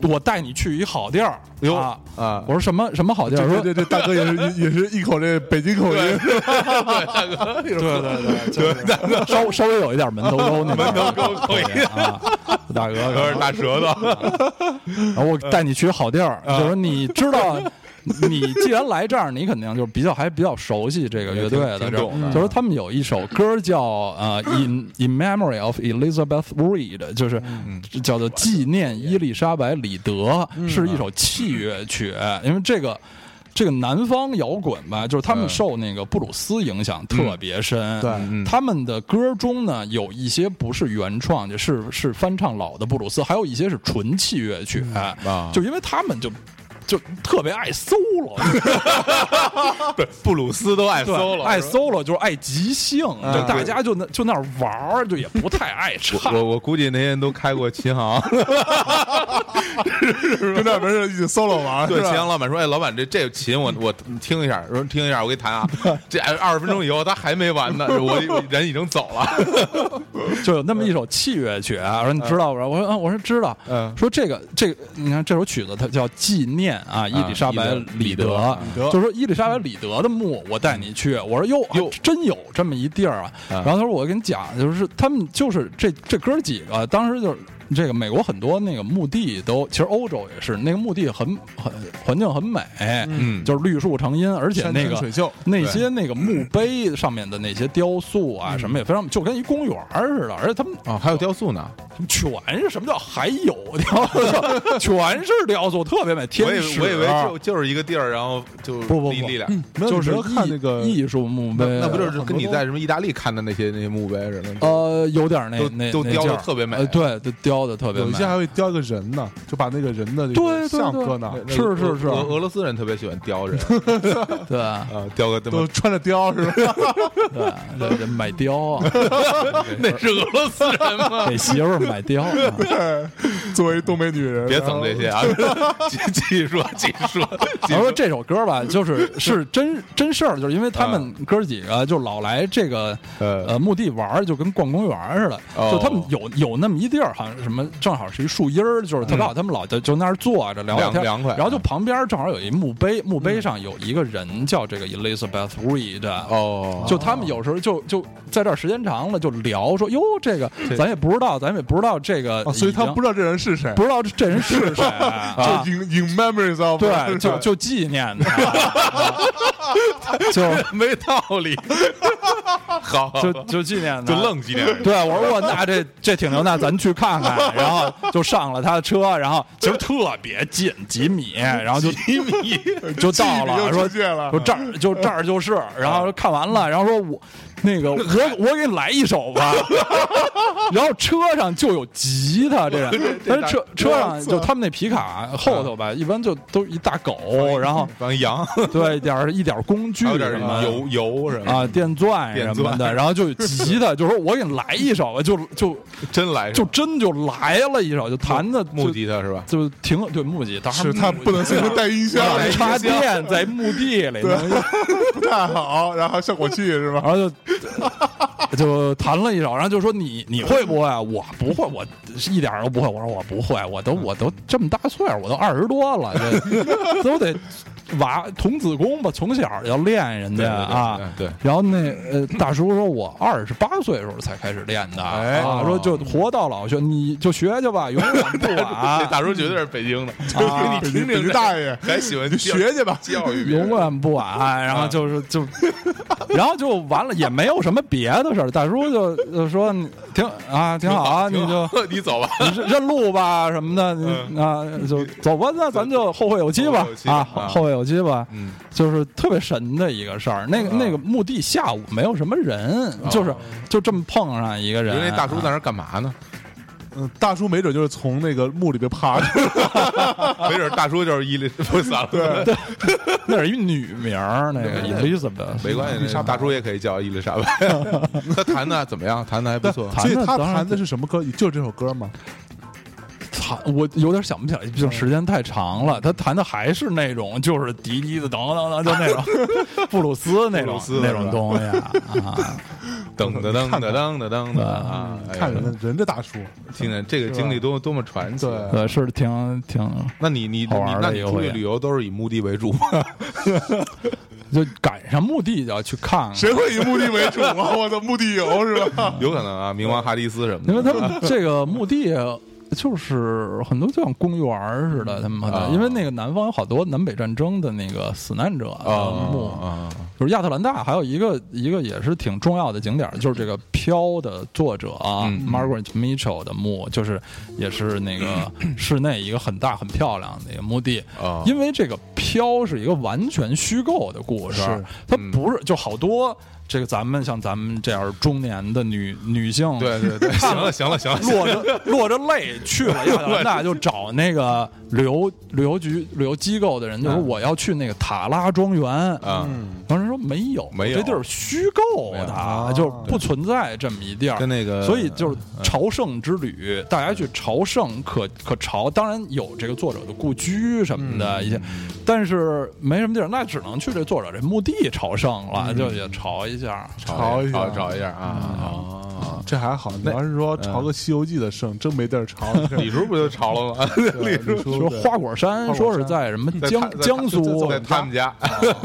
Speaker 3: 我带你去一好地儿。
Speaker 1: 哟
Speaker 3: 啊
Speaker 1: 啊
Speaker 3: 我说什么什么好地儿？
Speaker 2: 这
Speaker 3: 说
Speaker 2: 这这大哥也是也也是一口这北京口音，
Speaker 3: 对对对，就是 稍稍微有一点门头沟那门头沟 口音啊，大哥，
Speaker 1: 有点大舌头，
Speaker 3: 然后我带你去好地儿，
Speaker 1: 嗯
Speaker 3: 就是说你知道，你既然来这儿，你肯定就是比较还比较熟悉这个乐队的
Speaker 1: 挺挺
Speaker 3: 这
Speaker 1: 懂的
Speaker 3: 就是他们有一首歌叫呃 In In Memory of Elizabeth Reed，就是叫做纪念伊丽莎白里德，
Speaker 1: 嗯
Speaker 3: 是一首器乐曲，因为这个。这个南方摇滚吧，就是他们
Speaker 1: 嗯
Speaker 3: 受那个布鲁斯影响特别深。
Speaker 2: 对
Speaker 1: 嗯
Speaker 3: 他们的歌中呢有一些不是原创，就是是翻唱老的布鲁斯，还有一些是纯器乐曲。
Speaker 1: 啊
Speaker 3: 就因为他们就就特别爱 solo，
Speaker 1: 对，布鲁斯都爱
Speaker 3: 对
Speaker 1: solo，
Speaker 3: 爱
Speaker 1: 是吧嗯
Speaker 3: solo 就是爱即兴，就大家就那就那儿玩儿，就也不太爱 唱。
Speaker 1: 我我估计那些人都开过琴行，
Speaker 2: 跟那边是已经 solo 完
Speaker 1: 对
Speaker 2: 是
Speaker 1: 琴
Speaker 2: 吧？
Speaker 1: 行老板说：“哎，老板，这这琴我我听一下，说听一下，我给你弹 啊。这二十分钟以后他还没完呢，我我人已经走 了。
Speaker 3: 就有那么一首器乐曲啊，我说你知道不？我说嗯，我说知道。
Speaker 1: 嗯
Speaker 3: 说这个这个，你看这首曲子它叫《纪念》啊，伊丽莎白里德，啊
Speaker 1: 伊
Speaker 2: 德
Speaker 3: 就说伊丽莎白里德的墓，我带你去。我说哟，
Speaker 1: 哟
Speaker 3: 还真有这么一地儿啊。然后他说我跟你讲，就是他们就是这这哥儿几个，当时就是。这个美国很多那个墓地都，其实欧洲也是，那个墓地很很环境很美，
Speaker 1: 嗯
Speaker 3: 就是绿树成荫，而且那
Speaker 2: 山
Speaker 3: 个
Speaker 2: 清水秀
Speaker 3: 那些那个墓碑上面的那些雕塑
Speaker 1: 嗯
Speaker 3: 啊，什么也非常就跟一公园儿似的，而且他们
Speaker 1: 哦，还有雕塑呢，
Speaker 3: 全是什么叫还有雕塑， 全是雕塑，特别美。
Speaker 1: 我
Speaker 3: 天
Speaker 1: 以
Speaker 3: 使，
Speaker 1: 我以为就就是一个地儿，然后就
Speaker 3: 不不不
Speaker 1: 立立俩，
Speaker 2: 没有
Speaker 3: 就
Speaker 2: 你
Speaker 3: 是
Speaker 2: 不要看
Speaker 3: 艺
Speaker 2: 那个
Speaker 3: 艺术墓碑，
Speaker 1: 那那不就是跟你在什么意大利看的那些那些墓碑似的？
Speaker 3: 呃有点那
Speaker 1: 都
Speaker 3: 那
Speaker 1: 都
Speaker 3: 那
Speaker 1: 雕得
Speaker 3: 劲儿
Speaker 1: 特别美
Speaker 3: 呃对，都雕的特别
Speaker 2: 有
Speaker 3: 美
Speaker 2: 一些。还会雕一个人呢，就把那个人的这
Speaker 3: 对
Speaker 2: 个
Speaker 3: 对
Speaker 2: 像
Speaker 3: 对
Speaker 2: 搁那儿，
Speaker 1: 那
Speaker 3: 是是是
Speaker 1: 俄俄罗斯人特别喜欢雕 人
Speaker 3: 对
Speaker 1: 啊，雕个他妈
Speaker 2: 都穿着貂是吧？
Speaker 3: 对，这人买 貂啊，
Speaker 1: 那是俄罗斯人吗？
Speaker 3: 给媳妇儿买貂啊。
Speaker 2: 作为东北女 人，
Speaker 1: 别整这些 啊！继继续说，继续说， 继续
Speaker 3: 然后这首歌吧， 就是是真真事儿，就是因为他们哥几个就老来这个
Speaker 1: 啊呃
Speaker 3: 呃墓地玩儿，就跟逛公园儿似的。
Speaker 1: 哦
Speaker 3: 就他们有有那么一地儿，好像什么正好是一树荫儿，就是特别好。他们老就就那儿坐着聊聊
Speaker 1: 嗯凉
Speaker 3: 天，
Speaker 1: 凉快嗯
Speaker 3: 然后就旁边正好有一墓碑，墓碑上有一个人叫这个 Elizabeth Reed。
Speaker 1: 哦，
Speaker 3: 就他们有时候就就在这儿时间长了，就聊说哟，这个
Speaker 1: 这哦
Speaker 3: 咱也不知道，咱也不知道这个已
Speaker 2: 啊，
Speaker 3: 经，
Speaker 2: 所以他不知
Speaker 3: 知
Speaker 2: 道这人是谁，
Speaker 3: 不知道这人是谁， 啊
Speaker 2: 就 in in memories of
Speaker 3: 对，
Speaker 2: 是吧
Speaker 3: 就就纪念他， 就
Speaker 1: 没道理，好，好好
Speaker 3: 就就纪念
Speaker 1: 就。
Speaker 3: 他，
Speaker 1: 愣 几点。
Speaker 3: 对，我说我那这这挺牛，那咱去看看，然后就上了他的车，然后其实特别近几米，然后就几米就到
Speaker 2: 记忆
Speaker 3: 了，嗯
Speaker 2: 里
Speaker 3: 说
Speaker 2: 就出现了
Speaker 3: 说这儿就这儿就是，然后看完了，然后说我那 个我我给你来一首吧， 然后车上就有吉他，这人，但是车车上就他们那皮卡后头吧，一般就都一大狗，然后
Speaker 1: 帮羊，
Speaker 3: 对，一点儿一点儿工具
Speaker 1: 还有
Speaker 3: 什
Speaker 1: 点
Speaker 3: 么的
Speaker 1: 油油什么的
Speaker 3: 啊，，电钻什么
Speaker 1: 电
Speaker 3: 的，
Speaker 1: 钻
Speaker 3: 然后就吉他，就说我给你来一首吧，就就
Speaker 1: 真来是
Speaker 3: 就
Speaker 1: 吧
Speaker 3: 真就来了一首，就弹的
Speaker 1: 木吉他是吧？
Speaker 3: 就就挺对木吉他，
Speaker 2: 是他不能随身带音箱，
Speaker 3: 然后啊插电在墓地里，能
Speaker 2: 不太好，然后效果器是吧？
Speaker 3: 然后就就弹了一首，然后就说你你会不会啊？我不会，我一点儿都不会。我说我不会，我都
Speaker 2: 嗯
Speaker 3: 我都这么大岁数，我都二十多了，这 都得娃童子功吧，从小要练人家啊。
Speaker 2: 嗯
Speaker 1: 对对对对
Speaker 3: 然后那呃大叔说，我二十八岁时候才开始练的，
Speaker 2: 哎
Speaker 3: 啊，说就活到老学，你就学去吧，永远不
Speaker 1: 这
Speaker 3: 晚。
Speaker 1: 大叔绝对是北京的，
Speaker 3: 啊
Speaker 1: 你听
Speaker 2: 啊北
Speaker 1: 听
Speaker 2: 京大 爷
Speaker 1: 还喜欢
Speaker 2: 你学去吧
Speaker 1: 教育别
Speaker 3: 永
Speaker 1: 人
Speaker 3: 远不晚，然后就是就，然后就完了，也没有什么别的事儿。大叔就就说你挺啊，挺好啊，你
Speaker 1: 挺
Speaker 3: 就
Speaker 1: 好 你走
Speaker 2: 嗯
Speaker 1: 吧，
Speaker 3: 你认认路吧什么的，你啊就走吧，那咱就后会有期吧
Speaker 1: 后会有期
Speaker 3: 啊，
Speaker 1: 啊
Speaker 3: 后会有期吧。
Speaker 1: 嗯，
Speaker 3: 就是特别神的一个事儿。那个那个墓地下
Speaker 1: 哦
Speaker 3: 午没有什么人，就是就这么碰上一个
Speaker 1: 因
Speaker 3: 人，
Speaker 1: 为那大叔在那儿干嘛呢？
Speaker 2: 嗯，大叔没准就是从那个墓里边爬出来，
Speaker 1: 没准大叔就是伊丽 不是咋了，
Speaker 3: 那是一女名儿，那个 Elizabeth，
Speaker 1: 没关系，那大叔也可以叫伊丽 莎白。他弹的怎么样？弹的还不错。
Speaker 2: 所以
Speaker 3: 弹的
Speaker 2: 他
Speaker 3: 当然
Speaker 2: 弹的是什么歌？就是这首歌吗？
Speaker 3: 弹我有点想不起来，
Speaker 1: 嗯
Speaker 3: 毕竟时间太长了。他弹的还是那种，就是滴滴的噔噔噔，就那 种布鲁斯那
Speaker 1: 布鲁
Speaker 3: 种
Speaker 1: 斯
Speaker 3: 那种东西啊。
Speaker 1: 噔噔噔噔噔噔噔的啊！哎呦
Speaker 2: 嗯看人家人家大叔，
Speaker 1: 听着这个经历多多么传奇。啊
Speaker 2: 对
Speaker 3: 呃，是挺挺，
Speaker 1: 那你你
Speaker 3: 好
Speaker 1: 你
Speaker 3: 玩的
Speaker 1: 那你
Speaker 3: 一个
Speaker 1: 出
Speaker 3: 回
Speaker 1: 去
Speaker 3: 忆
Speaker 1: 旅游都是以墓地为主吗？
Speaker 3: 就赶上墓地就要去看看。
Speaker 2: 谁会以墓地为主啊？我的墓地游是吧？
Speaker 1: 有可能啊，冥王哈迪斯什么
Speaker 3: 因为
Speaker 1: 的。
Speaker 3: 他们这个墓地就是很多就像公园儿似的，他们很多
Speaker 1: 啊
Speaker 3: 因为那个南方有好多南北战争的那个死难者的墓，
Speaker 1: 啊，
Speaker 3: 就是亚特兰大还有一个一个也是挺重要的景点儿，就是这个《飘》的作者啊、
Speaker 1: 嗯
Speaker 3: Margaret Mitchell 的墓，就是也是 那个室内一个很大很漂亮的一个墓地。
Speaker 1: 哦
Speaker 3: 因为这个《飘》是一个完全虚构的故事，
Speaker 2: 是
Speaker 3: 它不是就好多这个咱们像咱们这样中年的女女性
Speaker 1: 对对对，行了行了行了，
Speaker 3: 落着落着泪去了亚特 兰大，就找那个旅游旅游局旅游机构的人，就说
Speaker 1: 嗯
Speaker 3: 我要去那个塔拉庄园。
Speaker 1: 啊，
Speaker 3: 当时说没有，
Speaker 1: 没有
Speaker 3: 这地儿虚构
Speaker 1: 没有
Speaker 3: 的，就是不存在这么一地儿。
Speaker 1: 跟那个嗯
Speaker 3: 所以就是朝圣之旅，大家去朝圣可可朝，当然有这个作者的故居什么
Speaker 1: 嗯
Speaker 3: 的一些，但是没什么地儿，那只能去这作者这墓地朝圣
Speaker 1: 嗯
Speaker 3: 了，就也朝一下。
Speaker 1: 找
Speaker 2: 一
Speaker 1: 找
Speaker 2: 下，
Speaker 1: 找一下啊。
Speaker 2: 这还好。你要是说朝个《西游记》的圣，真没地儿朝。
Speaker 1: 李叔不就潮了吗？
Speaker 2: 对啊李叔
Speaker 3: 说
Speaker 2: 对
Speaker 3: 花果
Speaker 2: 花
Speaker 3: 山，
Speaker 2: 果山
Speaker 3: 说是在什么
Speaker 1: 在
Speaker 3: 江
Speaker 1: 他在
Speaker 3: 江苏
Speaker 1: 在他们家，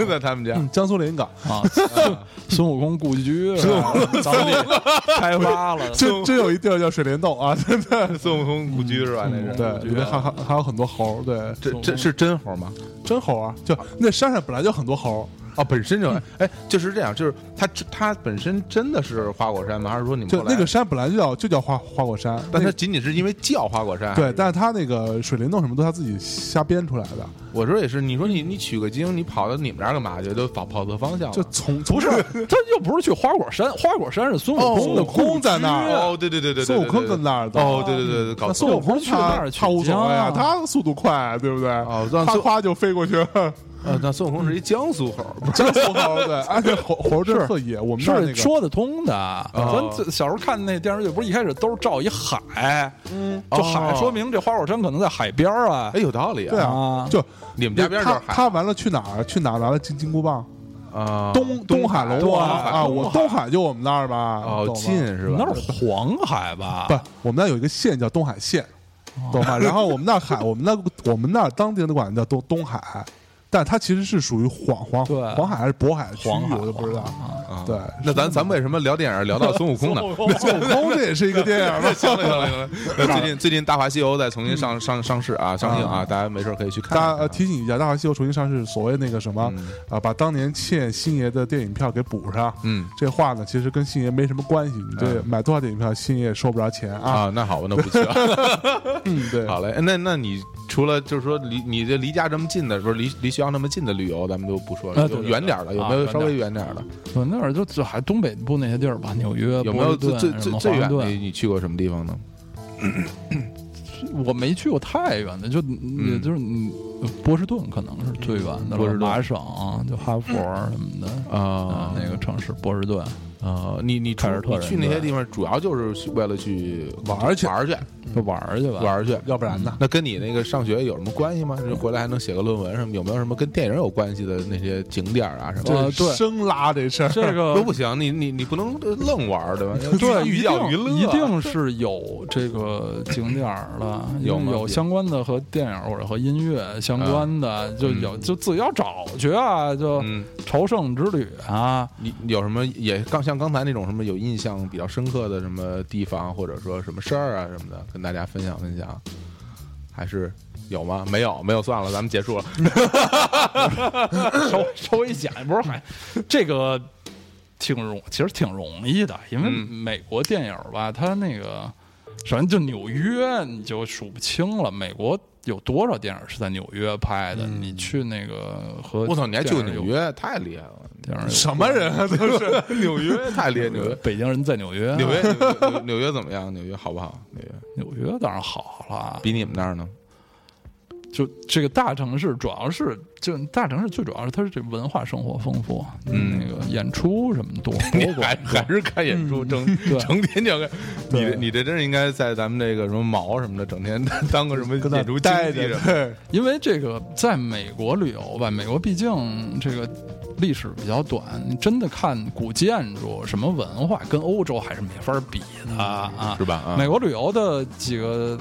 Speaker 1: 在他们家
Speaker 2: 嗯江苏连云港，
Speaker 3: 啊，孙 孙悟空 故居，是吧当地开发了，
Speaker 2: 真真有一地儿叫水帘洞啊！真的，
Speaker 1: 孙悟空故居是吧？那是
Speaker 2: 嗯对，里面还还还有很多猴儿，对，
Speaker 1: 这这是真猴吗？
Speaker 2: 真猴啊！就那山上本来就很多猴儿，
Speaker 1: 哦，本身就哎，就是这样，就是它它本身真的是花果山吗？还是说你们
Speaker 2: 就
Speaker 1: 后来
Speaker 2: 那个，山本来就叫就叫花花果山，
Speaker 1: 但它
Speaker 2: 那
Speaker 1: 仅仅是因为叫花果山？
Speaker 2: 对，但是他那个水帘洞什么都他自己瞎编出来的，
Speaker 1: 我说也是，你说你你取个经，你跑到你们那儿干嘛去？都跑跑错方向了。
Speaker 2: 就从
Speaker 3: 不是，他又不是去花果山，花果山是孙悟空的
Speaker 2: 哦孙悟
Speaker 3: 故
Speaker 2: 空在那儿
Speaker 3: 居啊
Speaker 1: 哦，对对对对，对
Speaker 2: 孙悟空跟那儿的
Speaker 1: 哦，对对对对，搞错
Speaker 2: 那孙
Speaker 1: 了
Speaker 2: 悟空
Speaker 3: 去那儿
Speaker 2: 他
Speaker 3: 取
Speaker 2: 他无
Speaker 3: 经
Speaker 2: 所谓
Speaker 3: 啊
Speaker 2: 啊，他速度快，对不对？
Speaker 1: 哦让
Speaker 2: 他
Speaker 1: 孙
Speaker 2: 夸就飞过去，
Speaker 1: 呃，那孙悟空是一江苏 猴，
Speaker 2: 江苏猴儿对，而且猴猴儿真特野，我们那儿那
Speaker 3: 是
Speaker 2: 个
Speaker 3: 说得通的。
Speaker 1: 哦
Speaker 3: 咱这小时候看那电视剧，不是一开始都是照一海，嗯，就海
Speaker 1: 哦
Speaker 3: 说明这花果山可能在海边儿啊
Speaker 1: 哎，。有道理啊。
Speaker 2: 对
Speaker 3: 啊
Speaker 2: 啊，就
Speaker 1: 你们家边儿就是海
Speaker 2: 他他完了去哪儿？去哪儿拿了金金箍棒？
Speaker 1: 啊，
Speaker 2: 东
Speaker 1: 东
Speaker 2: 海
Speaker 1: 东
Speaker 2: 楼啊
Speaker 1: 海
Speaker 2: 啊，我东海就我们那儿吧，
Speaker 1: 哦
Speaker 2: 懂吗
Speaker 1: 近是吧？
Speaker 3: 那是黄海 吧？
Speaker 2: 不，我们那儿有一个县叫东海县，懂吗？然后我们那儿海，我们那儿我们那儿当地的管叫东东海，但它其实是属于黄黄
Speaker 3: 对
Speaker 2: 黄海还是渤海区
Speaker 3: 黄
Speaker 2: 域，
Speaker 3: 海
Speaker 2: 我就不知道。
Speaker 1: 啊
Speaker 2: 对，
Speaker 1: 那咱咱为什么聊电影聊到孙悟空呢？？
Speaker 2: 孙悟空这也是一个电影吧
Speaker 1: 行了行了行了，那最近最近《大话西游》在重新上上上市啊，上映啊，大家没事儿可以去
Speaker 2: 嗯大家
Speaker 1: 看一
Speaker 2: 呃
Speaker 1: 啊看。
Speaker 2: 提醒一下，《大话西游》重新上市，所谓那个什么
Speaker 1: 嗯
Speaker 2: 啊，把当年欠星爷的电影票给补上。
Speaker 1: 嗯
Speaker 2: 这话呢，其实跟星爷没什么关系。你这买多少电影票，星爷也收不着钱啊。
Speaker 1: 啊，那好吧，那不去了。
Speaker 2: 嗯，对。
Speaker 1: 好嘞，哎那那你除了就是说离你这离家这么近的，不是离离学校那么近的旅游，咱们就不说了。
Speaker 3: 啊对
Speaker 1: 有
Speaker 3: 对对
Speaker 1: 远点儿的，有没有
Speaker 3: 啊
Speaker 1: 稍微远点儿的？
Speaker 3: 我那会儿就就还东北部那些地儿吧，纽约、
Speaker 1: 有没有最
Speaker 3: 呃波士
Speaker 1: 最
Speaker 3: 顿
Speaker 1: 最
Speaker 3: 什么
Speaker 1: 最
Speaker 3: 华盛
Speaker 1: 远的？
Speaker 3: 顿
Speaker 1: 你你去过什么地方呢？
Speaker 3: 我没去过太远的，就也就是嗯波士顿可能是最远的了，
Speaker 1: 波士顿
Speaker 3: 麻省就哈佛什么的
Speaker 1: 啊
Speaker 3: 嗯那个城市波士顿。
Speaker 1: 啊，你你出
Speaker 3: 凯尔特
Speaker 1: 你
Speaker 3: 人
Speaker 1: 去那些地方，主要就是为了去玩
Speaker 2: 儿去
Speaker 1: 玩儿去，
Speaker 3: 就玩儿去吧，
Speaker 1: 嗯玩儿去。嗯
Speaker 2: 要不然呢？
Speaker 1: 那跟你那个上学有什么关系吗？
Speaker 3: 嗯
Speaker 1: 就回来还能写个论文什么？有没有什么跟电影有关系的那些景点儿啊什么的？
Speaker 3: 呃对
Speaker 2: 生拉这事儿，
Speaker 3: 这
Speaker 1: 都
Speaker 3: 个
Speaker 1: 不行，你你你不能愣玩儿对 吧？要
Speaker 3: 对
Speaker 1: 寓教于乐，
Speaker 3: 一定一定是有这个景点儿的，
Speaker 1: 有吗
Speaker 3: 有相关的和电影或者和音乐相关的，就有就自己要找去啊，就
Speaker 1: 嗯，
Speaker 3: 朝圣之旅 啊，
Speaker 1: 你有什么也刚像刚才那种什么有印象比较深刻的什么地方，或者说什么事儿啊什么的，跟大家分享分享，还是有吗？没有，没有，算了，咱们结束了。
Speaker 3: 稍稍微讲，不是还这个挺容，其实挺容易的，因为
Speaker 1: 嗯
Speaker 3: 美国电影吧，它那个首先就纽约你就数不清了，美国。有多少电影是在纽约拍的？你去那个和
Speaker 1: 嗯我操，你还去过
Speaker 3: 电影
Speaker 1: 纽
Speaker 3: 有？
Speaker 1: 约，太厉害了！
Speaker 3: 电影有
Speaker 2: 什么人啊？都 是
Speaker 1: 纽约太厉害，纽约，
Speaker 3: 呃北京人在纽约，啊
Speaker 1: 纽约，纽约纽约怎么样？纽约好不好？纽约
Speaker 3: 纽约当然好了。啊
Speaker 1: 比你们那儿呢？
Speaker 3: 就这个大城市，主要是就大城市最主要是它是这文化生活丰富，啊
Speaker 1: 嗯
Speaker 3: 那个演出什么多，
Speaker 1: 你
Speaker 3: 博物
Speaker 1: 还
Speaker 3: 馆
Speaker 1: 还是看演出，整
Speaker 3: 对
Speaker 1: 整天就看。你这
Speaker 2: 嗯对
Speaker 1: 你这真是应该在咱们这个什么毛什么的，整天 当个什么
Speaker 2: 跟那
Speaker 1: 演出经
Speaker 2: 待
Speaker 1: 纪
Speaker 2: 着
Speaker 1: 人，，
Speaker 2: 对，
Speaker 3: 因为这个在美国旅游吧，美国毕竟这个历史比较短，你真的看古建筑什么文化，跟欧洲还是没法比的啊。
Speaker 1: 是吧？啊，
Speaker 3: 美国旅游的几个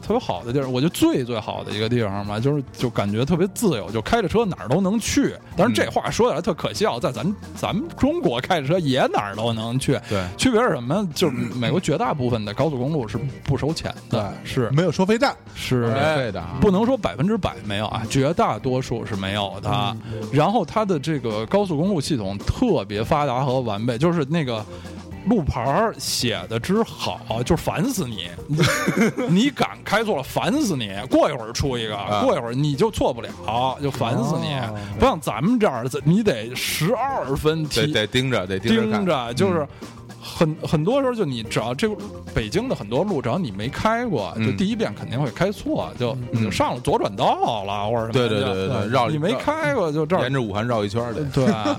Speaker 3: 特别好的地儿，我觉得最最好的一个地方嘛，就是就感觉特别自由，就开着车哪儿都能去。但是这
Speaker 1: 嗯
Speaker 3: 话说起来特可笑，在咱咱们中国开着车也哪儿都能去。
Speaker 1: 对
Speaker 3: 区别是什么？就是美国绝大部分的高速公路是不收钱的，
Speaker 2: 对
Speaker 3: 是
Speaker 2: 没有收费站，
Speaker 3: 是
Speaker 1: 免费的啊，
Speaker 3: 不能说百分之百没有啊，绝大多数是没有的。然后它的这个高速公路系统特别发达和完备，就是那个路牌儿写的之好，就是烦死你，你敢开错了烦死你。过一会儿出一个，过一会儿你就错不了，就烦死你。不像咱们这儿，你得十二分
Speaker 1: 得
Speaker 3: 提
Speaker 1: 得盯着，得盯着看嗯
Speaker 3: 盯着，就是很很多时候就你只要这个北京的很多路，只要你没开过，就
Speaker 1: 嗯
Speaker 3: 第一遍肯定会开错，就你就上了左转道了或者什么的，
Speaker 1: 对对对对对绕
Speaker 3: 你没开过就这儿呃
Speaker 1: 沿着嗯武汉绕一圈儿的。
Speaker 3: 对。啊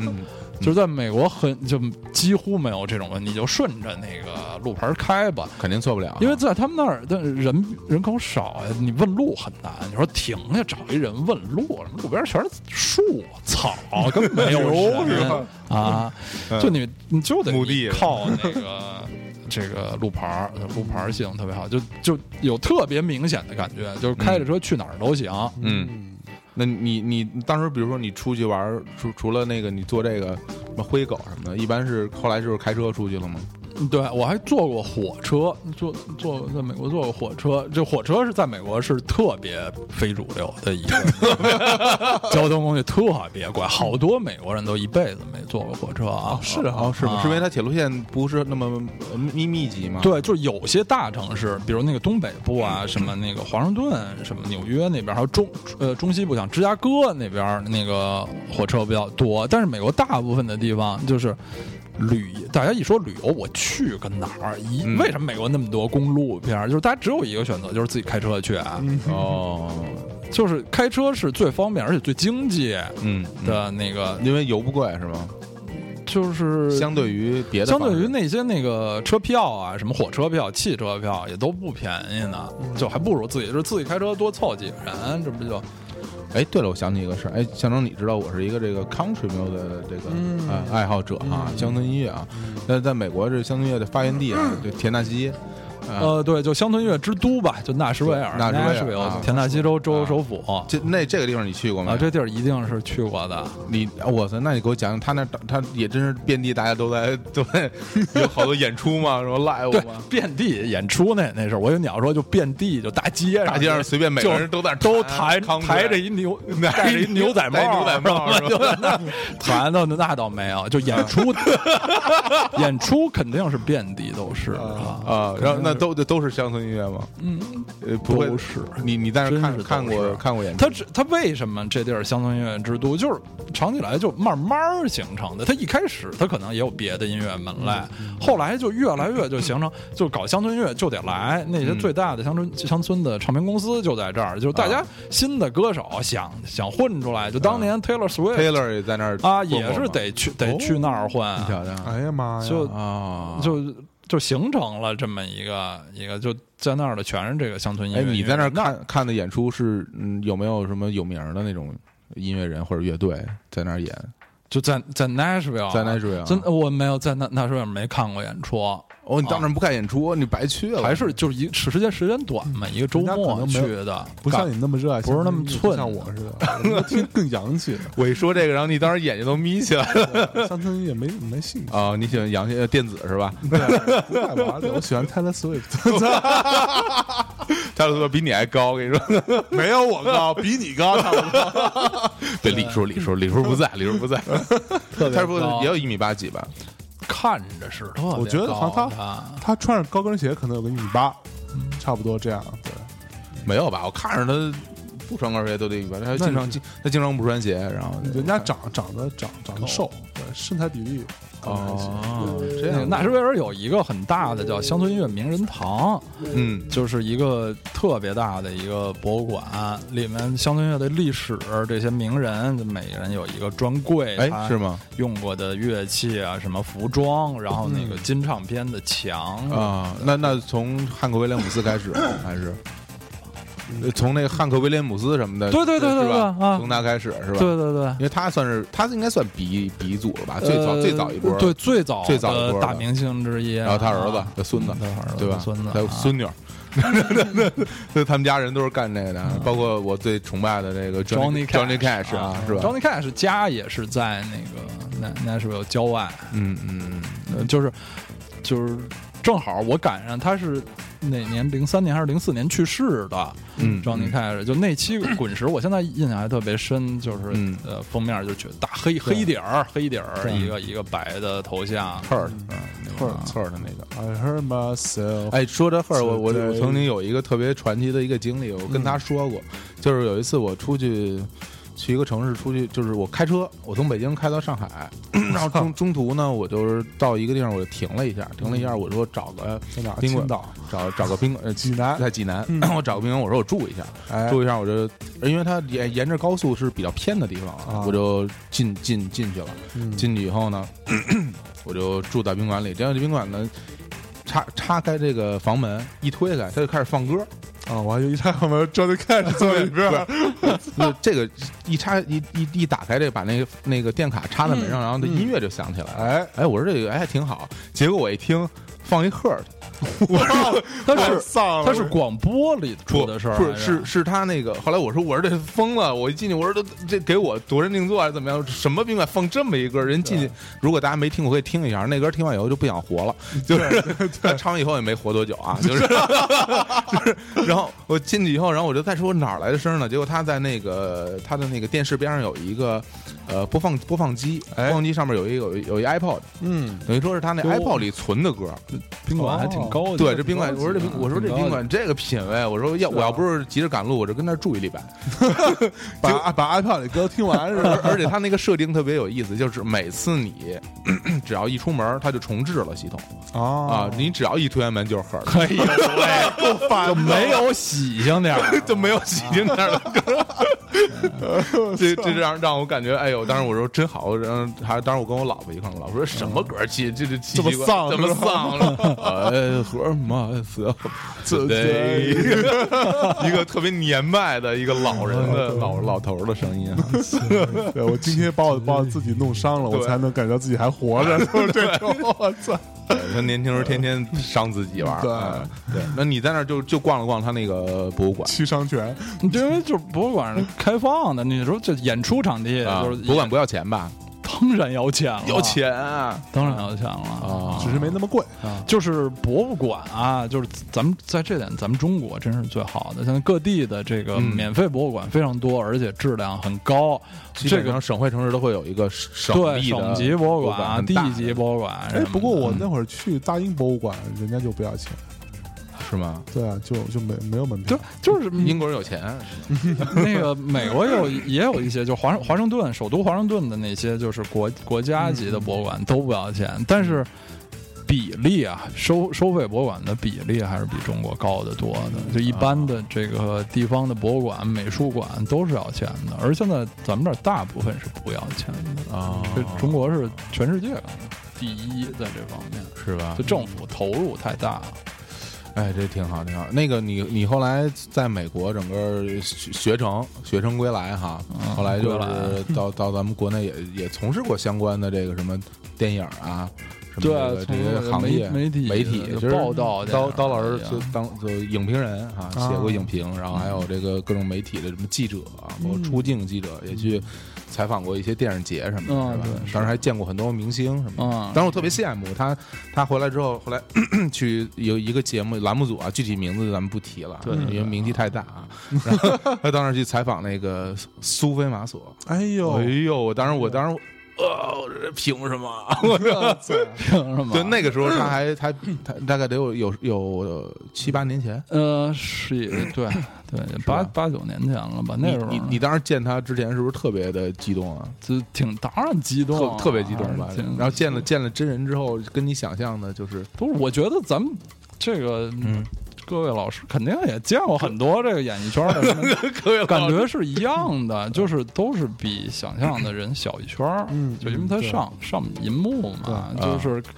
Speaker 3: 就是在美国很就几乎没有这种问题，你就顺着那个路牌开吧，
Speaker 1: 肯定错不了，啊
Speaker 3: 因为在他们那儿，但是人人口少呀，你问路很难。你说停下找一人问路，什么路边全是树草，根本没有
Speaker 2: 牛是
Speaker 3: 人
Speaker 2: 吧
Speaker 3: 啊！就你你就得
Speaker 1: 嗯墓地
Speaker 3: 靠那个这个路牌儿，路牌儿系统特别好，就就有特别明显的感觉，就是开着车去哪儿都行。
Speaker 1: 嗯，那你你当时比如说你出去玩儿，除除了那个你做这个什么灰狗什么的，一般是后来就是开车出去了吗？
Speaker 3: 对我还坐过火车，坐坐在美国坐过火车，这火车是在美国是特别非主流的一个 交通工具，特别怪，好多美国人都一辈子没坐过火车啊。
Speaker 2: 是啊，
Speaker 1: 哦是吗？是因为它铁路线不是那么呃密密集吗？
Speaker 3: 对，就是有些大城市，比如那个东北部啊，什么那个华盛顿、什么纽约那边，还有中呃中西部，像芝加哥那边那个火车比较多。但是美国大部分的地方就是旅，大家一说旅游，我去个哪儿？一、
Speaker 1: 嗯
Speaker 3: 为什么美国那么多公路片儿？就是大家只有一个选择，就是自己开车去啊。
Speaker 1: 哦，
Speaker 3: 就是开车是最方便，而且最经济
Speaker 1: 嗯，
Speaker 3: 的那个，
Speaker 1: 因为油不贵是吗？
Speaker 3: 就是
Speaker 1: 相对于别的
Speaker 3: 呃相
Speaker 1: 方式，
Speaker 3: 对于那些那个车票啊，什么火车票、汽车票也都不便宜呢，
Speaker 1: 嗯
Speaker 3: 就还不如自己就是自己开车多凑几个人，这不就
Speaker 1: 哎，对了，我想起一个事儿，哎，象征，你知道我是一个这个 country music 的这个、
Speaker 3: 嗯
Speaker 1: 呃爱好者哈、乡村音乐啊。那、在美国这乡村音乐的发源地 啊，就田纳西，啊，
Speaker 3: 呃对，就乡村乐之都吧，就纳什维尔，
Speaker 1: 纳什维尔
Speaker 3: 什维
Speaker 1: 啊
Speaker 3: 尔，田纳西州州首府啊，
Speaker 1: 这那啊这个地方你去过吗？
Speaker 3: 这地儿一定是去过的。
Speaker 1: 你我操，那你给我讲讲，他那他也真是遍地，大家都在都在有好多演出嘛，什 么 live
Speaker 3: 对
Speaker 1: 嘛，，
Speaker 3: 遍地演出那那事儿，我以为你要说就遍地就大街上，
Speaker 1: 大街上随便每个
Speaker 3: 就
Speaker 1: 人都 在
Speaker 3: 都
Speaker 1: 弹
Speaker 3: 抬
Speaker 1: 啊康
Speaker 3: 抬着
Speaker 1: 队
Speaker 3: 一牛
Speaker 1: 拿
Speaker 3: 戴着
Speaker 1: 一
Speaker 3: 一牛仔帽
Speaker 1: 戴牛仔
Speaker 3: 儿，
Speaker 1: 帽儿
Speaker 3: 然后就在那儿 弹到那倒没有，就演出 演出肯定是遍地都是啊。
Speaker 1: 啊，然后那都都是乡村音乐吗？嗯，呃，不会
Speaker 3: 都是
Speaker 1: 你你在那
Speaker 3: 真
Speaker 1: 看
Speaker 3: 是
Speaker 1: 看
Speaker 3: 都是
Speaker 1: 过看过演出？
Speaker 3: 它只它为什么这地儿乡村音乐之都？就是尝起来就慢慢儿形成的。它一开始它可能也有别的音乐门类，
Speaker 1: 嗯
Speaker 3: 后来就越来越就形成，就搞乡村音乐就得来那
Speaker 1: 嗯
Speaker 3: 些最大的乡村乡村的唱片公司就在这儿，就是大
Speaker 1: 啊
Speaker 3: 家新的歌手想想混出来，就当年 Taylor Swift
Speaker 1: Taylor 也在那儿
Speaker 3: 啊，
Speaker 1: 做过
Speaker 3: 也是
Speaker 1: 嘛
Speaker 3: 得去得去那儿混，
Speaker 1: 你瞧瞧
Speaker 2: 哎呀妈呀，
Speaker 3: 就
Speaker 1: 啊，
Speaker 3: 就就形成了这么一个一个就在那儿的全是这个乡村音乐
Speaker 1: 哎，
Speaker 3: 音乐。
Speaker 1: 你在那儿看看的演出是嗯有没有什么有名儿的那种音乐人或者乐队在那儿演？
Speaker 3: 就在在 Nashville，啊
Speaker 1: 在
Speaker 2: 啊
Speaker 1: Nashville
Speaker 3: 真我没有在那 Nashville 没看过演出，
Speaker 2: 哎
Speaker 1: 哦，你到那儿不看演出，你白去了。
Speaker 3: 还是就是一时间时间短嘛，一个周
Speaker 2: 人家可
Speaker 3: 末
Speaker 2: 能没有
Speaker 3: 去的，
Speaker 2: 不像你那么热爱，
Speaker 3: 不是那么寸
Speaker 2: 不像我似 的，我听更洋气的。
Speaker 1: 我一说这个，然后你当时眼睛都眯起来了。
Speaker 2: 乡村也没没兴趣，
Speaker 1: 哦，你喜欢洋气呃电子是 吧？
Speaker 2: 不爱玩啊的。我喜欢 Taylor Swift，
Speaker 1: 他说比你还高，我跟你说，
Speaker 2: 没有我高，比你高，差不多。
Speaker 1: 对李叔，李叔，李叔不在，李叔不 在，他是不是
Speaker 3: 高
Speaker 1: 也有一米八几吧？
Speaker 3: 看着是特别高啊
Speaker 2: 我觉得好像
Speaker 3: 的
Speaker 2: 嗯他穿着高跟鞋可能有个一米八，差不多这样。对，
Speaker 1: 没有吧？我看着他不穿高跟鞋都得一般，他经常
Speaker 2: 你
Speaker 1: 经他经常不穿鞋，然后
Speaker 2: 人家长长得长长得瘦，对，身材比例高还行
Speaker 1: 哦，这
Speaker 3: 那个
Speaker 1: 样
Speaker 3: 纳什维尔有一个很大的叫乡村音乐名人堂，
Speaker 1: 嗯
Speaker 3: 就是一个特别大的一个博物馆，里面乡村乐的历史，这些名人每人有一个专柜，
Speaker 1: 哎
Speaker 3: 他
Speaker 1: 是吗？
Speaker 3: 用过的乐器啊，什么服装，然后那个金唱片的墙，
Speaker 1: 啊，那那从汉克威廉姆斯开始 还是？呃从那个汉克威廉姆斯什么的，
Speaker 3: 对对对对
Speaker 1: 是吧
Speaker 3: 对啊
Speaker 1: 从他开始是吧？
Speaker 3: 对对对。
Speaker 1: 因为他算是他应该算鼻鼻祖了吧，最早
Speaker 3: 呃
Speaker 1: 最早一波，
Speaker 3: 对，最早
Speaker 1: 最早一波的
Speaker 3: 的大明星之一。
Speaker 1: 然后他儿子
Speaker 3: 啊、
Speaker 1: 他孙子
Speaker 3: 嗯他儿子
Speaker 1: 对吧？
Speaker 3: 孙子
Speaker 1: 还有
Speaker 3: 啊
Speaker 1: 孙女儿， 对，他们家人都是干这个的，包括我最崇拜的这个
Speaker 3: Johnny
Speaker 1: Johnny Cash 啊，是吧
Speaker 3: Johnny Cash 家也是在那个 Nashville 郊外，
Speaker 1: 嗯嗯
Speaker 3: 呃就是就是正好我赶上他是哪年零三年还是零四年去世的，
Speaker 1: 嗯
Speaker 3: 张尼开始就 那期滚石，我现在印象还特别深，就是、
Speaker 1: 嗯
Speaker 3: 呃封面就觉得大黑黑底儿黑底儿一个一个白的头像，嗯
Speaker 1: ，Hurt，Hurt Hurt 的那个。
Speaker 2: I hurt myself，
Speaker 1: 啊哎，说到 Hurt，我我
Speaker 2: 对
Speaker 1: 我曾经有一个特别传奇的一个经历，我跟他说过，就是有一次我出去去一个城市，出去就是我开车，我从北京开到上海， 然后中中途呢，我就是到一个地方我就停了一下，停了一下，我说找个
Speaker 2: 在哪儿？
Speaker 1: 宾馆
Speaker 2: 啊青岛，
Speaker 1: 找找个宾馆，呃
Speaker 2: 济南嗯
Speaker 1: 在济南， 我找个宾馆，我说我住一下，
Speaker 2: 哎，
Speaker 1: 住一下我就，呃因为它沿沿着高速是比较偏的地方了，
Speaker 2: 啊
Speaker 1: 我就进进进去了。
Speaker 2: 嗯
Speaker 1: 进去以后呢， 我就住在宾馆里。这样这宾馆呢，插插开这个房门一推开，他就开始放 歌。
Speaker 2: 啊，我还以为一看我们 Johnny Cash 坐里边儿，
Speaker 1: 那这个一插一一一打开这，把那个那个电卡插在门上，然后这音乐就响起来了。
Speaker 2: 嗯哎，
Speaker 1: 哎，我说这个哎挺好。结果我一听，放一 Hurt，
Speaker 3: 他
Speaker 2: 太
Speaker 3: 是
Speaker 2: 丧了，
Speaker 3: 他是广播里出的事儿，
Speaker 1: 不
Speaker 3: 还
Speaker 1: 是是是他那个。后来我说我说这疯了，我一进去我说这这给我夺人定做还是怎么样？什么宾馆放这么一歌？人进去，如果大家没听过可以听一下，那歌听完以后就不想活了，
Speaker 3: 嗯
Speaker 1: 就是 他唱完以后也没活多久啊，就是 就是。然后我进去以后，然后我就再说哪儿来的声呢？结果他在那个他的那个电视边上有一个呃播放播放机，播放机上面有一有一有一 iPod，
Speaker 2: 嗯，
Speaker 1: 等于说是他那
Speaker 3: 哎哟
Speaker 1: iPod 里存的歌。
Speaker 3: 宾馆还挺高的，
Speaker 1: 哦对，这宾馆，我说这宾，
Speaker 3: 挺
Speaker 1: 我说这
Speaker 3: 高
Speaker 1: 宾
Speaker 3: 的
Speaker 1: 馆这个品位，我说要我要不是急着赶路，我就跟那儿住一礼拜。
Speaker 2: 把把 iPod 里歌听 完是吧？
Speaker 1: 而而且他那个设定特别有意思，就是每次你 只要一出门，他就重置了系统啊
Speaker 2: 啊，
Speaker 1: 你只要一推开门就是盒儿，
Speaker 3: 哎 呦喂，
Speaker 2: 够烦
Speaker 3: 就
Speaker 2: 的，
Speaker 3: 没有喜庆点儿。
Speaker 1: 就没有喜庆那样的歌。 这这让让我感觉，哎呦！当时我说真好，然后还当时我跟我老婆一块儿，我老婆说什么歌儿气，这这这
Speaker 2: 这么丧
Speaker 1: 怎么丧了？ 哎，和 myself today，一个特别年迈的一个老人的老老头儿的声音啊，
Speaker 2: 对我今天把我把我自己弄伤了，我
Speaker 1: 对
Speaker 2: 才能感觉自己还活着，就是这种，我操，
Speaker 1: 他年轻时候天天伤自己玩儿。
Speaker 2: 对
Speaker 1: 哎对，那你在那儿就就逛了逛他那个博物馆。
Speaker 2: 七伤拳，
Speaker 3: 因为就是博 物馆是开放的，你说这演出场地
Speaker 1: 啊
Speaker 3: 就是，
Speaker 1: 博物馆不要钱吧？
Speaker 3: 当然要钱了，
Speaker 1: 要，钱啊！
Speaker 3: 当然要钱了
Speaker 1: 啊
Speaker 2: 只是没那么贵啊，
Speaker 3: 就是博物馆啊，就是咱们在这点，咱们中国真是最好的。现在各地的这个免费博物馆非常多，而且质量很高。
Speaker 1: 基
Speaker 3: 这
Speaker 1: 本上
Speaker 3: 个
Speaker 1: 省会城市都会有一个省
Speaker 3: 对
Speaker 1: 立
Speaker 3: 省
Speaker 1: 的
Speaker 3: 级博物馆啊、
Speaker 1: 很
Speaker 3: 地
Speaker 1: 大的
Speaker 3: 级博物馆什
Speaker 2: 哎
Speaker 3: 么的。，嗯
Speaker 2: 不过我那会儿去大英博物馆，人家就不要钱，
Speaker 1: 是吗？
Speaker 2: 对啊，就就没没有门票
Speaker 3: 就，就是
Speaker 1: 英国人有钱，
Speaker 3: 那个美国也有也有一些，就华盛华盛顿首都华盛顿的那些，就是国国家级
Speaker 1: 嗯
Speaker 3: 的博物馆都不要钱，但是比例啊，收收费博物馆的比例还是比中国高得多的。就一般的这个地方的博物馆、美术馆都是要钱的，而现在咱们这儿大部分是不要钱的
Speaker 1: 啊
Speaker 3: 这中国是全世界第一在这方面，
Speaker 1: 是吧
Speaker 3: 就？政府投入太大了。
Speaker 1: 哎，这挺好，挺好。那个你，你后来在美国整个学学成学成归来哈，后来就
Speaker 3: 嗯归来
Speaker 1: 是到到咱们国内也也从事过相关的这个什么电影啊，什么
Speaker 3: 对
Speaker 1: 这个这
Speaker 3: 从
Speaker 1: 些行业
Speaker 3: 媒媒体
Speaker 1: 媒体
Speaker 3: 就
Speaker 1: 其实
Speaker 3: 报道电
Speaker 1: 刀
Speaker 3: 影
Speaker 1: 刀老师
Speaker 3: 这
Speaker 1: 就
Speaker 3: 样
Speaker 1: 当就影评人啊，
Speaker 2: 啊
Speaker 1: 写过影评，然后还有这个各种媒体的什么记者啊，包
Speaker 3: 嗯
Speaker 1: 括出镜记者也去采访过一些电影节什么的，
Speaker 3: 嗯
Speaker 1: 是吧
Speaker 3: 对？是
Speaker 1: 当时还见过很多明星什么的。
Speaker 3: 嗯，
Speaker 1: 当时我特别羡慕他，他回来之后，后来 去有一个节目栏目组啊，具体名字咱们不提了，
Speaker 3: 对
Speaker 1: 因为名气太大啊。然 后他当时去采访那个苏菲玛索，
Speaker 2: 哎呦
Speaker 1: 哦哎，呦，我当时我当时哦，这凭什么？啊 我说
Speaker 3: 凭什么？
Speaker 1: 就那个时候 他还才他大概得有有有七八年前。
Speaker 3: 呃，是也对对，八八九年前了吧？那时候
Speaker 1: 你你你当时见他之前是不是特别的激动啊？
Speaker 3: 就挺当然激动啊、
Speaker 1: 特特别激动吧？
Speaker 3: 挺
Speaker 1: 然后见了见了真人之后，跟你想象的 就是
Speaker 3: 不是，我觉得咱们这个
Speaker 1: 嗯
Speaker 3: 各位老师肯定也见过很多这个演艺圈的 人感觉是一样的，就是都是比想象的人小一圈儿，
Speaker 2: 嗯
Speaker 3: 就因为他
Speaker 2: 对
Speaker 3: 上上银幕嘛，就是。呃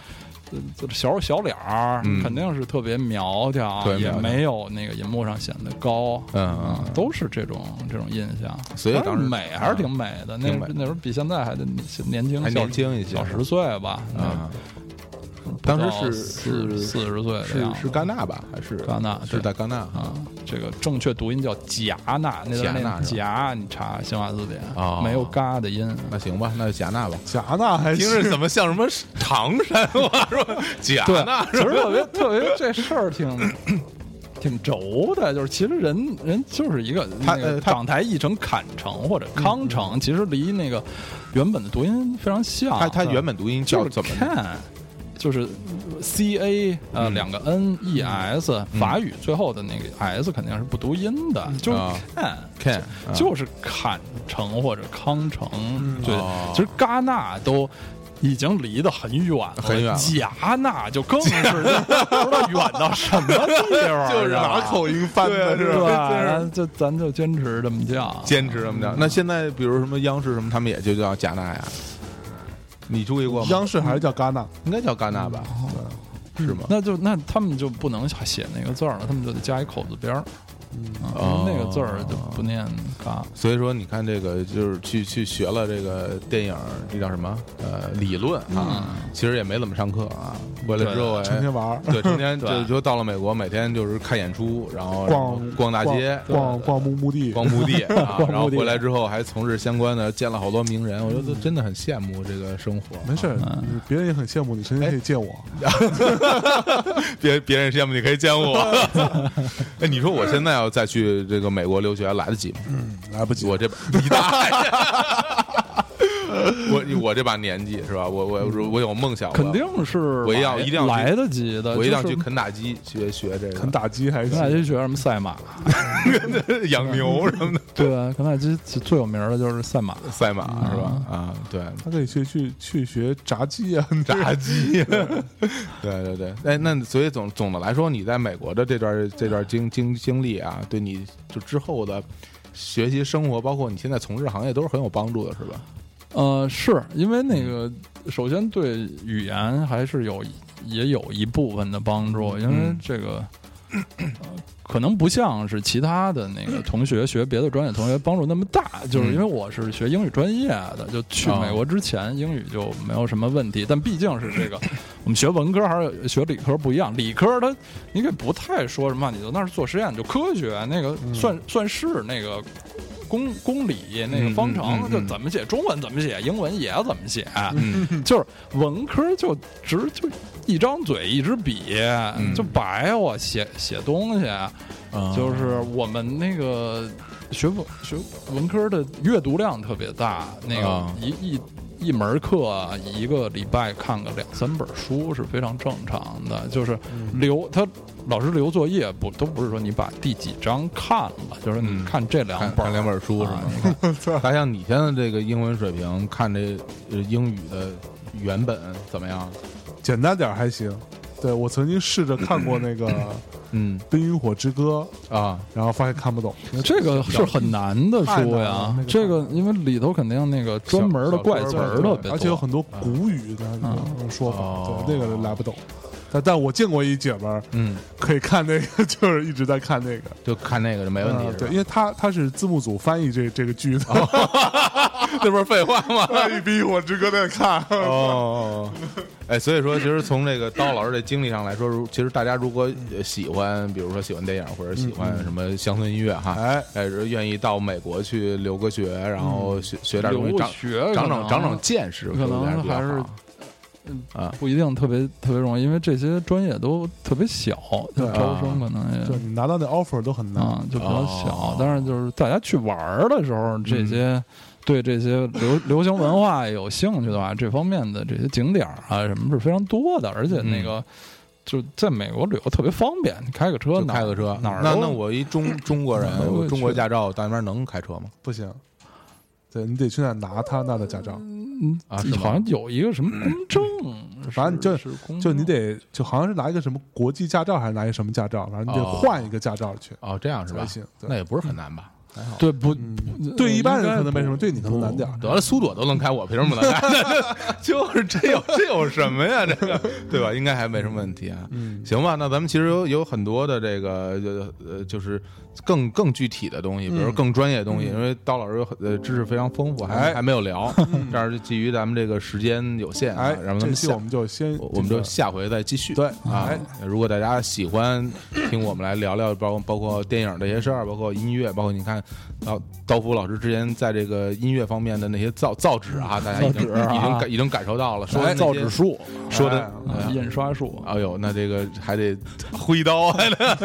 Speaker 3: 小小脸儿、
Speaker 1: 啊嗯
Speaker 3: 肯定是特别苗条，
Speaker 1: 对苗
Speaker 3: 也
Speaker 1: 条
Speaker 3: 没有那个银幕上显得高，
Speaker 1: 嗯
Speaker 3: 啊都是这种这种印象。
Speaker 1: 所以
Speaker 3: 但是
Speaker 1: 当时嗯
Speaker 3: 美还是挺美的，那
Speaker 1: 挺美
Speaker 3: 那时候比现在还得年轻，
Speaker 1: 还
Speaker 3: 小
Speaker 1: 年轻一些
Speaker 3: 小十岁吧。嗯
Speaker 1: 啊，当时
Speaker 3: 四
Speaker 1: 是是
Speaker 3: 四十岁的
Speaker 1: 是
Speaker 3: 样子
Speaker 1: 是戛纳吧？还是
Speaker 3: 戛纳
Speaker 1: 是
Speaker 3: 对
Speaker 1: 在戛纳啊？
Speaker 3: 啊，这个正确读音叫戛纳，那
Speaker 1: 戛
Speaker 3: 段
Speaker 1: 纳
Speaker 3: 念
Speaker 1: 是
Speaker 3: 戛，你查新华字典
Speaker 1: 哦
Speaker 3: 没有嘎的音。
Speaker 1: 那行吧，那就戛纳吧。
Speaker 2: 戛纳 还
Speaker 1: 听
Speaker 2: 是
Speaker 1: 着怎么像什么唐山话是吧？
Speaker 3: 对
Speaker 1: 戛纳，
Speaker 3: 其
Speaker 1: 是
Speaker 3: 实
Speaker 1: 吧？
Speaker 3: 特别特别这事儿挺挺轴的，就是其实人人就是一个
Speaker 1: 他
Speaker 3: 那个
Speaker 1: 呃他
Speaker 3: 港台译成坎城或者康城，其实离那个原本的读音非常像。
Speaker 1: 他他原本读音叫
Speaker 3: 就是
Speaker 1: 怎么？
Speaker 3: 看，就是 C A
Speaker 1: 嗯
Speaker 3: 呃两个 N E S 法语最后的那个 S 肯定是不读音的，就是
Speaker 1: 啊
Speaker 3: 看。
Speaker 1: 看嗯
Speaker 3: 就是坎城或者康城，对
Speaker 1: 哦，
Speaker 3: 其实戛纳都。已经离得很远了，
Speaker 1: 很远了
Speaker 3: 戛纳就更是 不知道远到什么地方，
Speaker 1: 就是
Speaker 3: 吧
Speaker 2: 拿口音翻的
Speaker 1: 啊对
Speaker 2: 是
Speaker 3: 对
Speaker 2: 吧？
Speaker 3: 吧，
Speaker 1: 真是
Speaker 3: 咱就咱就坚持这么叫，
Speaker 1: 坚持这么着。那现在比如什么央视什么，他们也就叫戛纳呀？你注意过吗？
Speaker 2: 央视哦还是叫戛纳？
Speaker 1: 应该叫戛纳吧？对是吗？
Speaker 3: 那就那他们就不能写那个字儿了，他们就得加一口字边儿，啊
Speaker 1: 哦
Speaker 3: 那个字儿就不念嘎，
Speaker 1: 所以说，你看这个就是去去学了这个电影，这叫什么？呃，理论
Speaker 2: 嗯
Speaker 1: 啊，其实也没怎么上课啊。回来之后，哎
Speaker 2: 成天玩儿，
Speaker 1: 对，成天就
Speaker 3: 对
Speaker 1: 就到了美国，每天就是看演出，然后
Speaker 2: 逛
Speaker 1: 哎逛大街，
Speaker 2: 逛逛墓墓地，
Speaker 1: 光墓 地啊，
Speaker 2: 光
Speaker 1: 然后
Speaker 2: 墓地
Speaker 1: 回来之后还从事相关的，见了好多名人，我觉得真的很羡慕这个生活。
Speaker 2: 没事儿，别人也很羡慕你，成天可以见我。
Speaker 1: 别别人羡慕你可以见 我。哎，你说我现在要再去这个美国留学来得及吗？
Speaker 3: 嗯
Speaker 2: 来不及，
Speaker 1: 我这把你大爷！ 我我这把年纪是吧？我我我有梦想，我
Speaker 3: 肯定是
Speaker 1: 我要
Speaker 3: 来
Speaker 1: 一定要去
Speaker 3: 来得及的，
Speaker 1: 我一定要
Speaker 3: 就是
Speaker 1: 去肯塔基学学这个
Speaker 2: 肯打击还
Speaker 3: 肯塔
Speaker 2: 行。
Speaker 3: 基学什么赛马，
Speaker 1: 养牛什 么的，
Speaker 3: 对，啊肯塔基最有名儿的就是赛马，
Speaker 1: 赛马是吧？
Speaker 3: 嗯
Speaker 1: 啊，对，
Speaker 2: 他可以去去去学炸鸡啊，
Speaker 1: 炸鸡， 对对对，哎，那所以总总的来说，你在美国的这段这段经经经历啊，对你就之后的学习生活，包括你现在从事行业，都是很有帮助的，是吧？
Speaker 3: 呃，是因为那个，首先对语言还是有也有一部分的帮助，因为这个、呃可能不像是其他的那个同学学别的专业同学帮助那么大，就是因为我是学英语专业的，就去
Speaker 1: 哦
Speaker 3: 美国之前英语就没有什么问题，但毕竟是这个我们学文科还是学理科不一样，理科它你可以不太说什么，你就那儿做实验就科学那个
Speaker 1: 嗯
Speaker 3: 算、算式那个。公公理那个方程、
Speaker 1: 嗯嗯嗯嗯
Speaker 3: 就怎么写，中文怎么写，英文也怎么写，
Speaker 1: 嗯，
Speaker 3: 就是文科就只就一张嘴一支笔、
Speaker 1: 嗯
Speaker 3: 就白我写写东西，
Speaker 1: 哦
Speaker 3: 就是我们那个学文学文科的阅读量特别大，那个
Speaker 1: 啊
Speaker 3: 一、一。一门课啊一个礼拜看个两三本书是非常正常的，就是
Speaker 2: 嗯
Speaker 3: 留他老师留作业不都不是说你把第几章看了，就是你
Speaker 1: 嗯
Speaker 3: 看这两
Speaker 1: 看
Speaker 3: 本
Speaker 1: 看两本书是
Speaker 3: 啊
Speaker 1: 吗？ 大象，你现在这个英文水平，看这呃英语的原本怎么样？
Speaker 2: 简单点儿还行。对我曾经试着看过那个《
Speaker 1: 嗯
Speaker 2: 冰与火之歌》，
Speaker 1: 啊，
Speaker 2: 然后发现看不懂。
Speaker 3: 这个是很难的
Speaker 2: 太难
Speaker 3: 书
Speaker 2: 了
Speaker 3: 呀
Speaker 2: 那，个
Speaker 3: 这个因为里头肯定那个专门的怪词儿特别多，
Speaker 2: 而且有很多古语的那种说
Speaker 1: 哦
Speaker 2: 法，对那个来不懂。但但我见过一姐们儿
Speaker 1: 嗯，
Speaker 2: 可以看那个，就是一直在看那个，
Speaker 1: 就看那个就没问题是
Speaker 2: 呃
Speaker 1: 吧，
Speaker 2: 对，因为她她是字幕组翻译这这个剧的，
Speaker 1: 这不是废话 吗？
Speaker 2: 一比我之歌在看，
Speaker 1: 哦，哎，所以说，其实从这个刀老师的经历上来说，如其实大家如果呃喜欢，比如说喜欢电影或者喜
Speaker 3: 嗯
Speaker 1: 欢什么乡村音乐哈，
Speaker 2: 哎
Speaker 1: 哎，是愿意到美国去留个学，然后学学点东西，
Speaker 3: 嗯留
Speaker 1: 长长
Speaker 3: 学可
Speaker 1: 长
Speaker 3: 能
Speaker 1: 长长见识，
Speaker 3: 可
Speaker 1: 我觉得
Speaker 3: 能
Speaker 1: 比较
Speaker 3: 还是
Speaker 1: 好啊
Speaker 3: 不一定特别特别容易，因为这些专业都特别小，
Speaker 2: 对
Speaker 3: 招生可能
Speaker 2: 就
Speaker 3: 也
Speaker 2: 你拿到那 offer 都很难。
Speaker 3: 啊就比较
Speaker 1: 哦嗯
Speaker 3: 小。但是就是大家去玩儿的时候，这些对这些流流行文化有兴趣的话，这方面的这些景点儿啊什么是非常多的，而且
Speaker 1: 嗯
Speaker 3: 那个就在美国旅游特别方便，你开个车
Speaker 1: 就
Speaker 3: 哪
Speaker 1: 开个车，
Speaker 3: 哪儿
Speaker 1: 那
Speaker 3: 都
Speaker 1: 那我一 中中国人
Speaker 3: 哪儿，都
Speaker 1: 我
Speaker 3: 会
Speaker 1: 中国
Speaker 3: 去
Speaker 1: 驾照，到那边能开车吗？
Speaker 2: 不行，对你得去那儿拿他那的驾照，
Speaker 1: 啊是吗
Speaker 3: 好像有一个什么公证，
Speaker 2: 反正你就是
Speaker 3: 公
Speaker 2: 就你
Speaker 3: 证
Speaker 2: 得就好像是拿一个什么国际驾照还是拿一什么驾照，反正你得
Speaker 1: 哦
Speaker 2: 换一个驾照去
Speaker 1: 哦，这样是吧
Speaker 2: 才？行。
Speaker 1: 那
Speaker 2: 对，
Speaker 1: 也不是很难吧？
Speaker 3: 对不
Speaker 2: 对一般人可能没什
Speaker 3: 么。
Speaker 2: 么，对你可能难点儿。
Speaker 1: 得了，苏朵都能开，我凭什么不能开？ 就是这有这有什么呀？这个对吧？应该还没什么问题啊。
Speaker 2: 嗯
Speaker 1: 行吧，那咱们其实有有很多的这个呃呃，就是更更具体的东西，比如说更专业的东西，因为刀老师有很呃知识非常丰富，还
Speaker 2: 嗯哎
Speaker 1: 还没有聊。这样就基于咱们这个时间有限啊
Speaker 2: 哎，，
Speaker 1: 然后咱
Speaker 2: 这
Speaker 1: 们
Speaker 2: 期
Speaker 1: 下
Speaker 2: 我们就先
Speaker 1: 我我们就下回再继续。
Speaker 2: 对
Speaker 1: 啊
Speaker 2: 哎，
Speaker 1: 如果大家喜欢听我们来聊聊，包括包括电影这些事儿，包括音乐，包括你看，刀刀夫老师之前在这个音乐方面的那些造造纸啊，大家已经
Speaker 3: 造纸啊
Speaker 1: 已经感已经感受到了，说的
Speaker 3: 哎
Speaker 1: 那些
Speaker 3: 造纸术，
Speaker 1: 说的
Speaker 2: 哎
Speaker 1: 哎
Speaker 3: 啊印刷术，
Speaker 1: 哎呦，那这个还 得挥刀，还得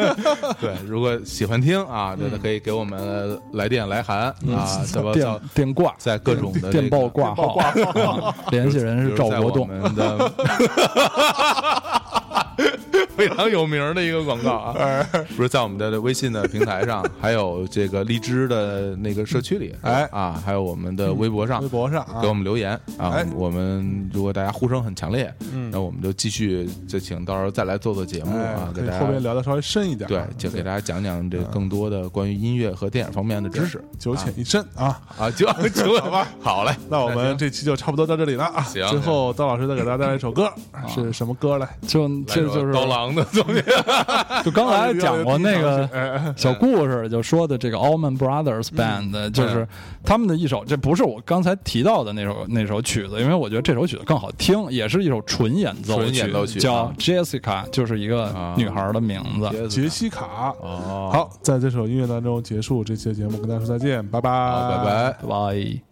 Speaker 1: 对。如果喜欢听啊，真的可以给我们来电来函 啊，怎么
Speaker 3: 嗯电电挂，
Speaker 1: 在各种的这
Speaker 3: 电
Speaker 1: 个
Speaker 3: 报挂号， 联系人是赵国栋
Speaker 1: 比，如在我们的非常有名的一个广告啊，不是在我们的微信的平台上，还有这个荔枝的那个社区里，
Speaker 2: 哎
Speaker 1: 啊，还有我们的微博上，
Speaker 2: 微博上啊
Speaker 1: 给我们留言啊
Speaker 2: 哎。
Speaker 1: 我们如果大家呼声很强烈，嗯，那我们就继续就请到时候再来做做节目
Speaker 2: 哎
Speaker 1: 啊，
Speaker 2: 可
Speaker 1: 给
Speaker 2: 以
Speaker 1: 大
Speaker 2: 后面
Speaker 1: 家。
Speaker 2: 聊的稍微深一点
Speaker 1: 对
Speaker 2: 啊，，
Speaker 1: 就给大家讲讲这更多的关于音乐和电影方面的知识
Speaker 2: 九浅一深啊。
Speaker 1: 啊，就就好吧，好嘞，
Speaker 2: 那我们这期就差不多到这里了啊。
Speaker 1: 行啊
Speaker 2: 最后刀老师再给大家带来一首歌，啊是什么歌嘞？
Speaker 3: 就这
Speaker 1: 来首
Speaker 3: 就是
Speaker 1: 刀郎的作品。
Speaker 3: 就 刚才讲过那
Speaker 1: 啊
Speaker 2: 哎哎
Speaker 3: 个小故事，就说的这个 Allman Brothers
Speaker 1: 嗯
Speaker 3: Band，就是他们的一首，这不是我刚才提到的那首那首曲子，因为我觉得这首曲子更好听，也是一首纯演奏
Speaker 1: 纯演奏曲
Speaker 3: 叫
Speaker 1: 啊
Speaker 3: Jessica，就是一个女孩的名字。
Speaker 2: 杰西卡。
Speaker 1: 哦，
Speaker 2: 好，在这首音乐当中结束这期的节目，跟大家说再见，拜拜，
Speaker 1: 好，拜拜。
Speaker 3: 拜。